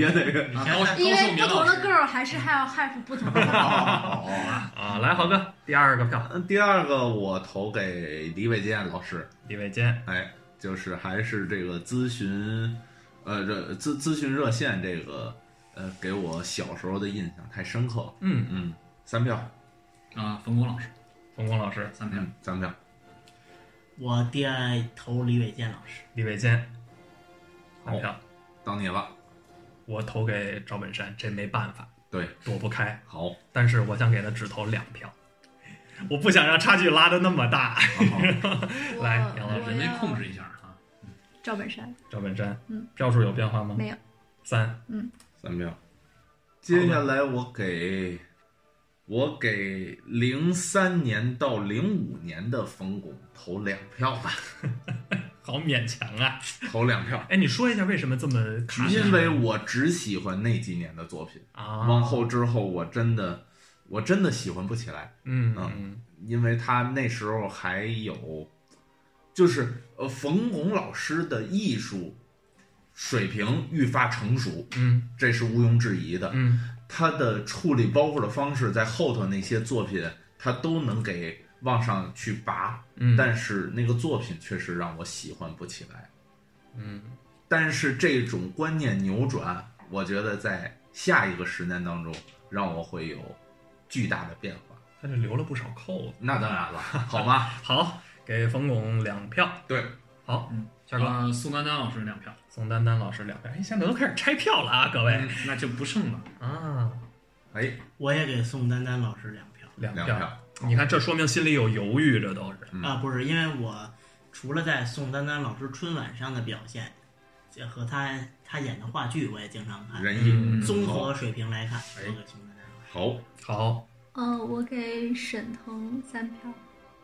[SPEAKER 1] 也得
[SPEAKER 5] 啊高高
[SPEAKER 6] 因
[SPEAKER 5] 寿
[SPEAKER 6] 为
[SPEAKER 5] 明
[SPEAKER 6] 不同
[SPEAKER 5] 老
[SPEAKER 6] 的
[SPEAKER 5] 师，
[SPEAKER 6] girl 还是还要 help 不同的 girl。
[SPEAKER 1] 哦。
[SPEAKER 2] 啊，来，豪哥，第二个票，
[SPEAKER 1] 嗯，第二个我投给李伟健老师，
[SPEAKER 2] 李伟健，
[SPEAKER 1] 哎，就是还是这个咨询，呃，这咨咨询热线这个，呃，给我小时候的印象太深刻了。
[SPEAKER 2] 嗯，
[SPEAKER 1] 嗯，三票，
[SPEAKER 5] 啊，冯巩老师
[SPEAKER 2] 冯巩老师，
[SPEAKER 5] 三票，
[SPEAKER 1] 嗯，三票。
[SPEAKER 4] 我第二投李伟健老师，
[SPEAKER 2] 李伟健，三
[SPEAKER 1] 好
[SPEAKER 2] 票，
[SPEAKER 1] 到你了，
[SPEAKER 2] 我投给赵本山，这没办法，
[SPEAKER 1] 对，
[SPEAKER 2] 躲不开，
[SPEAKER 1] 好，
[SPEAKER 2] 但是我想给他只投两票，我不想让差距拉的那么大。
[SPEAKER 6] 我
[SPEAKER 2] 来杨老师
[SPEAKER 6] 我
[SPEAKER 5] 人为
[SPEAKER 6] 要
[SPEAKER 5] 控制一下啊。
[SPEAKER 6] 赵本山，
[SPEAKER 2] 赵本山，
[SPEAKER 6] 嗯，
[SPEAKER 2] 票数有变化吗？
[SPEAKER 6] 没有，
[SPEAKER 2] 三，
[SPEAKER 1] 三票。 接下来我给，我给零三年到零五年的冯巩投两票吧，
[SPEAKER 2] 好勉强啊。
[SPEAKER 1] 投两票。
[SPEAKER 2] 哎，你说一下为什么这么卡呢
[SPEAKER 1] 因为我只喜欢那几年的作品，
[SPEAKER 2] 啊？
[SPEAKER 1] 往，后之后我真的，我真的喜欢不起来，
[SPEAKER 2] 嗯嗯，
[SPEAKER 1] 因为他那时候还有，就是呃，冯巩老师的艺术水平愈发成熟，
[SPEAKER 2] 嗯
[SPEAKER 1] 这是毋庸置疑的。
[SPEAKER 2] 嗯，
[SPEAKER 1] 他的处理包袱的方式，在后头那些作品，他都能给往上去拔，
[SPEAKER 2] 嗯
[SPEAKER 1] 但是那个作品确实让我喜欢不起来。
[SPEAKER 2] 嗯，
[SPEAKER 1] 但是这种观念扭转，我觉得在下一个十年当中，让我会有巨大的变化。
[SPEAKER 2] 他这留了不少扣子。
[SPEAKER 1] 那当然了，好 吗？
[SPEAKER 2] 好，给冯巩两票。
[SPEAKER 1] 对，
[SPEAKER 2] 好
[SPEAKER 5] 嗯，
[SPEAKER 2] 夏哥，
[SPEAKER 5] 呃，宋丹丹老师两票，
[SPEAKER 2] 宋丹丹老师两票。哎，现在都开始拆票了啊，各位
[SPEAKER 5] 那就不剩了。
[SPEAKER 2] 啊，
[SPEAKER 1] 哎，
[SPEAKER 4] 我也给宋丹丹老师两票
[SPEAKER 2] 两
[SPEAKER 1] 两
[SPEAKER 2] 票。
[SPEAKER 1] 票，
[SPEAKER 2] 你看，这说明心里有犹豫，这都是。
[SPEAKER 1] 嗯
[SPEAKER 4] 啊，不是因为我除了在宋丹丹老师春晚上的表现，这和她她演的话剧我也经常看，
[SPEAKER 1] 仁义、
[SPEAKER 2] 嗯
[SPEAKER 4] 综合水平来看，
[SPEAKER 5] 哎
[SPEAKER 4] 我给宋丹丹老师。
[SPEAKER 1] 好，
[SPEAKER 2] 好，
[SPEAKER 6] 呃，我给沈腾三票。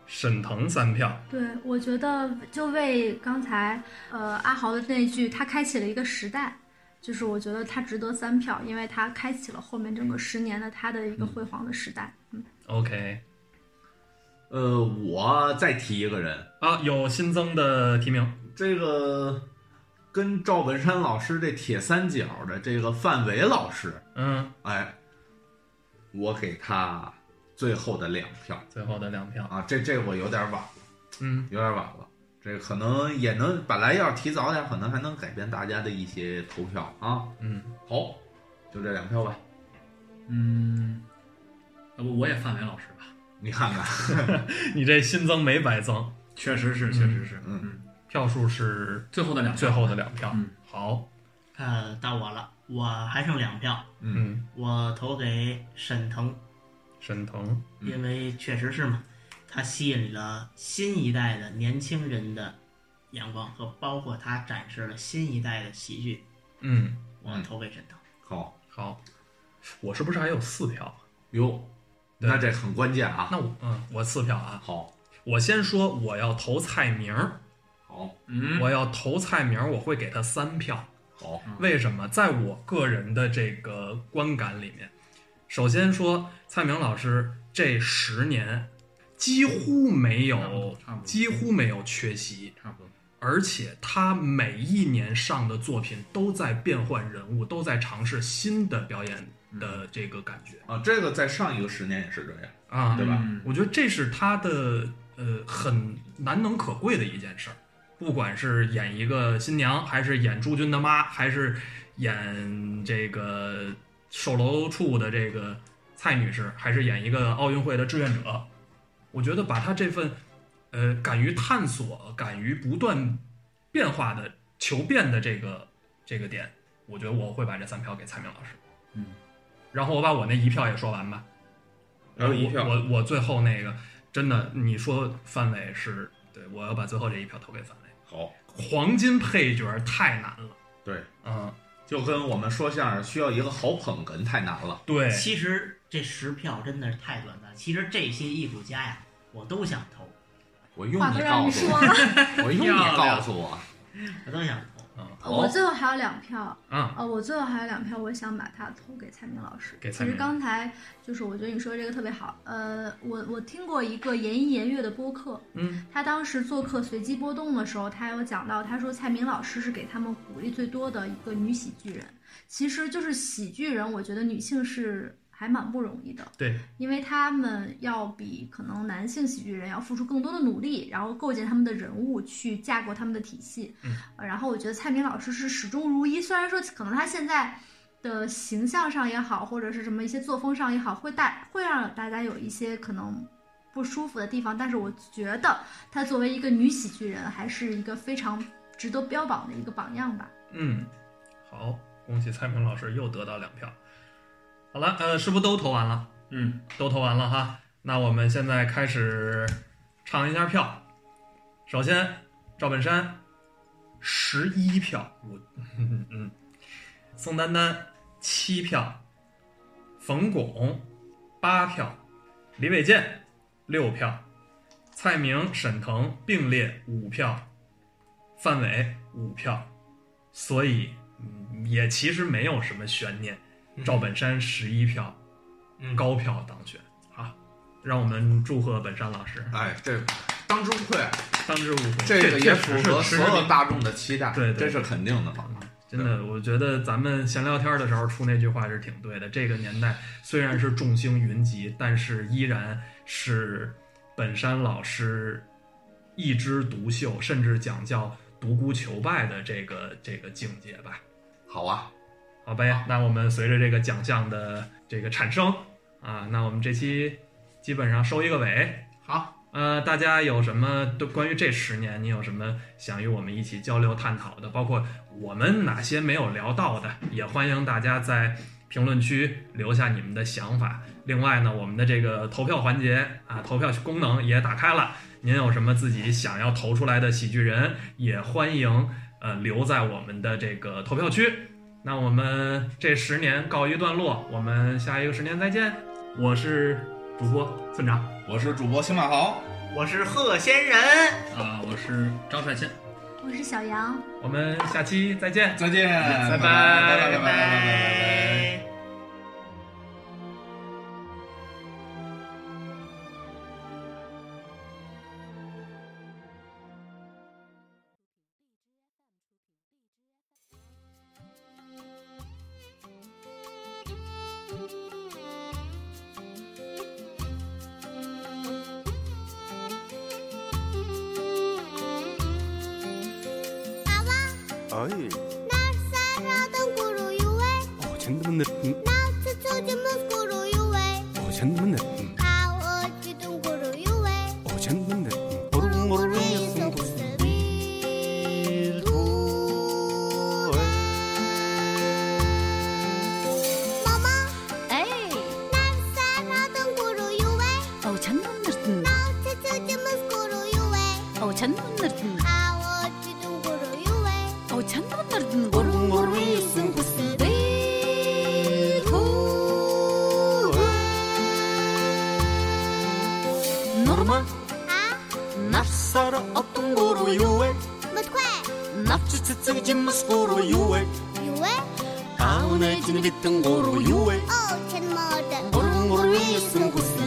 [SPEAKER 2] 沈腾三票。
[SPEAKER 6] 对，我觉得就为刚才呃阿豪的那句，他开启了一个时代，就是我觉得他值得三票，因为他开启了后面整个十年的他的一个辉煌的时代。嗯，
[SPEAKER 2] OK，
[SPEAKER 1] 呃，我再提一个人，
[SPEAKER 2] 啊，有新增的提名。
[SPEAKER 1] 这个跟赵本山老师这铁三角的这个范伟老师，
[SPEAKER 2] 嗯，
[SPEAKER 1] 哎，我给他最后的两票
[SPEAKER 2] 最后的两票。
[SPEAKER 1] 啊，这这我有点晚了，
[SPEAKER 2] 嗯，
[SPEAKER 1] 有点晚了。这可能也能，本来要是提早点，可能还能改变大家的一些投票啊。
[SPEAKER 2] 嗯，
[SPEAKER 1] 好，就这两票吧。
[SPEAKER 5] 嗯，要不我也范伟老师吧？
[SPEAKER 1] 你看看，
[SPEAKER 2] 你这新增没白增，
[SPEAKER 5] 确实是，确实是。
[SPEAKER 1] 嗯
[SPEAKER 5] 嗯，
[SPEAKER 2] 票数是
[SPEAKER 5] 最后的两票
[SPEAKER 2] 最后的两票。
[SPEAKER 5] 嗯
[SPEAKER 2] 好，
[SPEAKER 4] 呃，到我了，我还剩两票，
[SPEAKER 1] 嗯，
[SPEAKER 2] 嗯，
[SPEAKER 4] 我投给沈腾，
[SPEAKER 2] 沈腾，
[SPEAKER 1] 嗯
[SPEAKER 4] 因为确实是嘛，他吸引了新一代的年轻人的眼光，和包括他展示了新一代的喜剧，
[SPEAKER 2] 嗯，
[SPEAKER 4] 我投给沈腾。
[SPEAKER 1] 好
[SPEAKER 2] 好，我是不是还有四票？
[SPEAKER 1] 哟，
[SPEAKER 2] 对
[SPEAKER 1] 那这很关键啊。
[SPEAKER 2] 那我嗯，我四票啊。
[SPEAKER 1] 好，
[SPEAKER 2] 我先说我要投蔡明儿，
[SPEAKER 1] 好，
[SPEAKER 5] 嗯，
[SPEAKER 2] 我要投蔡明儿，我会给他三票。
[SPEAKER 1] 好，
[SPEAKER 2] 为什么？在我个人的这个观感里面，首先说蔡明老师这十年几乎没
[SPEAKER 5] 差不
[SPEAKER 2] 有
[SPEAKER 5] 多，差不多
[SPEAKER 2] 几乎没有缺席，
[SPEAKER 5] 差不多。
[SPEAKER 2] 而且他每一年上的作品都在变换人物，都在尝试新的表演
[SPEAKER 5] 嗯
[SPEAKER 2] 的这个感觉
[SPEAKER 1] 啊，这个在上一个十年也是这样。
[SPEAKER 2] 啊，
[SPEAKER 1] 对吧
[SPEAKER 5] 嗯
[SPEAKER 2] 我觉得这是他的呃很难能可贵的一件事儿，不管是演一个新娘，还是演朱军的妈，还是演这个售楼处的这个蔡女士，还是演一个奥运会的志愿者，我觉得把他这份呃敢于探索、敢于不断变化的求变的这个这个点，我觉得我会把这三票给蔡明老师。
[SPEAKER 5] 嗯，
[SPEAKER 2] 然后我把我那一票也说完吧。
[SPEAKER 1] 还有哎一票
[SPEAKER 2] 嗯我我我最后那个真的，你说范伟是对，我要把最后这一票投给范伟。
[SPEAKER 1] 好，
[SPEAKER 2] 黄金配角太难了，
[SPEAKER 1] 对，
[SPEAKER 2] 嗯，
[SPEAKER 1] 就跟我们说相声需要一个好捧哏太难了。
[SPEAKER 2] 对，
[SPEAKER 4] 其实这十票真的是太短暂，其实这些艺术家呀，我都想投，
[SPEAKER 1] 我用
[SPEAKER 6] 话
[SPEAKER 1] 你
[SPEAKER 6] 都让
[SPEAKER 1] 告
[SPEAKER 6] 你
[SPEAKER 1] 诉
[SPEAKER 6] 说
[SPEAKER 1] 我，
[SPEAKER 6] 了，
[SPEAKER 1] 我用你告诉我。
[SPEAKER 4] 我都想投。
[SPEAKER 2] 嗯，
[SPEAKER 6] 我最后还有两票。
[SPEAKER 2] 啊，
[SPEAKER 6] 呃，我最后还有两票，我想把它投给蔡明老师。
[SPEAKER 2] 给蔡
[SPEAKER 6] 其
[SPEAKER 2] 明
[SPEAKER 6] 实刚才就是我觉得你说的这个特别好。呃，我我听过一个言一言月的播客，
[SPEAKER 2] 嗯，
[SPEAKER 6] 他当时做客随机波动的时候，他有讲到，他说蔡明老师是给他们鼓励最多的一个女喜剧人。其实就是喜剧人，我觉得女性是还蛮不容易的，
[SPEAKER 2] 对，
[SPEAKER 6] 因为他们要比可能男性喜剧人要付出更多的努力，然后构建他们的人物，去架构他们的体系。
[SPEAKER 2] 嗯
[SPEAKER 6] 呃然后我觉得蔡明老师是始终如一，虽然说可能他现在的形象上也好，或者是什么一些作风上也好，会带会让大家有一些可能不舒服的地方，但是我觉得她作为一个女喜剧人，还是一个非常值得标榜的一个榜样吧。
[SPEAKER 2] 嗯，好，恭喜蔡明老师又得到两票。好了，呃，是不是都投完了？
[SPEAKER 5] 嗯，
[SPEAKER 2] 都投完了哈。那我们现在开始唱一下票。首先，赵本山十一票， 我嗯，宋丹丹七票，冯巩八票，李伟健六票，蔡明、沈腾并列五票，范伟五票，所以嗯也其实没有什么悬念。
[SPEAKER 5] 嗯
[SPEAKER 2] 赵本山十一票，
[SPEAKER 4] 嗯
[SPEAKER 2] 高票当选啊！让我们祝贺本山老师，
[SPEAKER 1] 哎，这当之无愧，啊
[SPEAKER 2] 当之无愧。
[SPEAKER 1] 这个也符合
[SPEAKER 2] 确实是
[SPEAKER 1] 所有大众的期待，
[SPEAKER 2] 对对
[SPEAKER 1] 这是肯定的嘛。
[SPEAKER 2] 真的，我觉得咱们闲聊天的时候出那句话是挺对的。这个年代虽然是众星云集，但是依然是本山老师一枝独秀，甚至讲叫独孤求败的这个这个境界吧。
[SPEAKER 1] 好啊，
[SPEAKER 2] 好呗，那我们随着这个奖项的这个产生啊，那我们这期基本上收一个尾。
[SPEAKER 4] 好，
[SPEAKER 2] 呃，大家有什么对关于这十年，你有什么想与我们一起交流探讨的？包括我们哪些没有聊到的，也欢迎大家在评论区留下你们的想法。另外呢，我们的这个投票环节啊，投票功能也打开了，您有什么自己想要投出来的喜剧人，也欢迎呃留在我们的这个投票区。那我们这十年告一段落，我们下一个十年再见。我是主播村长，
[SPEAKER 1] 我是主播邢马豪，
[SPEAKER 4] 我是贺仙人。
[SPEAKER 5] 啊、我是张帅先，
[SPEAKER 6] 我是小杨。
[SPEAKER 2] 我们下期再见。
[SPEAKER 1] 再见，拜哎
[SPEAKER 2] 拜
[SPEAKER 1] 拜拜拜拜拜拜。
[SPEAKER 7] 아이
[SPEAKER 8] 날 사랑하던 꼬로 유해
[SPEAKER 7] 어 젠드문네 음,
[SPEAKER 8] 나 스쳐주면 꼬로 유해
[SPEAKER 7] 어 젠드문네 음,
[SPEAKER 8] 나 어찌든 꼬로 유해
[SPEAKER 7] 어 젠드문네 음,
[SPEAKER 8] 꼬르르
[SPEAKER 7] 오르모르니
[SPEAKER 8] 속스
[SPEAKER 7] 송도
[SPEAKER 8] 마마
[SPEAKER 9] 에이,
[SPEAKER 8] 날 사랑하던 꼬로 유해
[SPEAKER 9] 어천 넘는
[SPEAKER 8] 나 스쳐주면 꼬로 유해
[SPEAKER 9] 어천 넘는
[SPEAKER 8] 나 어찌든 꼬로 유해
[SPEAKER 9] 어천 넘는
[SPEAKER 8] 꼬르르 속스 비고
[SPEAKER 9] 노르마
[SPEAKER 8] 아
[SPEAKER 9] 납사라 어떤 거로 유해
[SPEAKER 8] 못해
[SPEAKER 9] 납치치치지 무스고로 유해
[SPEAKER 8] 유해
[SPEAKER 9] 아우네 진이 비뜬 거로 유해
[SPEAKER 8] Oh, ten more than
[SPEAKER 9] 모르모르 위에 쓴 곳은